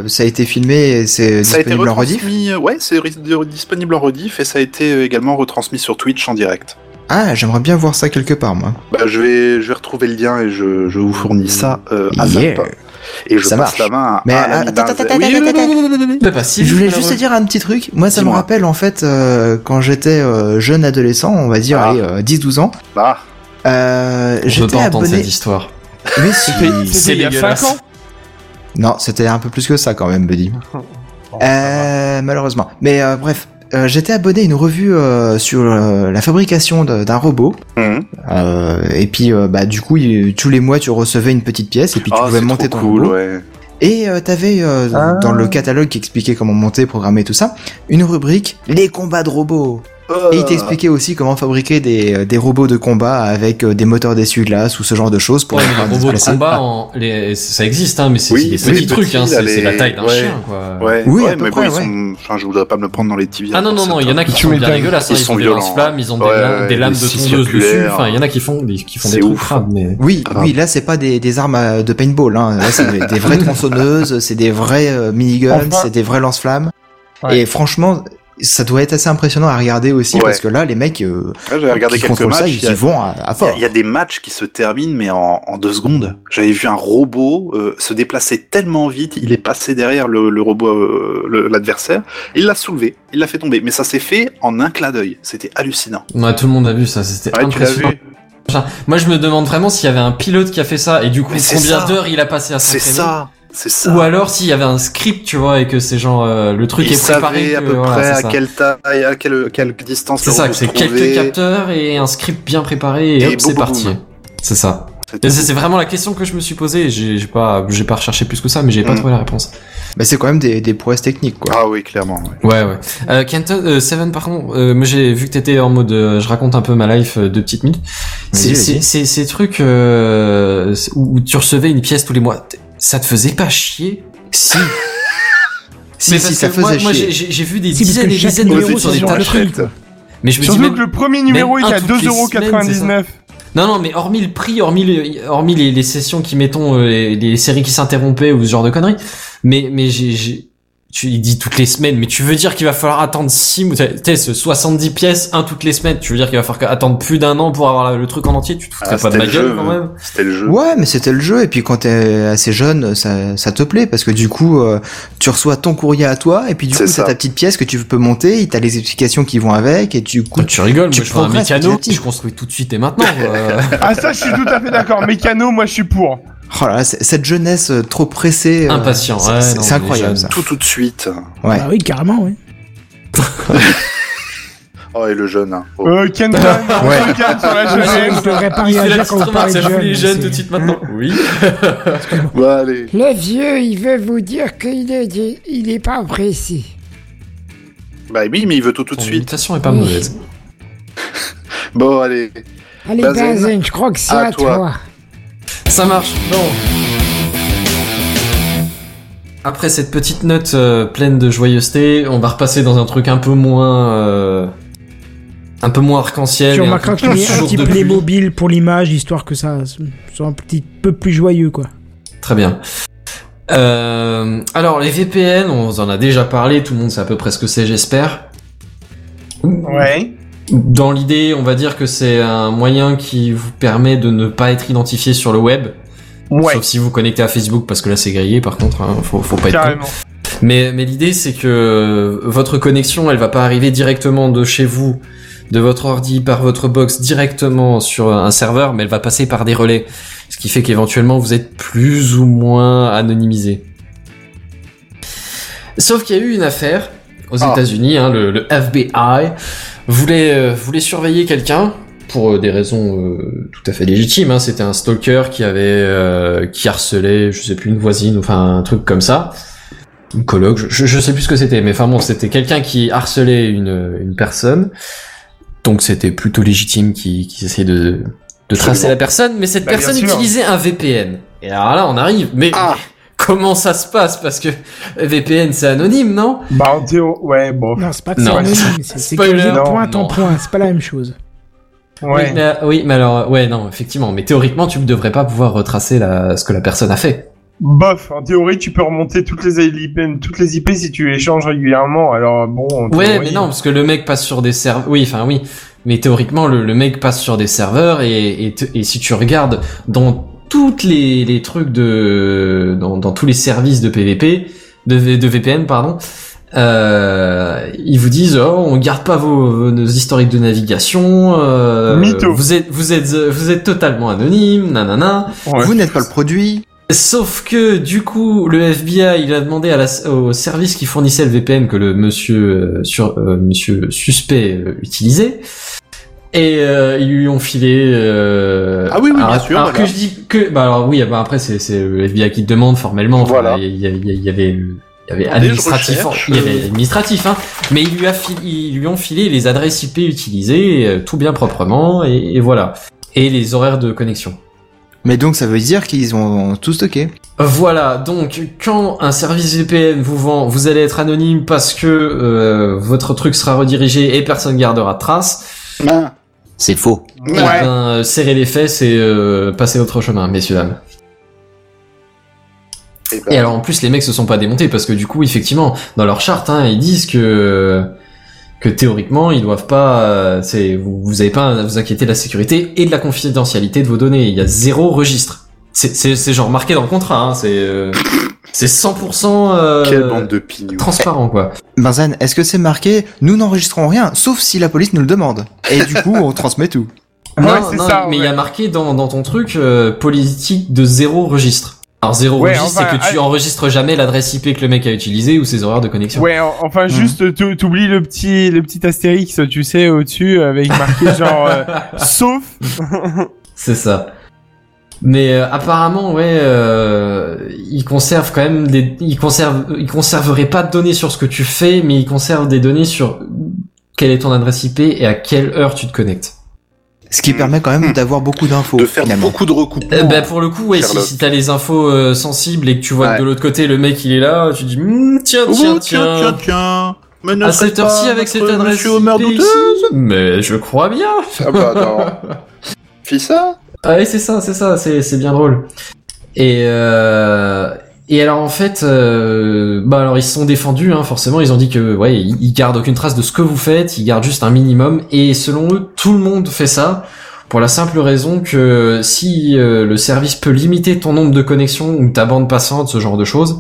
D: le... ça a été filmé et c'est
G: Ça a été
D: disponible en rediff
G: retransmis, euh, ouais, c'est ri- de- disponible en rediff et ça a été euh, également retransmis sur Twitch en direct.
D: Ah, j'aimerais bien voir ça quelque part, moi.
G: Bah, je vais, je vais retrouver le lien et je, je vous fournis ça euh, à
D: Yeah.
G: Zap. Et je
D: Ça marche.
G: passe la main à.
D: Mais euh,
G: à l'ami
D: attends,
G: d'un-
D: attends, attends,
G: Oui,
D: attends,
G: oui,
D: attends,
G: oui, oui, oui, oui, oui.
E: Papa, si
D: je voulais juste te dire un petit truc. Moi, ça me
G: Dis-moi.
D: rappelle en fait euh, quand j'étais euh, jeune adolescent, on va dire
G: Ah.
D: allez, euh, 10-12 ans.
G: Bah,
D: Euh,
E: Je veux pas
D: j'étais
E: entendre
D: abonné.
E: cette histoire.
D: Mais si.
F: C'était c'était il y a
E: dégueulasse.
F: 5 ans.
D: Non, c'était un peu plus que ça quand même, Buddy. Euh, malheureusement. Mais euh, bref, euh, j'étais abonné à une revue euh, sur euh, la fabrication de- d'un robot.
G: hum.
D: Euh, et puis, euh, bah, du coup, il- tous les mois, tu recevais une petite pièce et puis tu
G: Ah,
D: pouvais
G: c'est
D: monter
G: trop
D: ton
G: cool,
D: robot.
G: ouais.
D: Et euh, t'avais euh,
F: Ah.
D: dans le catalogue qui expliquait comment monter, programmer tout ça, une rubrique les combats de robots.
G: Euh,
D: Et il t'expliquait aussi comment fabriquer des, euh, des robots de combat avec euh, des moteurs d'essuie-glace ou ce genre de choses pour
E: Ouais, mais
D: pouvoir
E: les robots de
D: déplacer.
E: combat, en- les- ça existe, hein, mais c'est
G: Ah. Oui,
E: c'est des
G: c'est
E: petits
G: petit,
E: trucs, hein,
G: là,
E: c'est c'est
G: les-
E: la taille d'un
G: ouais.
E: chien, quoi.
G: Ouais,
D: Oui,
G: ouais,
D: à peu
G: mais
D: près,
G: bon, ils
D: ouais.
G: sont... enfin, je voudrais pas me le prendre dans les tibias.
E: Ah non, non, non, il y en a qui
F: Tu
E: sont bien
F: m'étonnes.
E: dégueulasses, hein,
G: Ils
E: ils
G: sont
E: ont des
G: violents,
E: lance-flammes, ils ont des
G: Ouais,
E: lames- des
G: des
E: lames de
G: scies
E: tondeuse dessus,
G: circulaires.
E: enfin, il y en a qui font des, qui font des
G: C'est
E: trucs
G: ouf.
E: crabes, mais...
D: Oui,
F: Ah,
G: Grave.
D: oui, là c'est pas des, des armes à- de paintball, hein. là c'est des, des vraies tronçonneuses, c'est des vrais euh, miniguns,
F: Enfin.
D: c'est des vrais lance-flammes.
F: Ouais.
D: Et franchement, ça doit être assez impressionnant à regarder aussi
G: Ouais.
D: parce que là, les mecs euh,
G: Ouais, J'avais regardé
D: qui
G: quelques
D: contrôlent
G: matchs.
D: ça,
G: il
D: ils
G: y a-
D: y vont à, à
G: Il y a-
D: fort.
G: il y, a des matchs qui se terminent, mais en, en deux secondes. J'avais vu un robot euh, se déplacer tellement vite, il est passé derrière le, le robot, euh, le- l'adversaire, il l'a soulevé, il l'a fait tomber. Mais ça s'est fait en un clin d'œil. C'était hallucinant.
E: Ouais, tout le monde a vu ça, c'était
G: Ouais, Ah, tu l'as
E: impressionnant.
G: vu.
E: Moi, je me demande vraiment s'il y avait un pilote qui a fait ça et du coup,
G: Mais c'est
E: combien
G: ça.
E: d'heures il a passé à
G: C'est
E: s'entraîner.
G: ça. C'est ça.
E: Ou alors s'il y avait un script, tu vois, et que ces gens, euh, le truc
G: il
E: est préparé.
G: savait à
E: que-
G: peu
E: voilà,
G: près
E: c'est
G: à
E: ça.
G: quelle taille, à quelle, quelle distance
E: C'est
G: le
E: ça,
G: robot
E: que
G: se
E: c'est quelques
G: trouvait.
E: capteurs et un script bien préparé et,
G: Et
E: hop, c'est
G: boum, boum,
E: parti.
G: boum.
E: C'est ça.
G: C'était-
E: Et C'est c'est vraiment la question que je me suis posée. et J'ai j'ai pas, j'ai pas recherché plus que ça, mais j'ai pas
G: Mm.
E: trouvé la réponse.
D: Mais c'est quand même des, des prouesses techniques quoi.
G: Ah oui, clairement. ouais.
E: Ouais, ouais. Euh, Kenton, euh, Seven, par contre, euh, moi j'ai vu que t'étais en mode, euh, je raconte un peu ma life euh, de petite minute. C'est
D: Vas-y,
E: c'est-
D: vas-y.
E: c'est- ces trucs euh, c'est- où, où tu recevais une pièce tous les mois. T- Ça te faisait pas chier
D: Si.
E: Mais
D: si,
E: parce
D: si, ça
E: que moi-
D: faisait
E: moi,
D: chier.
E: j'ai- j'ai j'ai vu des
A: Si, parce
E: dizaines
A: que
E: et des
A: chaque
E: dizaines
A: numéro,
E: d'euros sur des
A: ils ont
E: tas de
F: acheté.
E: trucs. Mais je me dis
F: Surtout
E: même
F: que le premier numéro
E: même
F: il est
E: un
F: à
E: toutes les
F: 2,99€.
E: Non, non, mais hormis le prix, hormis, le, hormis les, les sessions qui, mettons, euh, les, les séries qui s'interrompaient ou ce genre de conneries, mais, mais j'ai... j'ai- Tu il dit toutes les semaines, mais tu veux dire qu'il va falloir attendre 6 mois, tu sais, ce 70 pièces, un toutes les semaines, tu veux dire qu'il va falloir attendre plus d'un an pour avoir la- le truc en entier, tu te foutrais
G: Ah,
E: pas de
G: c'était
E: ma
G: le
E: gueule
G: jeu,
E: quand
G: ouais.
E: même
G: C'était le jeu.
D: Ouais, mais c'était le jeu. Et puis quand t'es assez jeune, ça, ça te plaît parce que du coup, euh, tu reçois ton courrier à toi et puis du coup,
G: C'est
D: t'as
G: ça.
D: ta petite pièce que tu peux monter. T'as les explications qui vont avec et du coup,
E: Quand tu rigoles,
D: Tu
E: moi je prends un
D: progresses
E: mécano,
D: petit à petit.
E: je construis tout de suite et maintenant. euh. quoi.
F: Ah ça je suis tout à fait d'accord. Mécano moi je suis pour.
D: oh là là, c- cette jeunesse euh, trop pressée, euh,
E: Impatient,
D: c'est
E: ouais,
D: c'est-
E: non,
D: c'est
E: mais
D: incroyable
E: jeune.
D: ça.
G: Tout tout de suite.
D: Ouais.
A: Bah oui, carrément, oui.
G: Oh, et le jeune. hein. Oh.
F: Euh, Kenton,
D: Ouais.
F: regarde sur la
E: Ah,
A: Je
F: jeunesse.
A: ne devrais pas
E: Il fait la
A: réagir quand
E: petite
A: on parle
E: remarque, ça
A: de
E: fout les jeunes
A: mais
E: tout de
A: c'est-
E: suite maintenant. Oui.
G: Bah, allez.
J: Le vieux, il veut vous dire qu'il est, il est pas pressé.
G: Bah oui, mais il veut tout tout de
E: Ton
G: suite.
E: imitation est pas mauvaise.
G: Bon, allez.
J: Allez,
G: Bazen,
J: Bazen, je crois que c'est
G: à
J: à,
G: toi.
J: toi.
E: Ça marche. Bon. Après cette petite note euh, pleine de joyeuseté, on va repasser dans un truc un peu moins, euh, un peu moins arc-en-ciel.
A: Tu
E: et un
A: remarqueras
E: peu
A: qu'il
E: plus
A: y a un
E: jour
A: petit
E: de pluie.
A: Playmobil pour l'image, histoire que ça soit un petit peu plus joyeux, quoi.
E: Très bien. Euh, alors les VPN, on en a déjà parlé, tout le monde sait à peu près ce que c'est, j'espère.
F: Ouais.
E: Dans l'idée, on va dire que c'est un moyen qui vous permet de ne pas être identifié sur le web,
F: Ouais.
E: sauf si vous connectez à Facebook, parce que là c'est grillé. Par contre, hein, faut, faut pas être con.
F: Carrément.
E: Mais, mais l'idée, c'est que euh, votre connexion, elle va pas arriver directement de chez vous, de votre ordi, par votre box, directement sur euh, un serveur, mais elle va passer par des relais. Ce qui fait qu'éventuellement, vous êtes plus ou moins anonymisé. Sauf qu'il y a eu une affaire aux
G: Ah.
E: États-Unis, hein, le, le FBI voulait, euh, voulait surveiller quelqu'un pour euh, des raisons euh, tout à fait légitimes. hein. C'était un stalker qui avait euh, qui harcelait, je sais plus, une voisine, enfin un truc comme ça une colloque, je, je- je sais plus ce que c'était, mais enfin bon, c'était quelqu'un qui harcelait une, une personne, donc c'était plutôt légitime qui, qui essayait de, de tracer la personne, mais cette
F: Bah, bien
E: personne
F: sûr.
E: utilisait un VPN. Et alors là, on arrive, mais
G: Ah
E: comment ça se passe Parce que VPN, c'est anonyme, non
F: Bah en théo, ouais bon.
A: Non, c'est pas que c'est
E: Non.
A: anonyme, c'est- c'est que
E: Spoiler,
A: j'ai
F: non,
A: point en
E: non.
A: point, c'est pas la même chose.
E: oui,
F: Ouais.
E: mais, oui, mais alors, euh, ouais, non, effectivement, mais théoriquement, tu ne devrais pas pouvoir retracer la, ce que la personne a fait.
F: Bof, en théorie, tu peux remonter toutes les IP, toutes les IP si tu échanges régulièrement. Alors bon. en
E: Ouais,
F: théorie-
E: mais non, parce que le mec passe sur des serveurs, oui, enfin oui, mais théoriquement, le, le mec passe sur des serveurs et, et, te- et si tu regardes dans toutes les, les trucs de dans, dans tous les services de PVP de, V- de VPN pardon euh, ils vous disent oh, on garde pas vos, vos- nos historiques de navigation euh,
F: Mytho.
E: vous êtes vous êtes euh, vous êtes totalement anonyme nanana
F: Ouais.
D: Vous n'êtes pas le produit.
E: Sauf que du coup, le FBI, il a demandé à la- au service qui fournissait le VPN que le monsieur euh, sur euh, monsieur suspect euh, utilisait, et euh, ils lui ont filé. euh,
G: Ah oui, oui, bien
E: alors-
G: sûr,
E: Alors
G: voilà.
E: que je dis que, bah alors oui, bah, après c'est c'est le FBI qui te demande formellement. enfin,
G: Voilà.
E: Il y, a- il y a- il y avait. euh, Il y avait
G: Attendez, je
E: administratif,
G: recherche.
E: il y avait administratif, hein. Mais ils lui, a fi- ils lui ont filé les adresses IP utilisées, euh, tout bien proprement, et, et voilà. Et les horaires de connexion.
D: Mais donc ça veut dire qu'ils ont tout stocké.
E: Voilà, donc quand un service VPN vous vend, vous allez être anonyme parce que euh, votre truc sera redirigé et personne gardera de trace.
G: Ah.
D: C'est faux.
E: eh
F: Ouais.
E: ben, euh, serrez les fesses et euh, passez votre chemin, messieurs dames.
G: Eh ben,
E: Et alors en plus les mecs se sont pas démontés parce que du coup effectivement dans leur charte hein, ils disent que que théoriquement ils doivent pas, euh, c'est vous, vous avez pas à vous inquiéter de la sécurité et de la confidentialité de vos données. Il y a zéro registre. C'est- C'est c'est genre marqué dans le contrat. Hein, c'est euh, c'est 100% euh,
G: Quelle bande de pignons.
E: transparent quoi.
D: Benzen, est-ce que c'est marqué Nous n'enregistrons rien, sauf si la police nous le demande. Et du coup, on transmet tout.
F: Ouais, c'est ça,
E: mais il y a
F: ouais.
E: marqué dans, dans ton truc euh, politique de zéro registre. Alors zéro
F: Ouais,
E: registre,
F: enfin,
E: c'est que tu
F: ah-
E: enregistres jamais l'adresse IP que le mec a utilisée ou ses horaires de connexion.
F: Ouais, en- enfin
E: Mmh.
F: juste tu- t'oublies le petit le petit astérix, tu sais au-dessus avec marqué genre euh, sauf
E: C'est ça. Mais euh, apparemment, ouais, euh, ils conservent quand même des, ils conservent, ils conserveraient pas de données sur ce que tu fais, mais ils conservent des données sur quelle est ton adresse IP et à quelle heure tu te connectes.
D: Ce qui permet quand même d'avoir beaucoup d'infos.
G: Hmm. de faire
D: finalement.
G: beaucoup de recoupements.
E: Euh, bah, pour le coup, ouais, si,
G: Sherlock.
E: si t'as les infos euh, sensibles et que tu vois
G: Ouais.
E: que de l'autre côté le mec il est là, tu dis Hum, tiens,
G: Oh,
E: tiens, tiens,
G: tiens. Mais ne
E: à
G: serait
E: cette heure-ci
G: pas
E: avec cette
G: notre
E: adresse
G: monsieur Homer
E: IP
G: Douteuse
E: ici Mais je crois bien.
G: Ah bah non. Fis ça
E: Ah ouais, c'est ça, c'est ça, c'est c'est bien drôle. Et euh, et alors en fait, euh, bah alors ils se sont défendus, hein, forcément, ils ont dit que ouais, ils, ils gardent aucune trace de ce que vous faites, ils gardent juste un minimum. Et selon eux, tout le monde fait ça pour la simple raison que si euh, le service peut limiter ton nombre de connexions ou ta bande passante, ce genre de choses.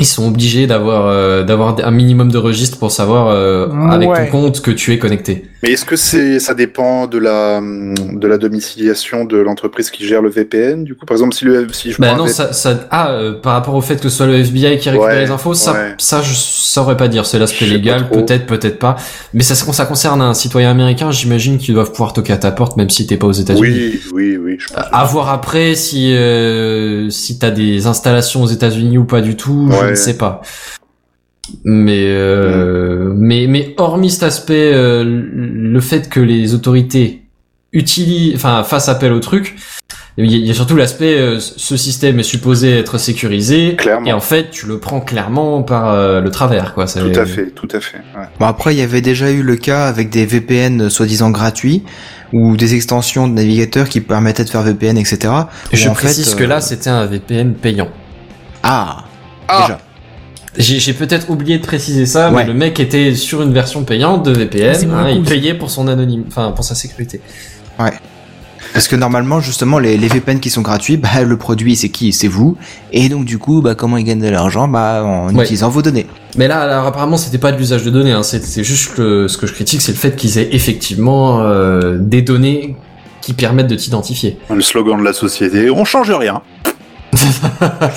E: Ils sont obligés d'avoir euh, d'avoir un minimum de registres pour savoir euh, avec
F: Ouais.
E: ton compte que tu es connecté.
G: Mais est-ce que c'est ça dépend de la de la domiciliation de l'entreprise qui gère le VPN du coup par exemple si le si je
E: Bah
G: prends un
E: non,
G: V-
E: ça, ça, ah, euh, par rapport au fait que ce soit le FBI qui récupère
G: Ouais,
E: les infos, ça,
G: ouais.
E: ça, je saurais pas dire. C'est l'aspect
G: Je sais pas
E: légal,
G: trop.
E: peut-être, peut-être pas. Mais ça, se- ça concerne un citoyen américain, j'imagine qu'ils doivent pouvoir toquer à ta porte, même si t'es pas aux États-Unis.
G: oui oui oui je pense.
E: À voir après si euh, si t'as des installations aux États-Unis ou pas du tout, je
G: Ouais.
E: ne sais pas. Mais euh, mais mais hormis cet aspect, euh, le fait que les autorités utilisent, enfin fassent appel au truc, il y, a- il y a surtout l'aspect euh, ce système est supposé être sécurisé et
G: clairement
E: en fait tu le prends clairement par euh, le travers quoi. c'est-
G: tout à fait tout à fait ouais.
D: Bon après, il y avait déjà eu le cas avec des VPN soi-disant gratuits ou des extensions de navigateurs qui permettaient de faire VPN, etc.
E: Et Je
D: Où en
E: précise
D: fait,
E: que là
D: euh,
E: c'était un VPN payant.
D: Ah,
G: Ah.
D: déjà.
E: J'ai j'ai peut-être oublié de préciser ça,
D: Ouais.
E: mais le mec était sur une version payante de
A: C'est
E: VPN.
A: moins
E: hein, il
A: cool, ça.
E: payait pour son anonyme, enfin pour sa sécurité.
D: Parce que normalement, justement, les, les VPN qui sont gratuits, bah, le produit, c'est qui C'est vous. Et donc, du coup, bah, comment ils gagnent de l'argent Bah, en
E: Ouais.
D: utilisant vos données.
E: Mais là, alors, apparemment, c'était pas de l'usage de données. Hein, c'est c'est juste que ce que je critique, c'est le fait qu'ils aient effectivement euh, des données qui permettent de t'identifier.
G: le slogan de la société on change rien ça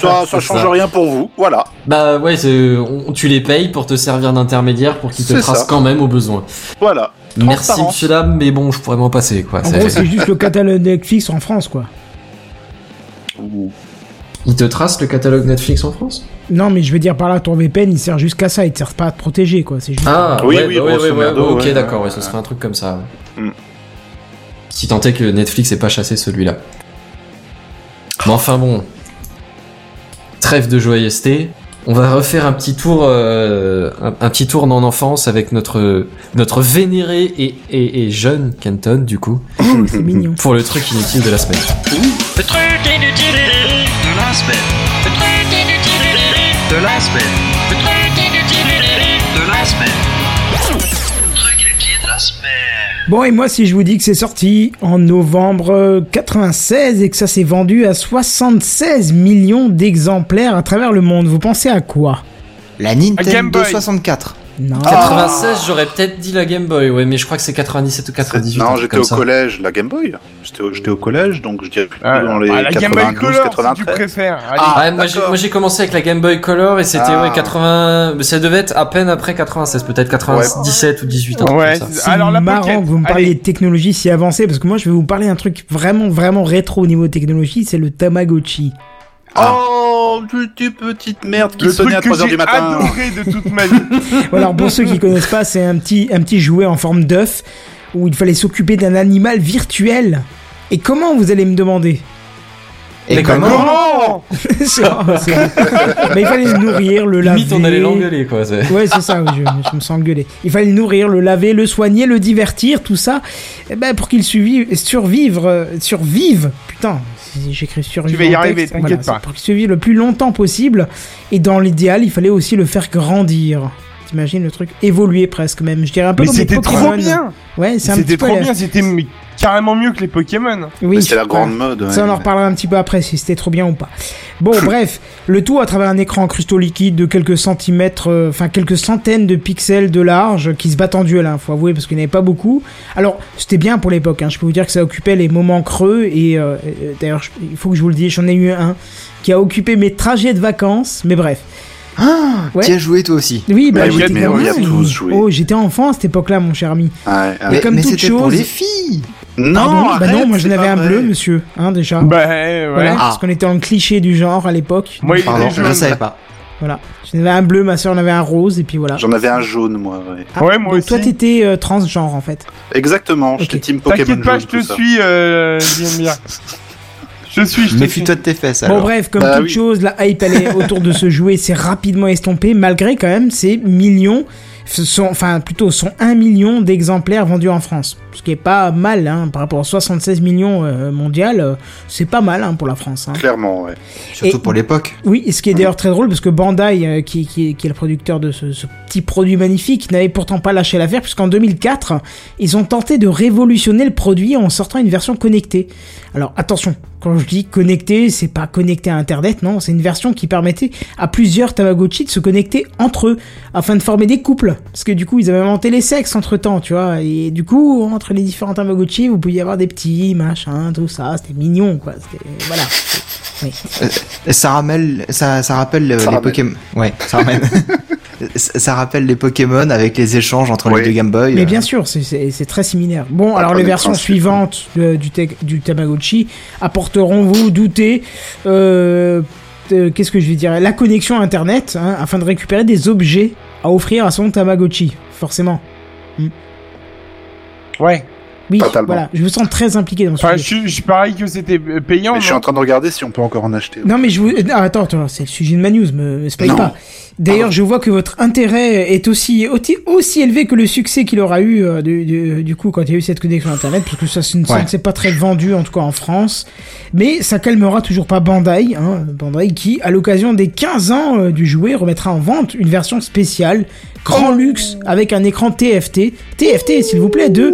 G: ça
E: C'est
G: change
E: ça.
G: rien pour vous voilà
E: Bah ouais, c'est- on- tu les payes pour te servir d'intermédiaire pour qu'ils te
G: C'est
E: tracent
G: ça.
E: quand même au besoin.
G: voilà
E: Merci
G: Transparence.
E: monsieur dame, mais bon, je pourrais m'en passer quoi.
A: En
E: C'est-
A: gros, c'est juste le catalogue Netflix en France, quoi.
E: Ils te tracent le catalogue Netflix en France
A: Non, mais je veux dire par là, ton VPN, il sert juste qu'à ça, il te sert pas à te protéger, quoi. C'est juste.
E: Ah
G: Oui,
E: ouais,
G: oui,
E: bah ouais,
G: grosso
E: ouais, ouais,
G: merdo,
E: ouais, ok,
G: ouais,
E: d'accord,
G: ouais,
E: ouais, ce
G: ouais.
E: serait un truc comme ça. ouais.
G: Hmm.
E: Si tant est que Netflix ait pas chassé celui-là. Mais enfin bon, trêve de joyeuseté. On va refaire un petit tour, euh, un, un petit tour en enfance avec notre notre vénéré et, et, et jeune Kenton du coup Ah.
A: C'est mignon.
E: pour le truc inutile de la semaine.
I: Le truc inutile de la semaine. Le truc inutile de la semaine. Le truc inutile de la semaine.
A: Bon, et moi, si je vous dis que c'est sorti en novembre euh, 96 et que ça s'est vendu à 76 millions d'exemplaires à travers le monde, vous pensez à quoi
D: La
F: Game
D: Nintendo
F: Boy.
D: 64.
A: Non.
G: Ah.
E: 96, j'aurais peut-être dit la Game Boy, ouais, mais je crois que c'est 97 ou 98. un
G: non
E: truc
G: j'étais
E: comme
G: au
E: ça.
G: collège la Game Boy j'étais au- j'étais au collège donc je dirais plutôt
F: Ah,
G: dans les
F: ah, la Game Boy
G: 92
F: Color si tu
G: 93
F: préfères. Allez.
G: Ah,
E: Ouais, moi j'ai-
G: d'accord.
E: moi j'ai commencé avec la Game Boy Color et c'était
G: Ah.
E: ouais 80 mais ça devait être à peine après 96 peut-être 97 ou 18 un truc
F: ouais,
E: comme ça.
F: c'est-
A: C'est
F: alors la
A: marrant
F: pocket.
A: que vous me parliez
F: Allez.
A: de technologie si avancée, parce que moi je vais vous parler d'un truc vraiment, vraiment rétro au niveau technologie, c'est le Tamagotchi.
G: oh petite petite merde qui
F: le
G: sonnait
F: truc
G: à
F: que
G: 3h
F: j'ai
G: du matin
F: adoré de toute ma vie.
A: Voilà, alors pour ceux qui connaissent pas, c'est un petit, un petit jouet en forme d'œuf où il fallait s'occuper d'un animal virtuel. Et comment vous allez me demander
D: Et
E: Mais
D: comment
F: Comment
A: C'est- c'est- Mais il fallait le nourrir, le laver.
E: Limite on allait l'engueuler quoi. c'est-
A: Ouais, c'est ça, oui, je, je me sens engueulé. Il fallait le nourrir, le laver, le soigner, le divertir, tout ça, eh ben, pour qu'il survive, survivre, euh, survive, putain, si j'écris survivre.
F: Tu vas y
A: en texte,
F: arriver, t'inquiète
A: voilà,
F: pas.
A: c'est Pour qu'il survive le plus longtemps possible, et dans l'idéal, il fallait aussi le faire grandir. t'imagines le truc évoluer presque même. Je dirais un peu
F: Mais
A: comme les
F: c'était trop
A: Pokémon.
F: bien
A: Ouais, c'est un
F: C'était
A: petit peu
F: trop
A: la-
F: bien, c'était mais, carrément mieux que les Pokémon.
A: Oui,
G: Mais c'est la
A: je-
G: grande mode. ouais.
A: Ça, on en reparlera un petit peu après si c'était trop bien ou pas. Bon, bref, le tout à travers un écran en cristaux liquides de quelques centimètres, euh, enfin quelques centaines de pixels de large qui se battent en duel, hein, faut avouer, parce qu'il n'y en avait pas beaucoup. Alors, c'était bien pour l'époque, hein, je peux vous dire que ça occupait les moments creux, et euh, euh, d'ailleurs, je- il faut que je vous le dise, j'en ai eu un qui a occupé mes trajets de vacances, mais bref.
D: Ah,
A: Ouais.
D: t'y as joué toi aussi.
A: Oui, bah,
G: Bah oui,
A: j'étais
G: mais on y a
A: gamin,
G: tous
A: et-
G: joué.
A: Oh, j'étais enfant à cette époque-là, mon cher ami.
G: Ouais, ouais.
A: Mais comme
D: mais
A: toute
D: c'était pour
A: chose-
D: les filles.
G: Non,
A: Pardon bah non,
G: arrête,
A: moi
G: c'est
A: j'en avais
G: pas
A: un
G: vrai.
A: bleu, monsieur, hein, déjà.
F: Bah ouais.
A: Voilà, parce
D: Ah.
A: qu'on était en cliché du genre à l'époque.
F: Moi, il
D: Pardon,
F: était
D: je ne
F: jaune.
D: savais pas.
A: Voilà. J'en avais un bleu, ma soeur en avait un rose, et puis voilà.
G: J'en avais un jaune, moi. ouais.
A: Ah,
F: Ouais, moi
A: donc Toi,
F: aussi.
A: t'étais euh, transgenre, en fait.
G: Exactement, j'étais
A: Ok.
G: team Pokémon
F: T'inquiète
G: jaune.
F: pas, je te
G: tout ça.
F: suis, euh, j'aime bien. Je suis, je te suis.
D: Méfie-toi de tes fesses alors.
A: Bon, bref, comme
G: Bah
A: toute
G: oui.
A: chose, la hype, elle est autour de ce jouet, c'est rapidement estompé, malgré quand même ces millions, f- sont, enfin, plutôt, sont 1 million d'exemplaires vendus en France. Ce qui est pas mal, hein, par rapport aux 76 millions euh, mondiales, euh, c'est pas mal, hein, pour la France, hein.
G: Clairement, ouais.
D: Surtout
A: et-
D: pour l'époque.
A: Oui, et ce qui est d'ailleurs très drôle, parce que Bandai, euh, qui, qui, qui est le producteur de ce, ce petit produit magnifique, n'avait pourtant pas lâché l'affaire, puisqu'en 2004, ils ont tenté de révolutionner le produit en sortant une version connectée. Alors attention, quand je dis connectée, c'est pas connecté à Internet, non, c'est une version qui permettait à plusieurs Tamagotchi de se connecter entre eux, afin de former des couples. Parce que du coup, ils avaient inventé les sexes entre-temps, tu vois, et du coup, entre les différents Tamagotchi, vous pouviez avoir des petits, machin, tout ça, c'était mignon, quoi, c'était... Voilà. Oui.
D: Et Ça rappelle, ça, ça rappelle euh,
G: Ça
D: les
G: rappelle.
D: Pokémon. Ouais, ça ramène. ça, ça rappelle les Pokémon avec les échanges entre
G: Oui.
D: les deux Game Boy.
A: Mais
D: euh,
A: bien sûr, c'est- c'est c'est très similaire. Bon, alors
G: comme
A: les
G: les
A: versions
G: principes.
A: suivantes euh, du, te- du Tamagotchi apporteront, vous doutez, euh, euh, qu'est-ce que je vais dire La connexion à Internet hein, afin de récupérer des objets à offrir à son Tamagotchi, forcément. Hmm.
F: Ouais.
A: Oui,
G: Totalement.
A: voilà. Je vous sens très impliqué dans ce
F: Enfin, je
A: sujet.
F: suis, je suis pareil que c'était payant.
G: Mais je suis
F: non
G: en train de regarder si on peut encore en acheter.
A: Non mais je vous... euh, non, attends, attends, c'est le sujet de ma news, me, me spoil
G: Non.
A: pas. D'ailleurs, je vois que votre intérêt est aussi, aussi, aussi élevé que le succès qu'il aura eu euh, du, du, du coup quand il y a eu cette connexion Internet, parce que ça, c'est une- ça
D: Ouais.
A: ne s'est pas très vendu, en tout cas en France. Mais ça calmera toujours pas Bandai, hein, Bandai qui, à l'occasion des 15 ans euh, du jouet, remettra en vente une version spéciale, grand luxe, avec un écran TFT. TFT, s'il vous plaît, de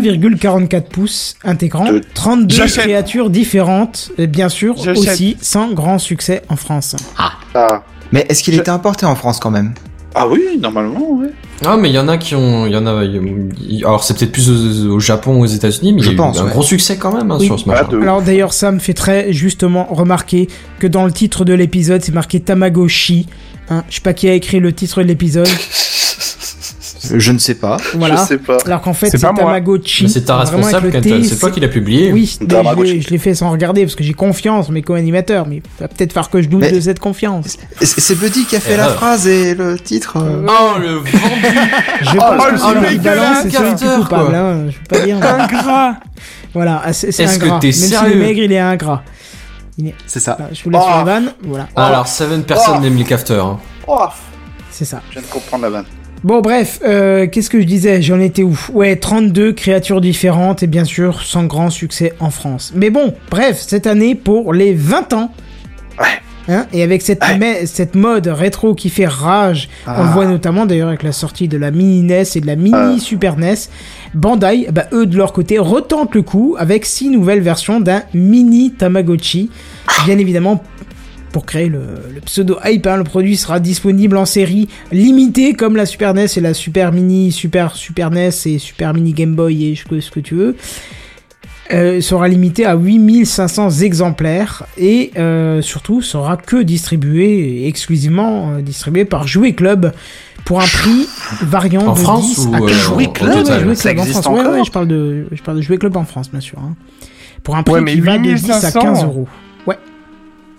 A: 1,44 pouces, intégrant
G: De-
A: 32
F: J'achète.
A: créatures différentes, et bien sûr,
F: J'achète.
A: aussi sans grand succès en France.
G: Ah,
D: Mais est-ce qu'il
G: Je-
D: était importé en France quand même
G: ah oui, normalement, ouais.
E: Ah, mais il y en a qui ont. Il y en a. y- Alors, c'est peut-être plus au, au Japon, aux États-Unis, mais
D: Je
E: il y a eu
D: pense,
E: un
D: ouais.
E: gros succès quand même hein,
A: Oui.
E: sur ce machin.
G: Pas de-
A: Alors d'ailleurs, ça me fait très justement remarquer que dans le titre de l'épisode, c'est marqué Tamagotchi. Hein, je sais pas qui a écrit le titre de l'épisode.
D: Euh, Je ne sais pas.
A: Voilà.
G: Je sais pas.
A: Alors qu'en fait,
F: C'est
A: c'est
F: pas moi.
A: Tamagotchi.
E: Mais c'est ta
A: Vraiment avec
E: responsable,
A: le
E: quand
A: T,
E: c'est toi qui l'as publié.
A: Oui, mais je l'ai-
G: Tamagotchi.
A: je l'ai fait sans regarder parce que j'ai confiance en mes co-animateurs, mais il va peut-être falloir que je doute
D: Mais-
A: de cette confiance.
D: C'est- C'est Buddy qui a fait la
E: Erreur.
D: phrase et le titre. euh,
E: Oh, le vendu
A: Je pense
F: le
A: que c'est
F: mec
A: l'équivalent,
E: là,
A: Oh c'est celui qui est
E: carter,
A: coupable,
E: quoi.
A: hein, je peux pas dire.
F: Ingrat
A: Voilà, ah, c'est c'est
E: Est-ce que
A: ingrat.
E: t'es
A: Même si
E: sérieux
A: le maigre, il est ingrat.
D: C'est ça.
A: Voilà, je vous laisse
G: Oh.
A: sur la vanne, voilà,
E: Alors, Seven, personne n'aime les cafeteurs. hein.
G: Oh,
A: c'est ça.
G: je viens de comprendre la vanne.
A: Bon bref, euh, qu'est-ce que je disais J'en étais où Ouais, 32 créatures différentes et bien sûr sans grand succès en France. Mais bon, bref, cette année pour les 20 ans.
G: Ouais.
A: Hein, et avec cette,
G: Ouais.
A: mais- cette mode rétro qui fait rage, on
D: Ah.
A: le voit notamment d'ailleurs avec la sortie de la mini NES et de la mini
G: Ah.
A: Super E NES, Bandai, bah, eux de leur côté, retentent le coup avec six nouvelles versions d'un mini Tamagotchi. Bien évidemment, pour créer le, le pseudo hype, hein, le produit sera disponible en série limitée comme la Super NES et la Super Mini, Super Super NES et Super Mini Game Boy et je- ce que tu veux. Euh, sera limité à 8500 exemplaires et euh, surtout sera que distribué exclusivement euh, distribué par Jouet Club pour un prix variant
E: En
A: de
E: France
A: 10
E: ou,
A: à
E: euh,
A: 15
E: en-
A: Jouet
E: en
A: Club,
E: total,
A: Jouet
G: ça
A: Club en
G: existe
A: France. Ouais,
G: encore
A: ouais, je parle de je parle de Jouet Club en France bien sûr hein. pour un prix
F: Ouais, mais
A: qui va de 10 à
F: 8500.
A: 15 euros.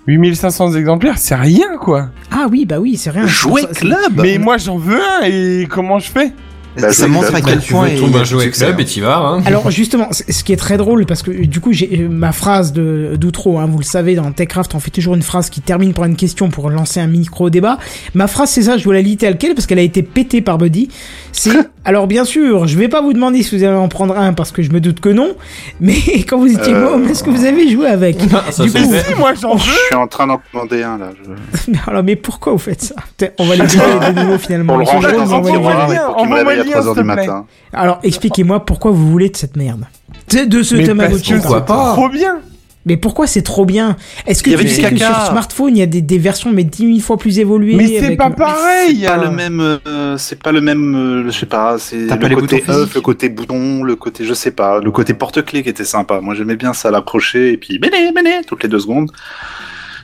F: 8500 exemplaires, c'est rien quoi.
A: Ah oui, bah oui, c'est rien.
G: Jouer
A: Ça, c'est-
G: club
F: Mais moi j'en veux un et comment je fais
G: Bah,
D: ça
G: jouer
D: montre
G: club.
D: à quel
E: tu
D: point
E: veux
D: il
E: tout
D: y a
E: bah,
D: du
E: jouer
D: succès,
E: club
D: hein.
E: et t'y vas. Hein.
A: Alors justement, c- ce qui est très drôle, parce que du coup, j'ai euh, ma phrase de d'outro, hein, vous le savez, dans Techcraft, on fait toujours une phrase qui termine par une question pour lancer un micro-débat. Ma phrase, c'est ça, je dois la lire telle quelle, parce qu'elle a été pétée par Buddy. C'est, alors bien sûr, je vais pas vous demander si vous allez en prendre un, parce que je me doute que non, mais quand vous étiez
G: Euh.
A: môme, est-ce que vous avez joué avec
E: Ah, ça
A: Du
E: c'est
A: coup-
E: fait.
F: Si, moi j'en
G: Je
F: veux.
G: suis en train d'en commander un là. Je-
A: Mais Alors, mais pourquoi vous faites ça Putain, On va les déballer de nouveau finalement.
G: Pour le
A: Ils sont
G: ranger
A: drôles,
G: dans un
A: vous envoyez-
F: envoie-moi
G: tiroir
F: le
G: et
F: lien,
G: pour qu'il me
F: envoie-moi
G: réveille à
F: le lien,
G: 3h du
F: s'il te plaît.
G: matin.
A: Alors, expliquez-moi pourquoi vous voulez de cette merde. De, de ce
F: Mais parce
A: Tamagotchi.
F: que
A: quoi.
F: c'est
E: Pourquoi pas
F: trop bien.
A: Mais pourquoi c'est trop bien Est-ce que
D: Il y avait
A: tu
D: du
A: sais que
D: caca.
A: sur smartphone, il y a des, des versions mais 10 000 fois plus évoluées
F: Mais c'est
A: avec-
F: pas pareil.
G: C'est pas le même. euh, c'est pas le même. euh, je sais pas. C'est
D: T'as pas
G: le
D: les
G: côté
D: boutons
G: œuf,
D: physiques.
G: le côté bouton, le côté je sais pas, le côté porte-clé qui était sympa. Moi j'aimais bien ça l'approcher et puis mêlé, mêlé toutes les deux secondes.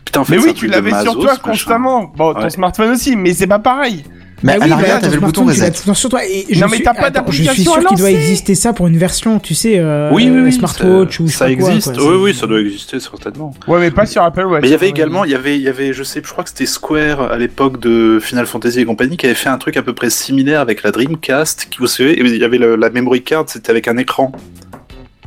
G: Putain, en fait,
F: Mais
G: c'est
F: oui,
G: un
F: tu
G: truc de
F: l'avais
G: maso,
F: sur
G: ce
F: toi
G: machin.
F: constamment. Bon, ton
G: Ouais.
F: smartphone aussi, mais c'est pas pareil.
A: Bah
D: hein. Mais à
A: oui, bah
D: l'arrière,
A: là,
D: t'avais le
A: ton
D: bouton
A: smartphone, tu
D: reset.
A: l'as- non, sur toi, et je
F: Non,
A: suis-
F: mais t'as pas
A: attends, Je suis
F: d'application
A: sûr
F: à
A: qu'il doit
F: lancer.
A: exister ça pour une version, tu sais, euh,
G: Oui, oui, oui,
A: smartwatch
G: ça,
A: ou je sais
G: ça
A: pas quoi,
G: existe.
A: quoi,
G: oui,
A: c'est-
G: oui, ça doit exister certainement.
F: Ouais, mais pas sur Apple Watch.
G: Mais il y avait également, il y avait, il y avait, je sais, je crois que c'était Square à l'époque de Final Fantasy et compagnie qui avait fait un truc à peu près similaire avec la Dreamcast. Qui, vous savez, il y avait le- la memory card, c'était avec un écran.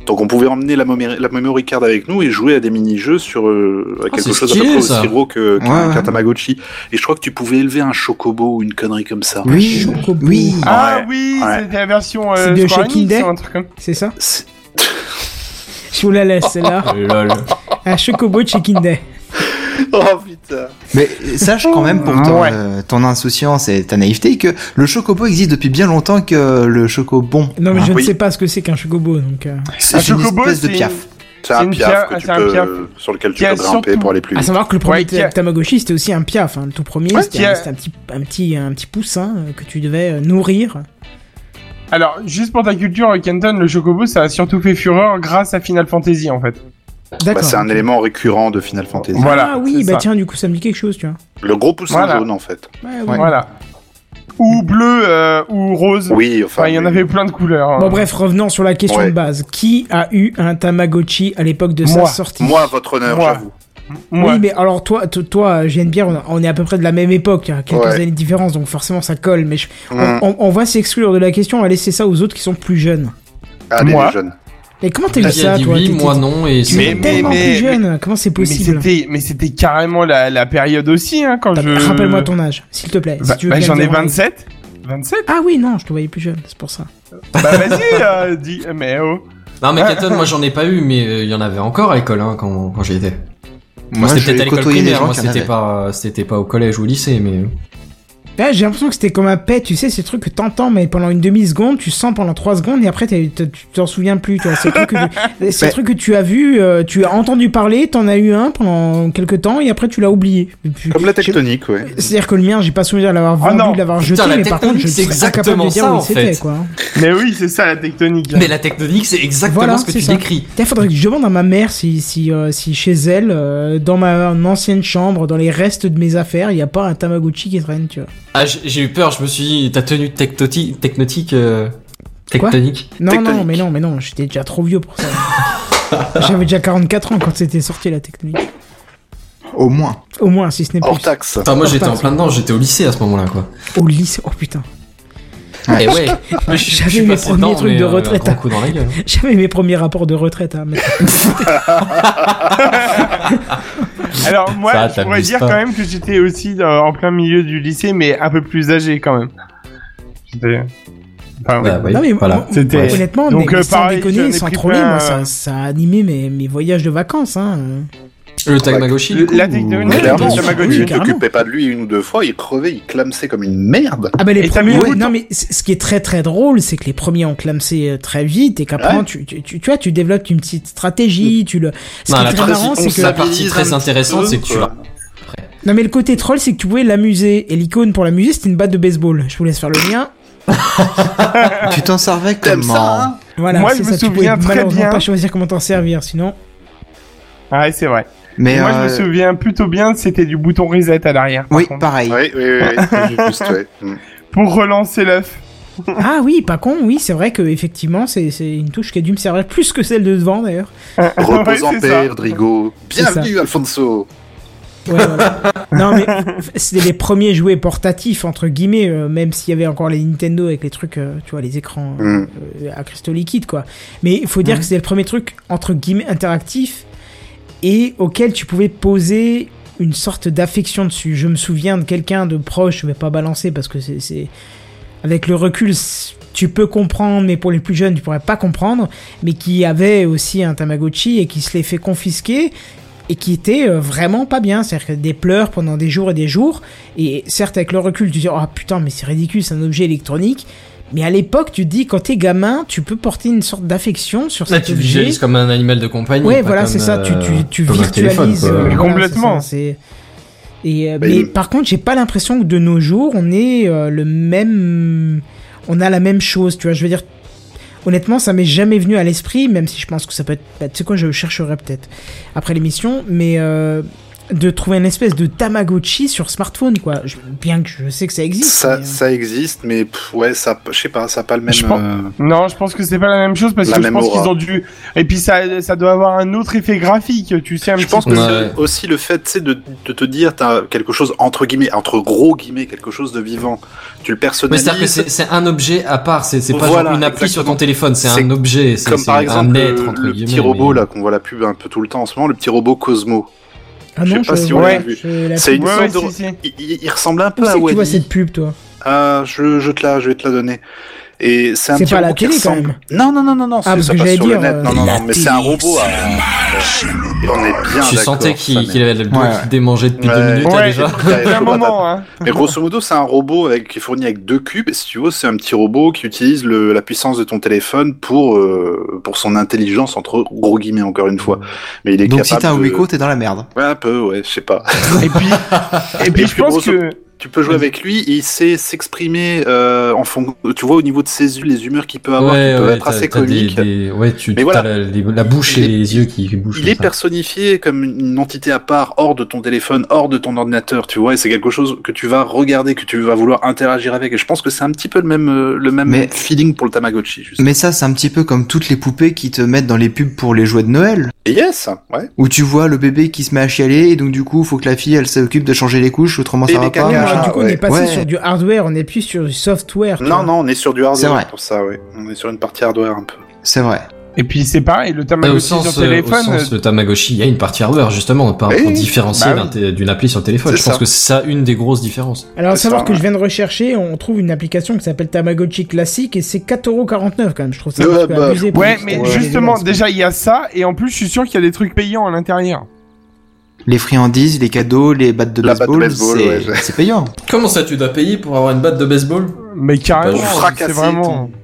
G: Donc on pouvait emmener la, momé- la memory card avec nous et jouer à des mini-jeux sur euh,
F: Oh,
G: à
E: Ah,
G: quelque
E: c'est
G: chose à peu
E: stylé,
G: près
E: ça.
G: aussi gros que- qu'un
D: Ouais, ouais.
G: qu'un Tamagotchi. Et je crois que tu pouvais élever un chocobo ou une connerie comme ça.
D: Oui,
A: Chocobo.
D: oui.
F: Ah
G: Ouais,
F: oui,
G: ouais.
F: c'était la version
A: C'est
F: euh,
A: de
F: Square
A: chez
F: Enix,
A: Kinder.
F: ou un truc comme-
A: C'est ça
G: C'est-
A: Je vous la laisse, celle-là.
E: Lol.
A: Un chocobo de chez Kinder.
G: Oh putain.
D: Mais sache quand même pour ton,
F: Ouais.
D: euh, ton insouciance et ta naïveté que le chocobo existe depuis bien longtemps que le chocobon.
A: Non, mais
D: Hein.
A: je ne
G: oui.
A: sais pas ce que c'est qu'un chocobo, donc... euh.
D: C'est
F: Un
D: une
F: chocobo,
D: espèce de
F: c'est-
D: piaf.
G: C'est
F: C'est
G: un
F: une
G: piaf
F: pierre-
G: que
F: ah,
G: tu
F: c'est un
G: peux- euh,
F: piaf.
G: sur lequel tu
F: Qui a
G: peux grimper
F: surtout- Ah,
G: pour aller plus
A: À
G: vite.
A: Ah, savoir que le premier
F: Ouais, qui a-
A: Tamagotchi, c'était aussi un piaf. hein. Le tout premier,
F: Ouais,
A: c'était
F: qui
A: un,
F: a-
A: c'était un petit, un, petit, un petit poussin euh, que tu devais euh, nourrir.
F: Alors, juste pour ta culture, Kenton, le Chocobo, ça a surtout fait fureur grâce à Final Fantasy, en fait.
A: D'accord.
G: Bah, c'est un élément récurrent de Final Fantasy.
A: ah
F: Voilà, c'est
A: oui, bah
F: ça.
A: tiens, du coup, ça me dit quelque chose, tu vois.
G: Le gros poussin
F: Voilà.
G: jaune en fait.
A: Ouais,
D: Ouais.
F: Voilà. Ou bleu, euh, ou rose.
G: Oui, enfin.
F: Enfin, il y en
G: mais-
F: avait plein de couleurs. hein.
A: Bon bref, revenons sur la question
G: Ouais.
A: de base. Qui a eu un Tamagotchi à l'époque de sa
F: Moi.
A: sortie
G: Moi, votre honneur,
F: Moi.
G: j'avoue.
F: Ouais.
A: Oui, mais alors toi, to- toi, euh, Pierre, on on est à peu près de la même époque, il y a quelques
G: Ouais.
A: années de différence, donc forcément ça colle. Mais je- on-
G: Mm.
A: on, on va s'exclure de la question, on va laisser ça aux autres qui sont plus jeunes.
G: Allez,
F: Moi.
G: les Ah, jeunes.
A: Mais comment t'as eu
E: Qui a
A: ça,
E: Bah, dit
A: toi
E: oui,
A: T'étais-
E: moi non et
A: Tu
E: c'est-
A: étais
F: Mais-
A: tellement
F: mais-
A: plus jeune, comment c'est
F: mais
A: possible
F: c'était, mais c'était carrément la, la période aussi, hein, quand
A: T'as-
F: je.
A: Bah, Rappelle-moi ton âge, s'il te plaît. si
F: Bah,
A: tu veux
F: bah,
A: bien
F: j'en
A: le
F: ai
A: dire en-
F: 27. 27
A: Ah oui, non, je te voyais plus jeune, c'est pour ça.
F: Bah vas-y, euh, dis. Mais oh.
E: Non mais Kenton, moi j'en ai pas eu, mais euh, il y en avait encore à l'école hein, quand, quand j'y étais. Moi,
D: j'ai
E: c'était peut-être à l'école
D: côtoyé des
E: primaire,
D: gens
E: moi
D: qui en
E: c'était
D: avaient.
E: pas, euh, c'était pas au collège ou au lycée, mais.
A: Là, Bah, j'ai l'impression que c'était comme un pet, tu sais, ces trucs que t'entends, mais pendant une demi-seconde, tu sens pendant trois secondes, et après, t'as- t'as- tu t'en souviens plus. Tu vois, c'est truc que tu, ces
F: Bah.
D: Ouais.
A: trucs que tu as vu, euh, tu as entendu parler, t'en as eu un pendant quelques temps, et après, tu l'as oublié. Et puis-
G: Comme la Ah
A: je-
G: tectonique, ouais.
A: C'est-à-dire que le mien, j'ai pas souvenir de l'avoir vendu,
F: non.
A: de l'avoir jeté,
E: Putain, la
A: mais par contre, je
E: tectonique,
A: suis
E: c'est
A: incapable de dire
E: exactement
A: où
E: ça,
A: c'était,
E: en fait.
A: quoi.
F: Mais oui, c'est ça la tectonique.
E: Mais la tectonique, c'est exactement
A: Voilà,
E: ce que
A: c'est
E: tu
A: ça.
E: décris.
A: Putain, faudrait que je demande à ma mère si, si, euh, si chez elle, euh, dans ma mon ancienne chambre, dans les restes de mes affaires, il y a pas un Tamagotchi qui traîne, tu vois.
E: Ah, j'ai j'ai eu peur, je me suis dit, ta tenue tectoti- technotique. euh, Tectonique.
A: Non,
G: Tectonique.
A: non, mais non, mais non, j'étais déjà trop vieux pour ça. J'avais déjà 44 ans quand c'était sorti la technique.
D: Au moins.
A: Au moins, si ce n'est
G: Hors
A: plus.
G: taxe.
E: Enfin, moi j'étais en
A: Putain,
E: plein dedans, j'étais au lycée à ce moment-là, quoi.
A: Au lycée, oh putain.
E: Et ouais, mais je- je
A: J'avais
E: suis
A: mes
E: passé
A: premiers
E: dedans,
A: trucs
E: mais,
A: de
E: euh, un
A: retraite.
E: grand coup dans la gueule.
A: J'avais mes premiers rapports de retraite hein, à mettre.
F: Alors moi,
E: Ça,
F: je pourrais
E: t'abuses
F: dire
E: pas.
F: quand même que j'étais aussi dans- en plein milieu du lycée, mais un peu plus âgé quand même. J'étais. Enfin,
E: Bah, oui,
A: Non, mais
E: voilà.
A: moi-
F: C'était-
E: Ouais.
A: Honnêtement,
F: Donc,
A: mais,
F: euh,
A: mais sans
F: pareil, j'en
A: déconner,
F: ai
A: sans
F: pris
A: troller,
F: plein,
A: moi,
F: euh,
A: ça, ça a animé mes, mes voyages de vacances. Hein.
E: Le Tamagotchi, du coup,
F: La
E: ou-
F: tectonique,
G: Mais
E: Ouais,
G: là,
A: bon,
E: bien
G: bon,
E: sûr.
F: Tamagotchi.
G: tu
A: oui, carrément.
G: t'occupais pas de lui une ou deux fois, il crevait, il clamsait comme une merde.
A: Ah bah les
F: Et t'as
A: premiers,
F: mis le
A: ouais,
F: bouton.
A: non mais c- ce qui est très très drôle, c'est que les premiers ont clamsé euh, très vite et qu'après
G: Ouais.
A: tu, tu, tu, tu vois, tu développes une petite
F: Mm.
A: stratégie, tu le. Ce
E: Non,
A: qui est
E: la
A: très marrant,
E: transition,
A: c'est que
E: la partie très intéressante, c'est que tu
G: vas.
A: Non mais le côté troll c'est que tu pouvais l'amuser et l'icône pour l'amuser c'était une batte de baseball. Je vous laisse faire le lien.
D: Tu t'en servais
G: T'aimes
D: comment
G: ça, hein
A: Voilà,
F: Moi,
A: c'est
F: je me
A: ça, tu
F: souviens
A: pouvais
F: très
A: malheureusement
F: bien.
A: pas choisir comment t'en servir sinon.
F: Ah ouais, c'est vrai.
D: Mais
F: Moi,
D: euh,
F: je me souviens plutôt bien, c'était du bouton reset à l'arrière. par
D: oui,
F: contre.
D: pareil.
G: Oui, oui, oui. oui, juste, ouais. Mm.
F: Pour relancer l'œuf.
A: Ah oui, pas con, oui, c'est vrai que effectivement c'est c'est une touche qui a dû me servir plus que celle de devant d'ailleurs.
G: Repose
F: Ouais,
G: en
F: c'est
G: paix,
F: ça.
G: Rodrigo.
A: C'est ça.
G: Bienvenue, Alfonso.
A: Ouais, voilà. non, mais f- c'était les premiers jouets portatifs, entre guillemets, euh, même s'il y avait encore les Nintendo avec les trucs, euh, tu vois, les écrans
G: Mm.
A: euh, euh, à cristaux liquides, quoi. Mais il faut dire que c'était le premier truc, entre guillemets, interactif et auquel tu pouvais poser une sorte d'affection dessus. Je me souviens de quelqu'un de proche, je vais pas balancer parce que c'est- c'est. Avec le recul, c- tu peux comprendre, mais pour les plus jeunes, tu pourrais pas comprendre, mais qui avait aussi un Tamagotchi et qui se l'est fait confisquer et qui était euh, vraiment pas bien. C'est-à-dire que des pleurs pendant des jours et des jours. Et certes, avec le recul, tu dis, oh putain, mais c'est ridicule, c'est un objet électronique. Mais à l'époque, tu te dis, quand t'es gamin, tu peux porter une sorte d'affection sur
E: Là,
A: cet
E: tu
A: objet.
E: visualises comme un animal de
G: Mmh.
E: compagnie.
A: Ouais,
E: pas
A: voilà,
E: comme,
A: c'est ça. Tu, tu,
E: euh,
A: tu
E: comme un
A: virtualises.
E: téléphone,
A: euh,
E: quoi.
A: voilà,
F: Complètement.
A: c'est ça, c'est- Et, euh,
G: Bah,
A: mais
G: il-
A: par contre, j'ai pas l'impression que de nos jours, on est euh, le même. On a la même chose, tu vois. Je veux dire, honnêtement, ça m'est jamais venu à l'esprit, même si je pense que ça peut être. bah, tu sais quoi, je chercherai peut-être après l'émission, mais euh, de trouver une espèce de Tamagotchi sur smartphone, quoi. Je- bien que je sais que ça existe.
G: Ça,
A: mais, euh,
G: ça existe, mais pff, ouais, ça, je sais pas, ça a pas le même.
F: Je pense-
G: euh,
F: Non, je pense que c'est pas la même chose parce
G: La
F: que je
G: même
F: pense
G: aura.
F: qu'ils ont dû. Et puis ça, ça doit avoir un autre effet graphique, tu sais un
G: Je
F: petit
G: pense
F: peu.
G: que
E: Ouais.
G: c'est aussi le fait tu sais, de, de te dire t'as quelque chose entre guillemets, entre gros guillemets, quelque chose de vivant. Tu le
E: Mais c'est-à-dire que c'est
G: personnalises.
E: c'est un objet à part, c'est c'est pas
G: Voilà,
E: genre une appli sur ton
G: exactement.
E: téléphone, c'est
G: C'est
E: un objet, c'est
G: Comme
E: c'est
G: par exemple
E: un être,
G: le,
E: entre
G: le
E: guillemets,
G: petit robot
E: mais-
G: là qu'on voit la pub un peu tout le temps en ce moment, le petit robot Cosmo.
A: ah
G: je sais
A: non,
G: pas si
F: vous l'avez
A: ouais,
G: vu.
A: je- la-
G: C'est une
F: Ouais, ouais,
G: sorte de-
F: si, si.
G: Il, il- il ressemble un
A: Où
G: peu
A: c'est
G: à
A: que tu vois
G: Wally.
A: cette pub, toi
G: Ah, je, je te la, je vais te la donner. Et c'est un
A: C'est
G: petit
A: pas à la
G: robot qui
A: télé, quand
G: ressemble-
A: même. Ah,
G: Non, non, non, non, non. c'est-
A: parce
G: ça
A: que
G: passe
A: j'allais
G: sur le
A: dire,
G: net.
A: euh,
G: Non, non, non, mais c'est un robot. à- Et on est bien
E: Tu
G: d'accord,
E: sentais
G: ça
E: qu'il
G: met-
E: qu'il avait le doigt
D: Ouais.
E: qui démangeait depuis
G: Ouais.
E: deux minutes là,
F: Ouais,
E: déjà.
F: c'est un moment, hein.
G: Mais grosso modo, c'est un robot avec, qui est fourni avec deux cubes. Et si tu veux, c'est un petit robot qui utilise le- la puissance de ton téléphone pour, euh, pour son intelligence, entre gros guillemets, encore une fois. Mais il est
D: Donc si
G: capable.
D: t'as un
G: de-
D: Wiko, t'es dans la merde.
G: Ouais, un peu, ouais, je sais pas.
F: Et puis, et puis je
G: puis,
F: pense
G: grosso-
F: que.
G: tu peux jouer avec lui, il sait s'exprimer euh, en fond. Tu vois, au niveau de ses yeux, les humeurs qu'il peut avoir, qui peuvent être
E: t'as-
G: assez
E: t'as des-
G: comiques.
E: des- ouais, tu
G: Mais
E: as
G: voilà.
E: la, les- la bouche et
G: Il est-
E: les yeux qui bougent.
G: Il
E: comme
G: est
E: ça.
G: personnifié comme une entité à part, hors de ton téléphone, hors de ton ordinateur, tu vois, et c'est quelque chose que tu vas regarder, que tu vas vouloir interagir avec, et je pense que c'est un petit peu le même, euh, le même
D: Mais-
G: feeling pour le Tamagotchi, justement.
D: Mais ça, c'est un petit peu comme toutes les poupées qui te mettent dans les pubs pour les jouets de Noël,
G: Et yes, ouais.
D: où tu vois le bébé qui se met à chialer et donc du coup, faut que la fille, elle s'occupe de changer les couches, autrement ça
G: Bébé
D: va
G: caca.
A: Ouais, mais
D: pas.
G: Ah,
A: Du coup, on
G: ouais.
A: est passé
D: Ouais.
A: sur du hardware, on est plus sur du software. tu vois.
G: Non, non, on est sur du
D: C'est
G: hardware
D: vrai.
G: pour ça, ouais. On est sur une partie hardware un peu.
D: C'est vrai.
F: Et puis c'est pareil, le
E: Ouais, au
F: Tamagotchi
E: sens,
F: sur
E: euh,
F: téléphone.
E: au sens, le Tamagotchi, il y a une partie hardware justement par, pour
G: Eh,
E: différencier
G: bah oui.
E: d'un té- d'une appli sur le téléphone.
G: C'est
E: Je pense
G: ça.
E: que c'est ça une des grosses différences.
A: Alors, à
G: C'est
A: savoir
G: ça,
A: que
G: ouais.
A: je viens de rechercher, on trouve une application qui s'appelle Tamagotchi Classique et c'est 4,49€ quand même. Je trouve ça un
G: Ouais,
A: petit peu
G: bah,
A: abusé pour euh,
F: Ouais,
A: une
F: mais
A: application
F: justement,
A: dégueulasse.
F: déjà il y a ça, et en plus je suis sûr qu'il y a des trucs payants à l'intérieur.
D: Les friandises, les cadeaux, les battes de
G: La batte de
D: baseball,
G: baseball,
D: c'est
G: ouais.
D: c'est payant.
E: Comment ça, tu dois payer pour avoir une batte de baseball
F: Mais carrément,
E: Bah,
F: c'est
G: fracasser
F: vraiment.
G: Ah,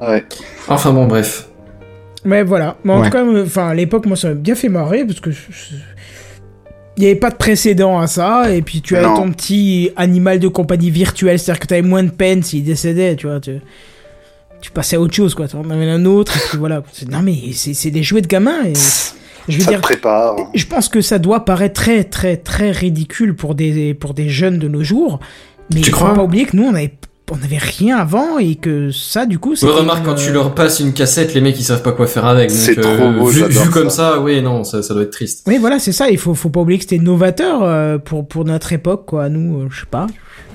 G: Ouais.
E: Enfin bon, bref.
A: Mais voilà. Mais en
D: Ouais.
A: tout cas, euh, enfin, à l'époque, moi, ça m'a bien fait marrer parce que. je- je- Il n'y avait pas de précédent à ça, et puis tu avais
G: Non.
A: ton petit animal de compagnie virtuel, c'est-à-dire que tu avais moins de peine s'il décédait, tu vois. Tu, tu passais à autre chose, quoi. Tu en avais un autre, et puis voilà. C'est- Non, mais c'est c'est des jouets de gamin. Et... Je veux
G: Ça
A: dire,
G: te prépare.
A: Je pense que ça doit paraître très très très ridicule pour des pour des jeunes de nos jours, mais
E: Tu
A: il faut
E: crois
A: pas oublier que nous on avait on avait rien avant et que ça du coup euh, c'est
E: Ouais, remarque, quand tu leur passes une cassette, les mecs ils savent pas quoi faire avec. donc,
G: C'est
E: euh,
G: trop beau,
E: Vu,
G: j'adore
E: vu comme
G: ça.
E: ça, oui, non, ça, ça doit être triste.
A: Oui, voilà, c'est ça, il faut faut pas oublier que c'était novateur euh, pour pour notre époque quoi, nous euh, je sais pas,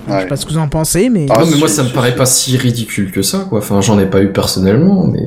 A: je
G: Ouais.
A: sais pas ce que vous en pensez mais
G: Ah,
E: non, mais
G: si,
E: moi ça me
G: si,
E: paraît
G: si.
E: pas si ridicule que ça, quoi. Enfin, j'en ai pas eu personnellement, mais.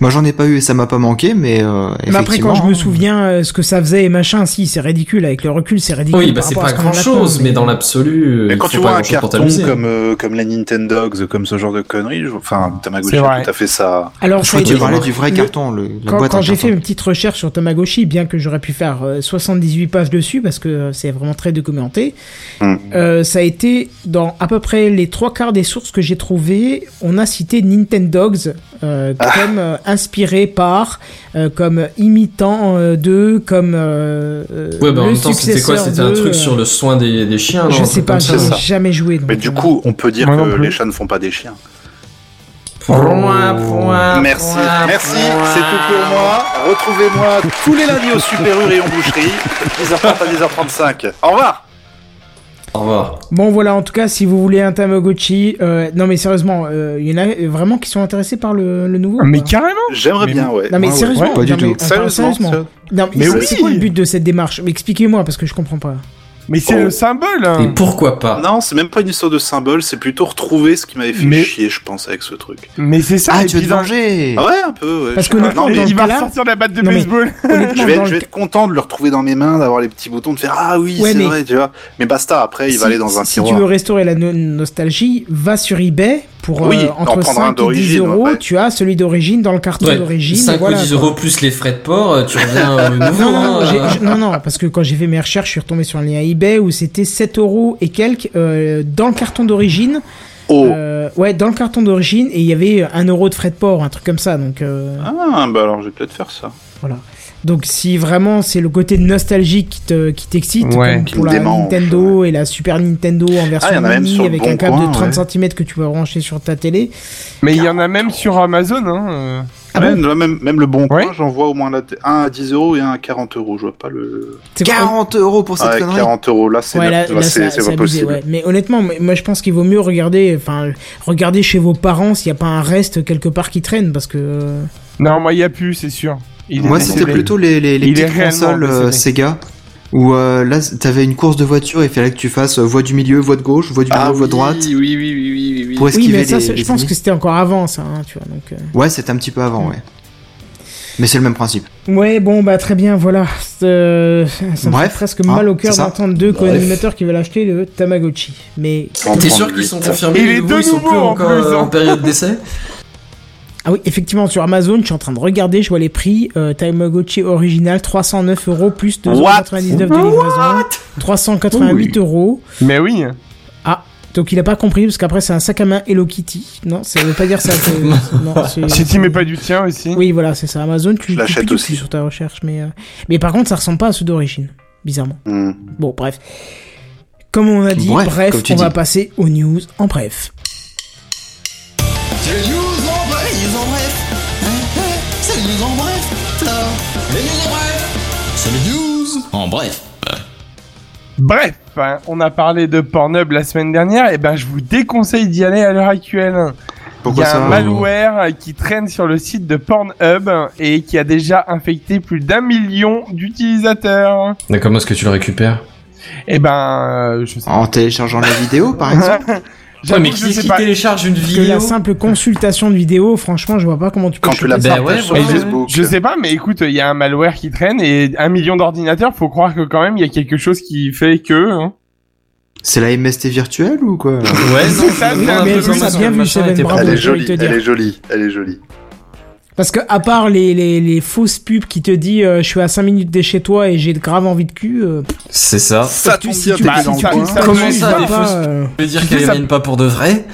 D: Moi, j'en ai pas eu et ça m'a pas manqué, mais. Euh,
A: mais après quand je
D: effectivement,
A: me souviens euh, ce que ça faisait et machin, si c'est ridicule avec le recul, c'est ridicule.
E: Oui, bah
A: par
E: c'est
A: rapport à ce
E: pas
A: qu'on en
E: grand
A: attend,
E: chose, mais dans l'absolu. euh,
G: Mais
E: il
G: quand
E: faut
G: tu
E: pas
G: vois un
E: grand-chose pour
G: carton
E: t'amuser.
G: comme, euh, comme la Nintendo comme ce genre de conneries, je- enfin, Tamagotchi
F: C'est vrai.
G: a tout à fait ça.
A: Alors
D: Je
A: ça a
D: crois que tu
A: été-
D: parlais du vrai
A: le-
D: carton, le, la
A: quand,
D: boîte
A: quand
D: en
A: j'ai fait
D: carton.
A: une petite recherche sur Tamagotchi, bien que j'aurais pu faire euh, 78 pages dessus parce que euh, c'est vraiment très documenté,
G: Mm.
A: euh, ça a été dans à peu près les trois quarts des sources que j'ai trouvées, on a cité Nintendogs euh,
G: Ah.
A: comme euh, inspiré par, euh, comme imitant euh, de, comme euh, euh,
E: Ouais, bah en
A: le
E: même temps, c'était quoi
A: successeur
E: C'était un
A: de,
E: truc
A: euh,
E: sur le soin des, des chiens non,
A: Je
E: un
A: sais
E: truc
A: pas,
E: comme ça.
A: j'ai
G: ça.
A: jamais joué. donc,
G: Mais du
A: euh,
G: coup, on peut dire
F: Moi non
G: que
F: plus.
G: les chats ne font pas des chiens.
E: Point, point,
G: Merci,
E: point,
G: merci,
E: point.
G: c'est tout pour moi. Retrouvez-moi tous les lundis au Super U Rayon Boucherie, 10h30 à 10h35. Au revoir
E: Au revoir.
A: euh, Bon voilà, en tout cas, si vous voulez un Tamagotchi, euh, non mais sérieusement, euh, il y en a vraiment qui sont intéressés par le, le nouveau.
F: Ah, Mais
A: quoi.
F: carrément
G: J'aimerais
F: Mais
G: bien, ouais.
A: Non mais
F: Ouais, ouais,
A: sérieusement,
D: pas du
A: non, mais
D: tout.
A: on parle sérieusement.
G: sérieux-
A: Non, mais,
F: Mais
A: c'est-
F: oui.
A: c'est quoi le but de cette démarche Mais Expliquez-moi parce que je comprends pas.
F: Mais c'est
G: Oh.
F: le symbole hein.
E: Et pourquoi pas
G: Non, c'est même pas une histoire de symbole, c'est plutôt retrouver ce qui m'avait fait
F: Mais-
G: chier, je pense, avec ce truc.
F: Mais c'est ça,
D: Ah,
F: et
D: tu veux
F: puis
D: te
F: dans-
D: venger
G: Ah ouais, un peu, ouais.
A: Parce
G: je-
A: que
G: ah,
A: nous-
G: non,
A: dans-
G: mais
A: dans-
F: Il
A: le
F: va
A: cas-là-
F: ressortir la batte de
A: Non, mais-
F: baseball
A: Honnêtement,
G: je vais,
A: dans
G: je
A: le
G: vais être content de le retrouver dans mes mains, d'avoir les petits boutons, de faire Ah oui,
A: Ouais,
G: c'est
A: mais-
G: vrai, tu vois. Mais basta, après, il
A: si,
G: va aller dans un
A: si
G: tiroir.
A: tu veux restaurer la no- nostalgie, va sur eBay pour
G: Oui,
A: euh,
G: t'en
A: entre
G: prendras un
A: 5 et 10
G: d'origine,
A: euros.
G: ouais.
A: Tu as celui d'origine dans le carton
E: Ouais,
A: d'origine. et
E: 5
A: voilà,
E: ou 10
A: quoi.
E: euros plus les frais de port, euh, tu reviens au nouveau.
A: Non, non,
E: hein.
A: j'ai- je- non, non, parce que quand j'ai fait mes recherches, je suis retombé sur un lien eBay où c'était 7 euros et quelques euh, dans le carton d'origine.
G: Oh
A: Euh, ouais, dans le carton d'origine et il y avait 1 euro de frais de port, un truc comme ça. Donc, euh,
G: Ah, bah alors, je vais peut-être faire ça.
A: donc si vraiment c'est le côté nostalgique qui te- qui t'excite,
F: Ouais,
A: comme
G: qui
A: pour
G: me
A: la
G: démange,
A: Nintendo et la Super Nintendo en version
G: Ah, y en a même
A: mini
G: sur le
A: avec
G: Bon
A: un câble
G: Coin,
A: de 30
G: ouais.
A: cm que tu vas brancher sur ta télé.
F: Mais il y en a même sur Amazon hein. euh.
A: Ah
G: même, là, même, même le bon coin,
F: Ouais.
G: j'en vois au moins la t- un à 10 euros et un à 40 euros. Je vois pas le.
A: C'est quoi-
D: 40 euros pour cette
G: Ah,
D: connerie
G: 40 euros, là, c'est
A: Ouais, là,
G: là,
A: là,
G: c'est
A: ça-
G: c'est
A: c'est
G: pas
A: abusé,
G: possible.
A: ouais. Mais honnêtement, moi- moi je pense qu'il vaut mieux regarder, enfin, regarder chez vos parents s'il n'y a pas un reste quelque part qui traîne, parce que. euh,
F: Non, moi il y a plus, c'est sûr. Il est
D: Moi,
F: décédé.
D: c'était plutôt les, les, les
F: Il est
D: petites
F: réellement
D: consoles euh,
F: décédé.
D: Sega où euh, là, t'avais une course de voiture et il fallait que tu fasses euh, voie du milieu, voie de gauche, voie du
F: Ah
D: milieu, voie
E: oui,
D: droite
E: Oui, oui, oui, oui, oui, oui.
D: pour
A: Oui,
D: esquiver
A: mais ça,
D: les,
A: c'est- je
D: les
A: pense
D: ennemis.
A: que c'était encore avant ça, hein, tu vois. Donc, euh.
D: Ouais, c'était un petit peu avant, ouais. Mais c'est le même principe.
A: Ouais, bon, bah très bien, voilà. C'est, euh, ça me
D: Bref,
A: fait presque
D: hein,
A: mal au cœur
D: c'est ça.
A: d'entendre deux
E: Bref.
A: co-animateurs qui veulent acheter le Tamagotchi. Mais.
E: T'es sûr qu'ils sont confirmés
F: Et
E: les
F: les
E: nouveaux,
F: deux
E: ils sont
F: nouveaux,
E: plus
F: en
E: encore
F: plus,
E: euh,
F: hein.
E: en période d'essai
A: Ah oui, effectivement, sur Amazon, je suis en train de regarder, je vois les prix. Euh, Tamagotchi original, 309 euros plus 299 de livraison. 388 euros.
F: Mais oui.
A: Donc il a pas compris parce qu'après c'est un sac à main Hello Kitty. Non, ça veut pas dire ça. c'est- non, c'est-
F: Si tu mets pas du tien aussi.
A: Oui, voilà, c'est ça. Amazon, tu
G: Je
A: tu
G: l'achète
A: cliques
G: aussi.
A: sur ta recherche, mais euh, mais par contre ça ressemble pas à ceux d'origine, bizarrement.
G: Hmm.
A: Bon, bref. Comme on a dit, bref,
D: Bref, comme tu
A: on va
D: dis.
A: passer aux news en bref.
F: Bref, hein, on a parlé de Pornhub la semaine dernière, et ben je vous déconseille d'y aller à l'heure actuelle. Il y
D: Pourquoi
F: a
D: ça
F: un malware qui traîne sur le site de Pornhub et qui a déjà infecté plus d'un million d'utilisateurs.
E: Mais comment est-ce que tu le récupères
F: Et ben, euh, je sais
D: En téléchargeant la vidéo, par exemple
E: Ouais,
F: J'avoue
E: mais
F: que
E: qui
F: je
E: est-ce
F: sais
E: qui
F: pas.
E: télécharge une
A: Parce que la
E: vidéo
A: simple consultation de vidéo, franchement, je vois pas comment tu peux.
G: Quand tu
A: choper
G: la
A: ça.
E: Ben ouais,
G: partages sur
E: voilà.
G: Facebook.
F: Je sais pas, mais écoute, il y a un malware qui traîne et un million d'ordinateurs, faut croire que quand même il y a quelque chose qui fait que. hein.
D: C'est la MST virtuelle ou quoi
E: Ouais, non,
F: C'est ça,
E: je me
F: c'est un peu
E: demande un peu
F: comme
E: comment
A: ça,
E: son
A: bien vu,
E: machin
A: Seven,
E: était
A: bravo.
E: prêt.
G: Elle
A: je
G: est
A: vais
G: jolie,
A: te dire.
G: elle est jolie, elle est jolie.
A: Parce que à part les, les, les fausses pubs qui te dit euh, je suis à 5 minutes de chez toi et j'ai grave envie de cul. euh,
E: C'est ça.
G: Ça
A: tu-
G: tombe
A: si
G: bien,
A: tu-
F: Bah,
G: t'es
A: si
G: dans
A: tu-
G: le coin.
A: si tu-
E: Comment
A: tu
E: ça,
A: vas
E: les
A: pas,
E: fausses-
A: euh,
E: Je veux dire
F: Tu
E: qu'elle
F: sais, ça-
E: viennent pas pour de vrai.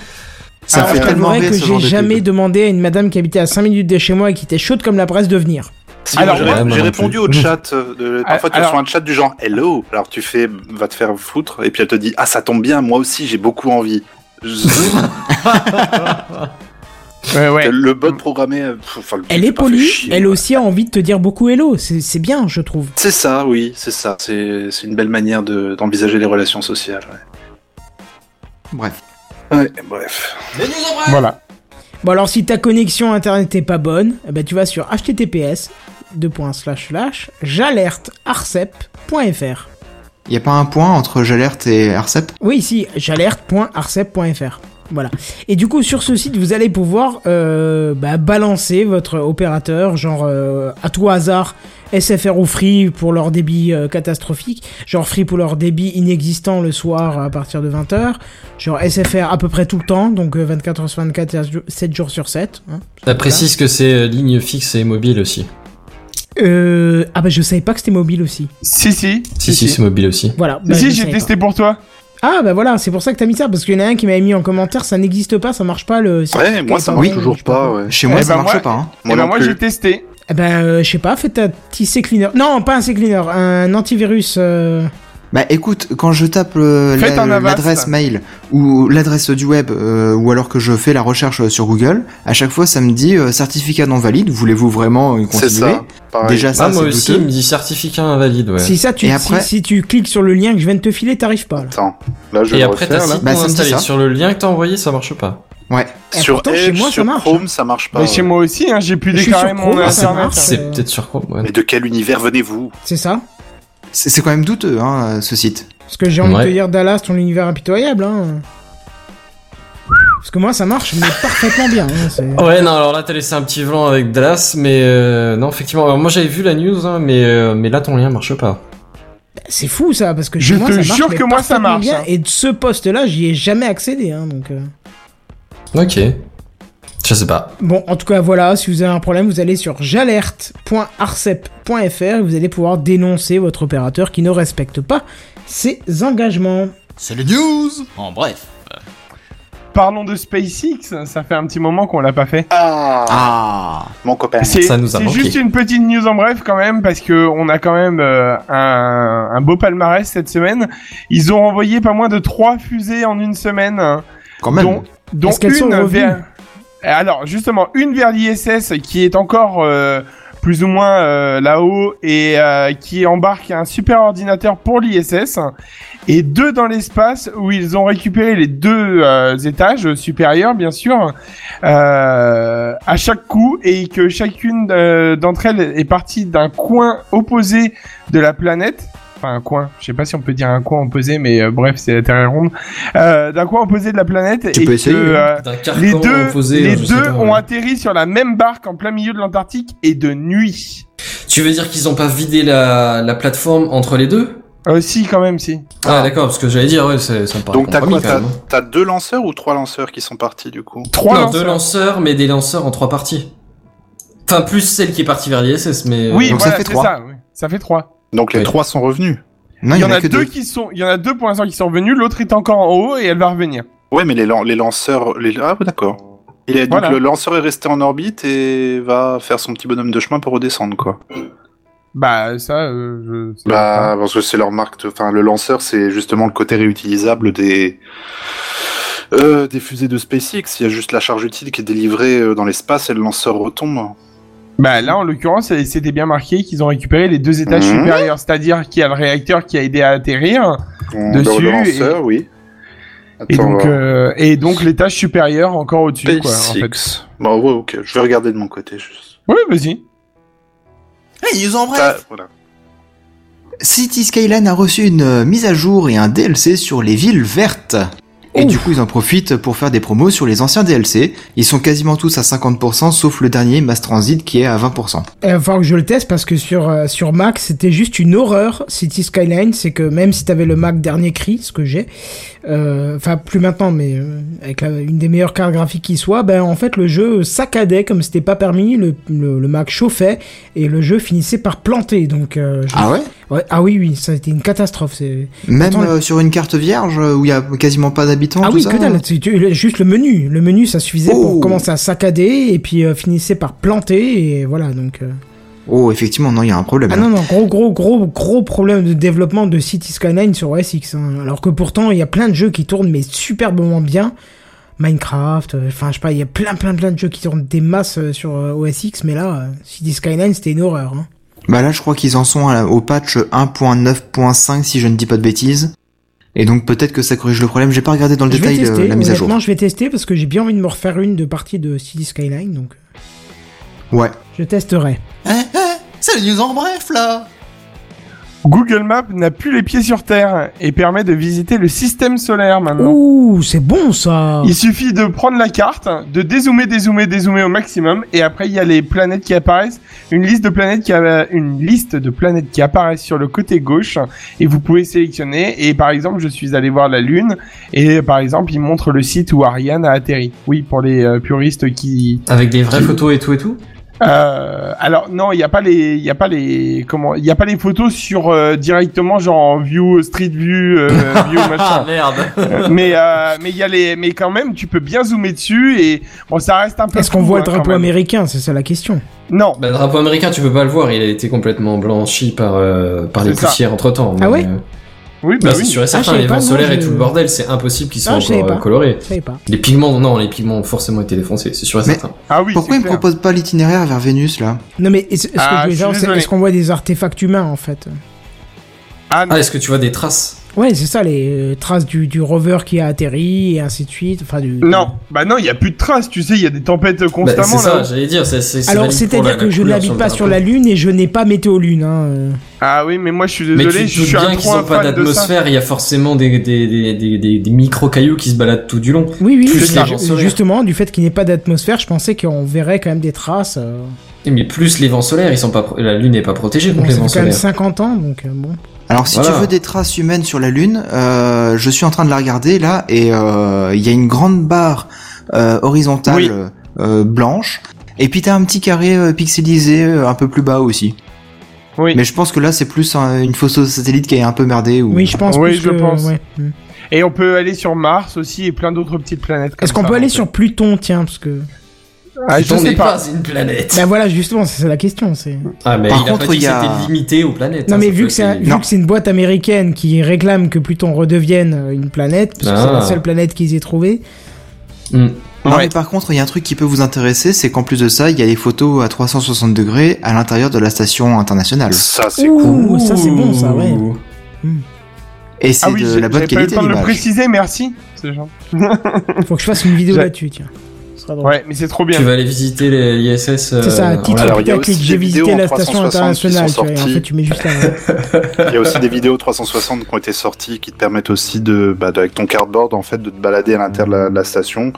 D: Ça
A: Alors,
D: fait
A: je
D: tellement
A: t'avouerais
D: rire
A: que
D: ce genre
A: j'ai
D: de pub.
A: jamais demandé à une madame qui habitait à 5 minutes de chez moi et qui était chaude comme la presse de venir.
G: Si,
F: Alors,
G: moi,
E: ouais,
G: j'ai
E: moi
G: j'ai
E: non
G: répondu
E: plus.
G: au chat. euh, de- parfois, tu
F: alors-
G: reçois un chat du genre Hello. Alors, tu fais, va te faire foutre, et puis elle te dit Ah, ça tombe bien, moi aussi, j'ai beaucoup envie. Je-
F: Ouais, euh, ouais.
G: le bot programmé. euh, pff, enfin, le truc
A: Elle
G: qui
A: est
G: m'a fait
A: polie,
G: chier,
A: elle
G: ouais.
A: aussi a envie de te dire beaucoup hello. C'est c'est bien, je trouve.
G: C'est ça, oui, c'est ça. C'est c'est une belle manière de- d'envisager les relations sociales.
D: Bref.
G: Ouais, Ouais, bref.
F: Voilà.
A: Bon, alors si ta connexion internet est pas bonne, eh ben, tu vas sur https jalertearcep.fr.
D: Y a pas un point entre Jalerte et Arcep
A: Oui, ici, jalerte.arcep.fr. Voilà. Et du coup, sur ce site, vous allez pouvoir euh, bah, balancer votre opérateur, genre euh, à tout hasard, SFR ou Free pour leur débit euh, catastrophique, genre Free pour leur débit inexistant le soir à partir de 20h, genre SFR à peu près tout le temps, donc euh, 24 h sur 24, 7 jours sur 7. hein.
E: Ça précise que c'est euh, ligne fixe et mobile aussi.
A: Euh, ah bah je savais pas que c'était mobile aussi.
F: Si, si.
E: Si, si, c'est mobile aussi.
A: Voilà.
F: Si,
A: bah, je
F: si, j'ai
A: savais pas.
F: testé pour toi.
A: Ah bah voilà, c'est pour ça que t'as mis ça, parce qu'il y en a un qui m'avait mis en commentaire, ça n'existe pas, ça marche pas le...
G: Ouais, moi, ça
A: pas
G: marche
A: bon,
G: toujours
A: je sais pas
G: pas.
A: quoi.
G: Ouais.
D: Chez moi,
F: Eh
D: ça
F: ben,
D: marche
F: moi-
D: pas. Hein.
F: Eh
G: Moi,
F: ben,
G: non
F: moi
G: plus.
F: j'ai testé.
A: Eh Ben, euh, je sais pas, faites un petit C-cleaner. Non, pas un C-cleaner, un antivirus. euh,
D: Bah écoute, quand je tape euh,
F: Faites
D: la-
F: un avance.
D: l'adresse mail ou l'adresse du web euh, ou alors que je fais la recherche euh, sur Google, à chaque fois ça me dit euh, certificat non valide, voulez-vous vraiment euh,
G: C'est
D: continuer
G: ça. Pareil.
D: Déjà ça
E: ah, moi
D: c'est
E: aussi, il
D: douteux.
E: me dit certificat invalide, ouais.
A: Si ça, tu,
D: Et après-
A: si, si tu cliques sur le lien que je viens de te filer, t'arrives pas. là.
G: Attends, là je
E: Et
G: vais le
E: après, t'as
G: refaire, là.
E: site
D: Bah,
E: non
D: ça me dit
E: installé.
D: ça.
E: Sur le lien que t'as envoyé, ça marche pas.
D: Ouais.
A: Eh,
G: Sur
A: pourtant, chez
G: Edge,
A: moi, ça
G: sur
A: marche, hein.
G: Chrome, ça marche pas.
F: Mais chez
G: ouais.
F: moi aussi, hein, j'ai pu
A: Je suis
F: déclarer
A: sur
F: mon
A: Chrome, ça
F: internet.
A: marche.
E: C'est
A: Euh,
E: peut-être sur Chrome, Ah, ouais.
G: Mais de quel univers venez-vous
A: C'est ça.
D: C'est c'est quand même douteux hein, euh, ce site.
A: Parce que j'ai envie
E: Ouais.
A: de te dire, Dallas, ton univers impitoyable. Hein. Parce que moi, ça marche, mais parfaitement bien. hein, c'est-
E: Ouais, non, alors là, t'as laissé un petit blanc avec Dallas, mais euh, non, effectivement. Alors, moi, j'avais vu la news, hein, mais, euh, mais là, ton lien marche pas.
A: C'est fou ça, parce que
F: Je
A: chez moi,
F: te
A: ça marche,
F: jure
A: mais
F: que moi, ça
A: parfaitement
F: marche,
A: bien.
F: hein.
A: Et de ce poste-là, j'y ai jamais accédé. Hein, donc, euh.
E: Ok. Je sais pas.
A: Bon, en tout cas, voilà, si vous avez un problème, vous allez sur jalerte.arcep.fr et vous allez pouvoir dénoncer votre opérateur qui ne respecte pas ses engagements.
K: C'est les news En bref.
F: Parlons de SpaceX, ça fait un petit moment qu'on l'a pas fait.
G: Ah,
D: Ah.
G: Mon copain.
F: C'est
E: Ça nous a
F: c'est
E: manqué.
F: juste une petite news en bref quand même parce que on a quand même euh, un, un beau palmarès cette semaine. Ils ont envoyé pas moins de trois fusées en une semaine, hein,
D: Quand même.
F: dont, dont
A: Est-ce
F: une
A: qu'elles sont revenues
F: vers. Alors justement une vers l'ISS qui est encore euh, plus ou moins euh, là-haut et euh, qui embarque un super ordinateur pour l'ISS et deux dans l'espace où ils ont récupéré les deux euh, étages supérieurs bien sûr euh, à chaque coup et que chacune euh, d'entre elles est partie d'un coin opposé de la planète enfin un coin je sais pas si on peut dire un coin opposé mais euh, bref c'est la Terre est ronde Euh, d'un coin opposé de la planète
D: Tu
F: et que,
D: peux essayer, hein.
F: euh,
E: D'un carton
F: les deux,
E: opposé,
F: les
E: euh, je sais
F: deux
E: pas,
F: ont
E: ouais.
F: atterri sur la même barque en plein milieu de l'Antarctique et de nuit.
E: Tu veux dire qu'ils ont pas vidé la, la plateforme entre les deux
F: Euh, si, quand même, si.
E: Ah, d'accord, parce que j'allais dire, ouais, c'est- ça me paraît
G: Donc t'as quoi
E: compromis, quand
G: T'as
E: même. hein.
G: t'as deux lanceurs ou trois lanceurs qui sont partis du coup
F: Trois
E: non,
F: lanceurs.
E: deux lanceurs, mais des lanceurs en trois parties. Enfin, plus celle qui est partie vers l'ISS, mais... euh,
F: Oui,
D: Donc ça
F: voilà,
D: fait
F: c'est
D: trois.
F: ça. oui. Ça fait trois.
G: Donc les
E: Oui.
G: trois sont revenus.
D: Non,
F: il y en a,
D: que
F: deux, qui sont, il y en a deux pour l'instant qui sont venus, l'autre est encore en haut et elle va revenir.
G: Ouais, mais les, lan- les lanceurs. Les... Ah, ouais, d'accord. Il est- donc
F: Voilà.
G: le lanceur est resté en orbite et va faire son petit bonhomme de chemin pour redescendre quoi.
F: Bah, ça, euh, je.
G: Bah parce que c'est leur marque. de- Enfin le lanceur c'est justement le côté réutilisable des euh, des fusées de SpaceX. Il y a juste la charge utile qui est délivrée euh, dans l'espace et le lanceur retombe.
F: Bah, là, en l'occurrence, elle- c'était bien marqué qu'ils ont récupéré les deux étages
G: Mhm.
F: supérieurs, c'est-à-dire qu'il y a le réacteur qui a aidé à atterrir,
G: Le-
F: Dessus,
G: le lanceur oui.
F: et
G: Attends,
F: donc,
G: euh,
F: euh, et donc l'étage supérieur encore au-dessus, quoi, en fait.
G: SpaceX. Bon, ouais, ok, je vais regarder de mon côté. juste.
F: Oui, vas-y.
D: Hey, ils ont
G: Ça, voilà.
D: City Skyline a reçu une euh, mise à jour et un DLC sur les villes vertes. Et du coup, ils en profitent pour faire des promos sur les anciens DLC. Ils sont quasiment tous à 50%, sauf le dernier Mass Transit qui est à 20%.
A: Il va falloir Eh, que je le teste parce que sur, euh, sur Mac, c'était juste une horreur, City Skyline. C'est que même si t'avais le Mac dernier cri, ce que j'ai, euh, enfin plus maintenant, mais euh, avec la- une des meilleures cartes graphiques qui soit, ben en fait le jeu saccadait comme c'était pas permis, le, le, le Mac chauffait et le jeu finissait par planter. Donc, euh, je-
D: Ah ouais
A: Ouais, ah oui, oui, ça a été une catastrophe. c'est-
D: Même
A: Attends,
D: euh, sur une carte vierge euh, où il y a quasiment pas d'habitants,
A: Ah
D: tout
A: oui,
D: ça euh
A: que dalle. tu- tu- le- juste le menu. Le menu, ça suffisait
D: Oh.
A: pour commencer à saccader et puis euh, finissait par planter et voilà donc. euh.
D: Oh, effectivement, non, il y a un problème.
A: Ah
D: là.
A: non non, gros gros gros gros problème de développement de City Skyline sur OS X. hein. Alors que pourtant, il y a plein de jeux qui tournent mais superbement bien. Minecraft, euh, enfin je sais pas, il y a plein plein plein de jeux qui tournent des masses euh, sur euh, OS X, mais là, euh, City Skyline c'était une horreur. Hein.
D: Bah là, je crois qu'ils en sont à la- au patch 1.9.5, si je ne dis pas de bêtises. Et donc peut-être que ça corrige le problème. J'ai pas regardé dans le
A: Je vais
D: détail euh,
A: tester.
D: la mise à jour.
A: honnêtement, je vais tester parce que j'ai bien envie de me refaire une de partie de City Skyline, donc euh,
D: Ouais.
A: je testerai.
K: c'est les news en bref là
F: Google Maps n'a plus les pieds sur Terre et permet de visiter le système solaire maintenant.
A: Ouh, c'est bon ça.
F: Il suffit de prendre la carte, de dézoomer, dézoomer, dézoomer au maximum, et après il y a les planètes qui apparaissent, une liste de planètes qui a- une liste de planètes qui apparaissent sur le côté gauche, et vous pouvez sélectionner. Et par exemple, je suis allé voir la Lune, et par exemple, il montre le site où Ariane a atterri. Oui, pour les euh, puristes qui.
E: Avec des vraies photos et tout et tout
F: Euh, alors non, il n'y a pas les, il y a pas les, comment, il y a pas les photos sur euh, directement genre en view, street view, euh, view
E: Ah.
F: machin
E: merde
F: mais euh, mais il y a les mais quand même tu peux bien zoomer dessus et bon ça reste un peu
A: Est-ce qu'on
F: flou,
A: voit le
F: hein, quand
A: drapeau
F: même.
A: américain C'est ça la question.
F: non
E: Bah, le drapeau américain, tu peux pas le voir, il a été complètement blanchi par, euh, par les
F: C'est ça.
E: poussières entre temps.
A: Ah ouais
F: Oui, bah
E: Bah,
F: oui.
E: C'est sûr et
F: Ah,
E: certain,
F: je savais
E: les
F: pas,
E: verres
F: non,
E: solaires et
F: je-
E: tout le bordel, c'est impossible qu'ils soient
F: Ah, je savais
E: encore euh,
F: pas.
E: colorés.
A: Je savais pas.
E: Les pigments, non, les pigments ont forcément été défoncés, c'est sûr et certain.
F: Ah oui,
D: Pourquoi ils me proposent pas l'itinéraire vers Vénus là
A: Non, mais est-ce est-ce que
E: Ah,
A: je voulais
E: je suis
A: savoir, c'est-
E: désolé.
A: est-ce qu'on voit des artefacts humains en fait
F: Ah,
E: est-ce que tu vois des traces
A: Ouais, c'est ça, les euh, traces du, du rover qui a atterri et ainsi de suite. Enfin, du...
F: Non, bah non, il y a plus de traces, tu sais, il y a des tempêtes
E: Bah,
F: constamment
E: C'est ça,
F: là.
E: j'allais dire. c'est- c'est- c'est
A: Alors,
E: valide pour la-
A: c'est-à-dire
E: la
A: que je
E: couleur
A: n'habite
E: le
A: pas sur la Lune et je n'ai pas météo Lune. Hein. euh.
F: Ah oui, mais moi je suis
E: Mais
F: désolé,
E: tu te
F: je
E: doutes
F: suis un
E: bien qu'ils
F: trop
E: n'ont
F: un
E: pas
F: fan de ça.
E: d'atmosphère, il y a forcément des, des, des, des, des- des micro-cailloux qui se baladent tout du long.
A: Oui, oui,
E: plus
A: je-
E: les
A: je-
E: vents solaires.
A: justement, du fait qu'il n'y ait pas d'atmosphère, je pensais qu'on verrait quand même des traces. euh.
E: Mais plus les vents solaires, ils sont pas, pro- la Lune n'est pas protégée
A: Bon,
E: contre les
A: ça fait
E: vents
A: quand même
E: solaires.
A: 50 ans, donc euh, bon.
D: Alors si
E: Voilà.
D: tu veux des traces humaines sur la Lune, euh, je suis en train de la regarder là et euh, il y a une grande barre euh, horizontale
F: Oui.
D: euh, blanche et puis t'as un petit carré euh, pixelisé euh, un peu plus bas aussi.
F: Oui.
D: Mais je pense que là c'est plus un- une photo satellite qui est un peu merdée ou.
A: Oui, je pense.
F: Oui,
A: plus
F: je
A: que-
F: pense.
A: ouais. Mm.
F: Et on peut aller sur Mars aussi et plein d'autres petites planètes. comme
A: Est-ce qu'on
F: ça,
A: peut aller
F: en fait.
A: sur Pluton, tiens, parce que.
F: Ah,
E: Tu
F: Je
E: t'en
F: sais
E: es
F: pas.
E: pas, c'est une planète.
A: Ben voilà, justement, c'est c'est la question. C'est.
E: Ah, mais
D: Par
E: il a
D: contre,
E: pas dit
D: il
E: que
D: y a-
E: c'était limité aux planètes.
A: Non
E: hein,
A: mais
E: ça
A: vu
E: peut
A: que c'est un-
E: être-
A: vu que c'est une boîte américaine qui réclame que Pluton redevienne euh, une planète, parce que c'est
E: Ah.
A: la seule planète qu'ils aient trouvée.
E: Hmm.
D: Non,
F: Ouais.
D: mais par contre, il y a un truc qui peut vous intéresser, c'est qu'en plus de ça, il y a les photos à 360 degrés à l'intérieur de la station internationale.
G: Ça, c'est cool.
A: Ouh, ça c'est bon ça, ouais.
E: Ouh.
D: Et c'est
F: Ah oui,
D: de
F: j'ai-
D: la
F: j'avais
D: bonne
F: pas eu le
D: qualité
F: temps de le
D: l'image.
F: préciser, merci. c'est gentil.
A: Faut que je fasse une vidéo
F: J'ai-
A: là-dessus, tiens. Ce sera drôle.
F: Ouais, mais c'est trop bien.
E: Tu vas aller visiter les- l'ISS. euh,
A: C'est ça, à titre
E: voilà.
G: alors, il y a
A: putaclic,
G: aussi
A: j'ai
G: des vidéos
A: visité
G: en
A: la station
G: 360 qui sont
A: internationale, tu vois, et en
G: sorties.
A: fait tu mets juste un...
G: Il y a aussi des vidéos 360 qui ont été sorties qui te permettent aussi de, bah, de- avec ton cardboard en fait de te balader à l'intérieur de la, de la station.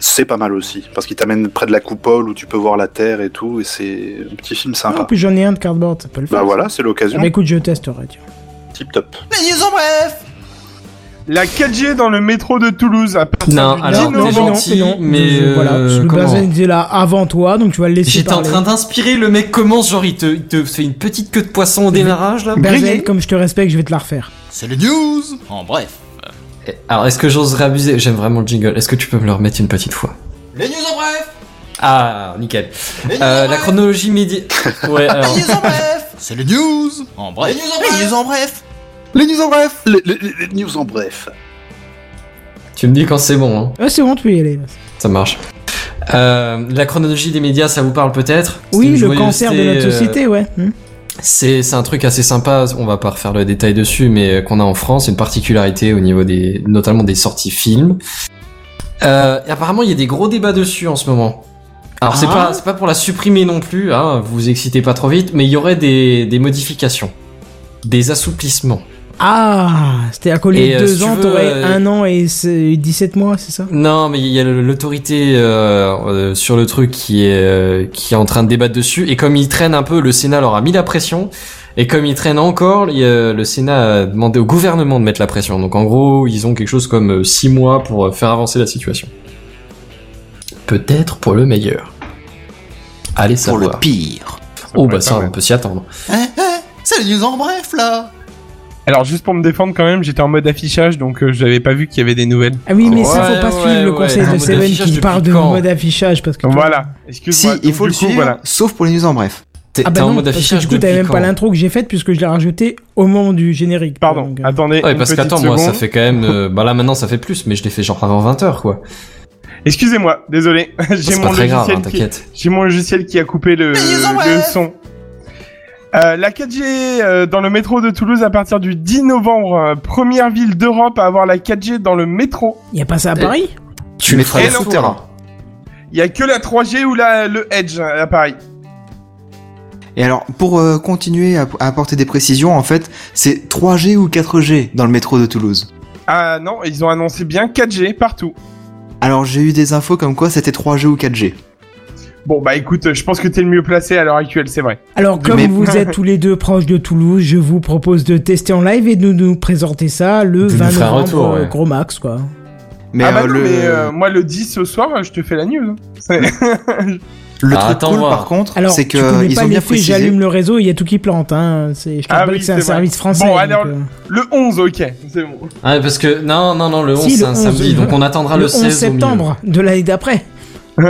G: C'est pas mal aussi parce qu'il t'amène près de la coupole où tu peux voir la terre et tout et c'est un petit film
A: Ah, en
G: sympa.
A: plus j'en ai un de cardboard, ça peut le faire.
G: bah voilà,
A: ça.
G: c'est
A: Ah,
G: l'occasion.
A: bah écoute, je testerai, tiens.
G: Tip top.
K: Les news en bref
F: La 4G dans le métro de Toulouse. à partir
E: Non,
F: du
E: alors,
F: 10
E: t'es
F: novembre.
A: Ah, non,
E: gentil,
A: non,
E: mais,
A: je- voilà,
E: euh,
A: je le
E: comment
A: bazin était là avant toi, donc tu vas le laisser
E: J'étais en
A: parler.
E: train d'inspirer, le mec commence, genre il te, il te fait une petite queue de poisson au démarrage là.
A: Bazen, comme je te respecte, je vais te la refaire.
K: C'est les news En bref.
E: Eh, Alors est-ce que j'oserais abuser J'aime vraiment le jingle, est-ce que tu peux me le remettre une petite fois
K: Les news en bref
E: Ah, nickel.
K: Les news
E: Euh,
K: en
E: la
K: bref
E: chronologie médi... Ouais, alors...
K: Les news en bref C'est les news En bref Les news en bref
G: Les news en bref. Les, les- les- les news en bref.
E: Tu me dis quand c'est bon, hein.
A: Ah, c'est bon, tu peux y aller. là.
E: ça marche. Euh, la chronologie des médias, ça vous parle peut-être
A: Oui,
E: C'est une
A: le cancer de
E: joyeuseté,
A: notre
E: euh,
A: société, ouais. Hmm.
E: C'est c'est un truc assez sympa, on va pas refaire le détail dessus, mais euh, qu'on a en France, une particularité au niveau des, notamment des sorties films. Euh, et apparemment, il y a des gros débats dessus en ce moment. Alors c'est
A: Ah.
E: pas c'est pas pour la supprimer non plus, hein, vous vous excitez pas trop vite, mais il y aurait des, des modifications, des assouplissements.
A: Ah, c'était à coller
E: Et, euh, si
A: deux
E: tu
A: ans,
E: veux,
A: t'aurais
E: euh,
A: un an et c'est- 17 mois, c'est ça
E: Non, mais il y a l'autorité euh, euh, sur le truc qui est euh, qui est en train de débattre dessus. Et comme il traîne un peu, le Sénat leur a mis la pression. Et comme il traîne encore, il y a- le Sénat a demandé au gouvernement de mettre la pression. Donc en gros, ils ont quelque chose comme euh, six mois pour euh, faire avancer la situation. Peut-être pour le meilleur. Allez
D: Pour le
E: savoir.
D: pire. Eh,
E: oh
F: pourrait
E: bah
F: être
E: ça,
F: pas mal.
E: on peut s'y attendre.
K: Hein, hein C'est les news en bref là
F: Alors juste pour me défendre quand même, j'étais en mode affichage, donc euh, j'avais pas vu qu'il y avait des nouvelles.
A: Ah oui, mais ça,
E: Ouais,
A: faut pas
E: ouais,
A: suivre le
E: ouais,
A: conseil
E: un
A: de
E: mode
A: Seven
E: affichage
A: qui
E: depuis
A: parle de
E: quand
A: mode affichage parce que.
F: Voilà.
D: Si,
F: Excuse-moi.
D: il
F: Donc,
D: faut le
F: du coup,
D: suivre,
F: voilà.
D: sauf pour les news en bref.
E: T'es
A: Ah
E: t'es
A: bah
E: en
A: non,
E: mode
A: parce que
E: affichage hein.
A: du coup, t'avais
E: depuis
A: même
E: quand
A: pas l'intro que j'ai faite puisque je l'ai rajouté au moment du générique.
F: Pardon.
A: Donc, euh,
F: Attendez.
E: Ouais,
F: une
E: parce
F: petite
E: qu'attends, moi, ça
F: seconde.
E: fait quand même. euh, bah là, maintenant, ça fait plus, mais je l'ai fait genre avant 20h, quoi.
F: Excusez-moi. Désolé. J'ai
E: C'est
F: mon
E: pas très grave, hein,
F: logiciel qui.
E: t'inquiète.
F: J'ai mon logiciel qui a coupé le,
K: ils ont
F: le
K: rêve.
F: son. Euh, la 4G euh, dans le métro de Toulouse à partir du 10 novembre, euh, première ville d'Europe à avoir la 4G dans le métro.
A: y a pas
E: Euh,
A: ça à Paris
E: Tu le
D: Mais
E: feras
F: très
E: tout,
D: souterrain.
E: hein.
F: Il y a que la 3G ou la le Edge euh, à Paris.
D: Et alors, pour euh, continuer à, à apporter des précisions, en fait, c'est 3G ou 4G dans le métro de Toulouse.
F: Ah non, ils ont annoncé bien 4G partout.
D: Alors, j'ai eu des infos comme quoi c'était 3G ou 4G.
F: Bon bah écoute, je pense que t'es le mieux placé à l'heure actuelle, c'est vrai.
A: Alors, comme
D: Mais-
A: vous êtes tous les deux proches de Toulouse, je vous propose de tester en live et de nous présenter ça le
E: De nous
A: 20
E: faire
A: novembre,
E: un retour, ouais.
A: euh, gros max, quoi.
D: Mais,
F: ah bah
D: euh,
F: non,
D: le,
F: mais euh, moi le 10 au soir, euh, je te fais la news.
D: le
E: Ah,
D: truc
E: attends
D: cool,
E: voir.
D: par contre,
A: Alors,
D: c'est
A: tu connais
D: que ils
A: pas
D: ont bien
A: l'effet,
D: précisé.
A: j'allume le réseau, il y a tout qui plante. Hein. C'est- Je te
F: Ah
A: rappelle
F: oui,
A: que c'est un
F: c'est vrai.
A: service français.
F: Bon,
A: donc,
F: alors,
A: euh,
F: Le 11, ok, c'est bon.
E: Ah, parce que non, non, non, le
A: Si,
E: 11
A: le
E: c'est un
A: 11,
E: samedi,
A: le-
E: donc on attendra le,
A: le
E: 16
A: 11 septembre de l'année d'après.
E: au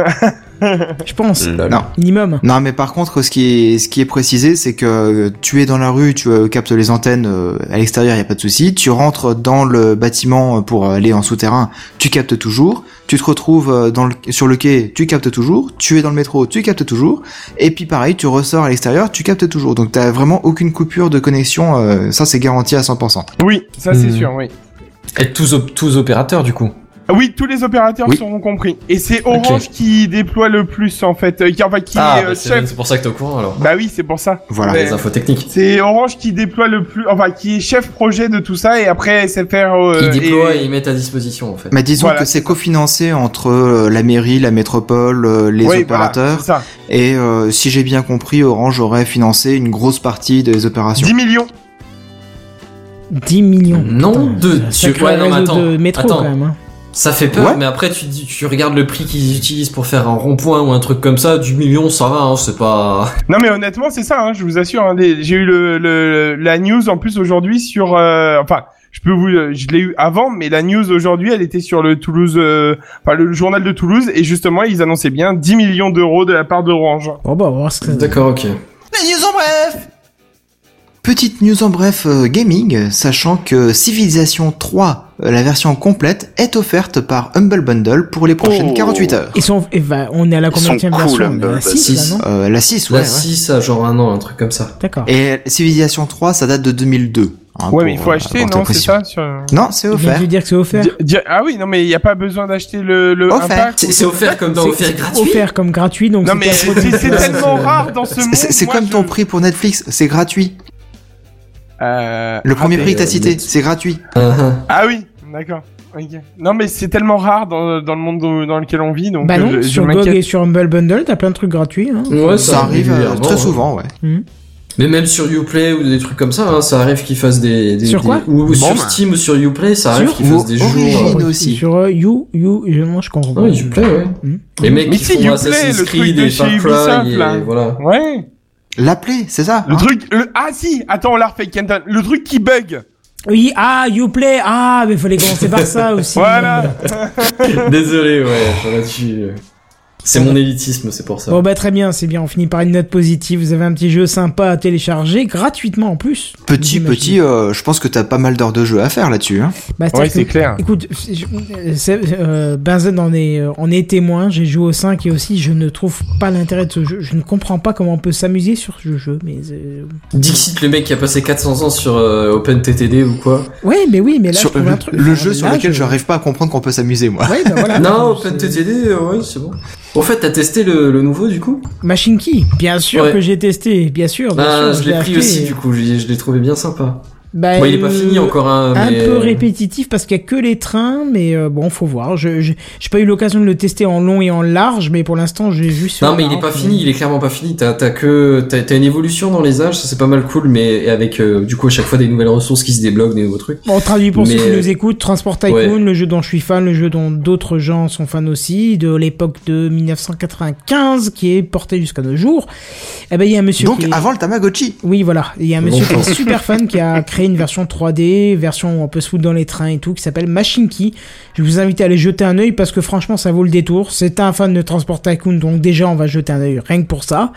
A: Je pense. Non. Minimum.
D: Non, mais par contre, ce qui est, ce qui est précisé, c'est que euh, tu es dans la rue, tu euh, captes les antennes euh, à l'extérieur, il a pas de souci. Tu rentres dans le bâtiment euh, pour aller en souterrain, tu captes toujours. Tu te retrouves euh, dans le, sur le quai, tu captes toujours. Tu es dans le métro, tu captes toujours. Et puis pareil, tu ressors à l'extérieur, tu captes toujours. Donc t'as vraiment aucune coupure de connexion. euh, ça, c'est garanti à 100%.
F: Oui, ça c'est
D: Hmm.
F: sûr, oui.
E: Et tous, op- tous opérateurs, du coup.
F: Ah Oui, tous les opérateurs
E: Oui.
F: seront compris. Et c'est Orange qui déploie le plus en fait, euh, qui, enfin, qui
E: Ah,
F: est euh,
E: bah,
F: chef.
E: c'est c'est pour ça que t'es au courant alors.
F: Bah oui, c'est pour ça.
D: Voilà.
F: Mais
E: Les infos techniques.
F: C'est Orange qui déploie le plus, enfin qui est chef projet de tout ça et après SFR. euh,
E: Ils déploient
F: et-
E: et ils mettent à disposition en fait.
D: Mais disons que c'est cofinancé entre euh, la mairie, la métropole, euh, les
E: Oui, voilà,
D: opérateurs.
F: c'est ça.
D: et euh, si j'ai bien compris, Orange aurait financé une grosse partie des opérations.
F: 10 millions
A: 10 millions.
E: Non, de
A: un
E: Dieu.
A: sacré
E: Ouais, non, mais
A: réseau
E: attends.
A: de métro,
E: Attends.
A: quand même, hein.
E: Ça fait peur,
A: Ouais.
E: mais après tu, dis- tu regardes le prix qu'ils utilisent pour faire un rond-point ou un truc comme ça, du million, ça va, hein, c'est pas.
F: Non mais honnêtement c'est ça, hein, je vous assure. hein, les- J'ai eu le, le- la news en plus aujourd'hui sur, euh, enfin je peux vous, euh, je l'ai eu avant, mais la news aujourd'hui elle était sur le Toulouse, euh, enfin le journal de Toulouse et justement ils annonçaient bien 10 millions d'euros de la part d'Orange.
A: Oh bah on va voir ce que.
E: D'accord, ok.
K: Les news en bref
D: Petite news en bref euh, gaming, sachant que Civilization 3, euh, la version complète, est offerte par Humble Bundle pour les prochaines
F: Oh.
D: 48 heures.
A: Ils sont, eh ben, on est à la combien version On est à la six, là, non
D: Euh, la 6, ouais.
E: La 6 à genre un an, un truc comme ça.
A: D'accord.
D: Et Civilization 3, ça date de 2002. hein,
F: Ouais, mais il
D: pour,
F: faut
D: euh,
F: acheter,
D: apporter
F: non C'est
D: précision.
F: ça sur...
D: Non, c'est
A: Il vient
D: offert.
A: de dire que c'est offert.
F: Di- di- Ah oui, non, mais il n'y a pas besoin d'acheter le, le
D: Offert.
F: un pack
E: C'est-
F: ou-
E: c'est offert comme dans
A: C'est-
E: offert
A: c'est
E: gratuit.
A: Offert comme gratuit, donc
F: Non,
A: c'est
F: mais
A: pas trop
F: c'est
A: de-
F: c'est tellement rare dans ce monde.
D: C'est c'est
F: moi,
D: comme
F: je-
D: ton prix pour Netflix, c'est gratuit.
F: Euh,
D: Le premier
F: ah,
D: prix que
F: mais-
D: t'as cité, c'est gratuit.
F: Ah oui, d'accord. ok. Non, mais c'est tellement rare dans, dans le monde où- dans lequel on vit, donc
A: Bah
F: euh,
A: non,
F: je, je
A: sur GOG
F: m'inquiète.
A: et sur Humble Bundle, t'as plein de trucs gratuits. Hein.
E: Ouais,
D: ça, arrive euh,
E: Bah, régulièrement,
D: très
E: ouais.
D: souvent, ouais.
E: Mais même sur Uplay ou des trucs comme ça, hein, ça arrive qu'ils fassent des. des-
A: Sur
E: des-
A: quoi
E: Ou
A: Bon,
E: sur
A: bah.
E: Steam ou sur Uplay, ça arrive
A: Sur-
E: qu'ils fassent des jeux.
D: Origin
E: euh,
D: aussi.
A: Sur euh, You, You, je, moi je comprends.
E: Ouais, Uplay, ouais.
A: Hmm.
E: Les mecs
F: Mais
E: qui
F: c'est
E: font
F: Uplay,
E: Assassin's
F: le truc
E: Creed
F: de
E: et
F: chez
E: Far
F: Ubisoft,
E: Cry,
F: là.
E: et voilà.
F: Ouais.
D: L'appeler, c'est ça
F: Le
D: hein
F: truc. le- Ah si, attends, on l'a refait, Kenton. Le truc qui bug.
A: Oui, ah, Uplay, ah, mais fallait commencer par ça aussi.
F: Voilà.
E: Désolé, ouais, j'aurais dû. C'est mon élitisme, c'est pour ça.
A: Bon bah très bien, c'est bien, on finit par une note positive, vous avez un petit jeu sympa à télécharger gratuitement en plus.
D: Petit,
A: J'imagine.
D: petit, euh, je pense que t'as pas mal d'heures de jeu à faire là-dessus. Hein.
A: Bah,
F: Ouais,
A: que-
F: c'est clair.
A: Écoute, je- euh, c'est- euh, Benzen en est, euh, en est témoin, j'ai joué au 5 et aussi je ne trouve pas l'intérêt de ce jeu, je ne comprends pas comment on peut s'amuser sur ce jeu, mais... euh,
E: Dixit, le mec qui a passé 400 ans sur euh, OpenTTD ou quoi
A: Ouais, mais oui, mais là
D: Sur-
A: je trouve un truc...
D: le
A: enfin,
D: jeu sur
A: là,
D: lequel
A: je-
D: j'arrive pas à comprendre qu'on peut s'amuser, moi.
A: Ouais, bah voilà.
E: Non,
A: c'est-
E: OpenTTD, euh, ouais, c'est bon. Au fait, t'as testé le, le nouveau du coup
A: Machine Key, bien sûr
E: Ouais.
A: que j'ai testé, bien sûr. bien
E: Ah,
A: sûr,
E: je l'ai pris
A: acheté.
E: aussi du coup, je l'ai- je l'ai trouvé bien sympa.
A: Bah,
E: Bon, il est pas
A: euh,
E: fini encore, hein,
A: Un
E: mais-
A: peu répétitif parce qu'il y a que les trains, mais euh, bon, faut voir. Je je- j'ai pas eu l'occasion de le tester en long et en large, mais pour l'instant, j'ai vu sur.
E: Non, mais il est pas fini, il est clairement pas fini. T'as t'as que t'as t'as une évolution dans les âges, ça c'est pas mal cool, mais avec euh, du coup à chaque fois des nouvelles ressources qui se débloquent, des nouveaux trucs.
A: Bon, on traduit pour ceux qui
E: Mais-
A: nous écoutent, Transport Tycoon,
E: Ouais.
A: le jeu dont je suis fan, le jeu dont d'autres gens sont fans aussi, de l'époque de 1995, qui est porté jusqu'à nos jours. Eh ben, il y a un monsieur
D: Donc
A: qui est-
D: avant le Tamagotchi.
A: Oui, voilà. Il y a un
E: Bon
A: monsieur qui est
E: sens.
A: super fan qui a créé une version 3D, version où on peut se foutre dans les trains et tout, qui s'appelle Machine Key. Je vous invite à aller jeter un œil parce que franchement, ça vaut le détour. C'est un fan de Transport Tycoon, donc déjà, on va jeter un œil rien que pour ça.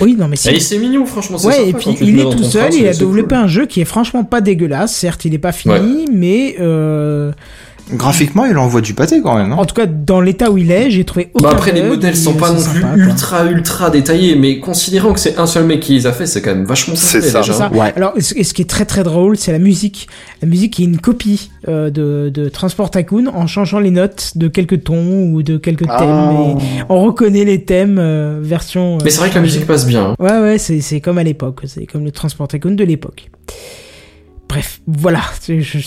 A: Oui, non, mais si.
E: Ah, et c'est mignon, franchement. c'est
A: Ouais,
E: sympa
A: et
E: quand
A: puis
E: tu te
A: il
E: mets
A: est
E: dans
A: tout
E: ton
A: seul,
E: train,
A: il a
E: c'est cool.
A: développé un jeu qui est franchement pas dégueulasse. Certes, il est pas fini, mais euh,
D: Graphiquement, il envoie du pâté quand même. Hein.
A: en tout cas, dans l'état où il est, j'ai trouvé aucun
E: Bah après, les
A: bug,
E: modèles sont
A: et,
E: pas
A: euh,
E: non
A: c'est
E: plus
A: sympa, quoi.
E: ultra ultra détaillés, mais considérant que c'est un seul mec qui les a fait, c'est quand même vachement bien
G: C'est
E: fait,
G: ça.
E: déjà.
A: C'est ça.
D: Ouais.
A: Alors, et ce et ce qui est très très drôle, c'est la musique. La musique est une copie euh, de, de Transport Tycoon en changeant les notes de quelques tons ou de quelques
G: Ah.
A: thèmes. Et on reconnaît les thèmes euh, version. euh,
E: Mais c'est vrai que la
A: changée.
E: musique passe bien. hein.
A: Ouais, ouais, c'est, c'est comme à l'époque. C'est comme le Transport Tycoon de l'époque. Bref, voilà. C'est- je-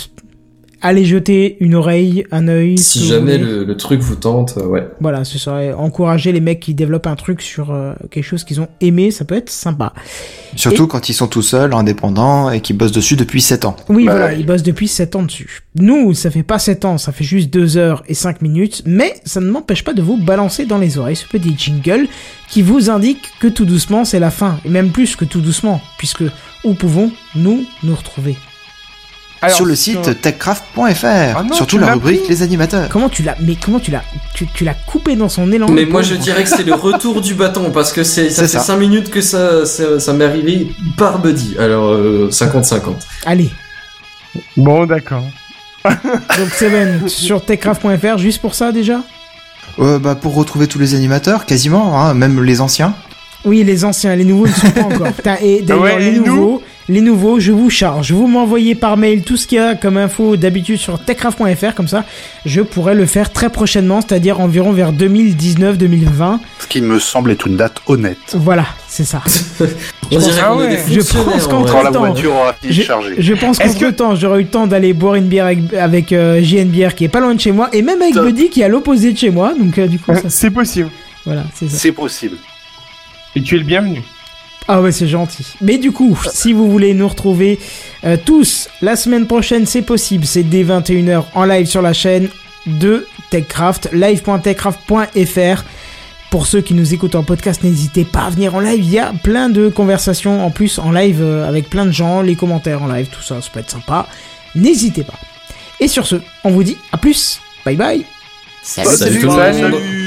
A: Allez jeter une oreille, un œil.
E: Si
A: vous
E: jamais
A: voulez.
E: le, le truc vous tente, euh, ouais.
A: Voilà, ce serait encourager les mecs qui développent un truc sur euh, quelque chose qu'ils ont aimé. Ça peut être sympa.
D: Surtout quand ils sont tout seuls, indépendants et qui bossent dessus depuis 7 ans.
A: Oui,
G: Bah,
A: voilà,
G: il-
A: il bosse depuis 7 ans dessus. Nous, ça fait pas 7 ans, ça fait juste 2 heures et 5 minutes, mais ça ne m'empêche pas de vous balancer dans les oreilles ce petit jingle qui vous indique que tout doucement, c'est la fin, et même plus que tout doucement, puisque où pouvons-nous nous retrouver
F: Alors,
D: sur le site
F: sur- Ah
D: techcraft.fr,
F: non,
D: surtout
F: tu
D: la
F: l'as
D: rubrique les animateurs.
A: Comment tu l'as Mais comment tu l'as tu, tu l'as coupé dans son élan
E: Mais
A: le
E: moi
A: pauvre.
E: je dirais que c'est le retour du bâton parce que c'est ça
D: C'est
E: fait
D: ça.
E: 5 minutes que ça, ça, ça m'est arrivé par Buddy. Alors euh, 50-50.
A: Allez,
F: Bon, d'accord.
A: donc Seven sur techcraft.fr juste pour ça déjà
D: Euh, bah, pour retrouver tous les animateurs, quasiment, hein, même les anciens.
A: Oui, les anciens, les nouveaux ne sont pas encore. Putain, et d'ailleurs,
F: Ouais,
A: les
F: et nous
A: nouveaux, les nouveaux, je vous charge. Vous m'envoyez par mail tout ce qu'il y a comme info d'habitude sur techcraft.fr, comme ça, je pourrais le faire très prochainement, c'est-à-dire environ vers 2019-2020.
G: Ce qui me semble être une date honnête.
A: Voilà, c'est ça.
E: On dirait
F: Ah
E: qu'on est
F: ouais.
E: des
A: Je
E: fonctionnaires,
A: pense
E: en
A: qu'entre-
E: vrai.
G: Quand la
A: Attends,
G: voiture aura fini de charger.
A: Je pense
F: Est-ce
A: qu'entre temps, j'aurais eu le temps d'aller boire une bière avec, avec euh, JNBR qui est pas loin de chez moi, et même avec
G: Top.
A: Buddy qui est à l'opposé de chez moi, donc euh, du coup, ça,
F: C'est possible.
A: voilà, c'est ça.
G: C'est possible.
F: Et tu es le bienvenu.
A: Ah ouais, c'est gentil. Mais du coup, si vous voulez nous retrouver euh, tous la semaine prochaine, c'est possible. C'est dès 21h en live sur la chaîne de TechCraft, live.techcraft.fr. Pour ceux qui nous écoutent en podcast, n'hésitez pas à venir en live. Il y a plein de conversations en plus en live euh, avec plein de gens, les commentaires en live, tout ça, ça peut être sympa. N'hésitez pas. Et sur ce, on vous dit à plus. Bye bye.
E: Ah, Salut tout le monde.
F: Salut.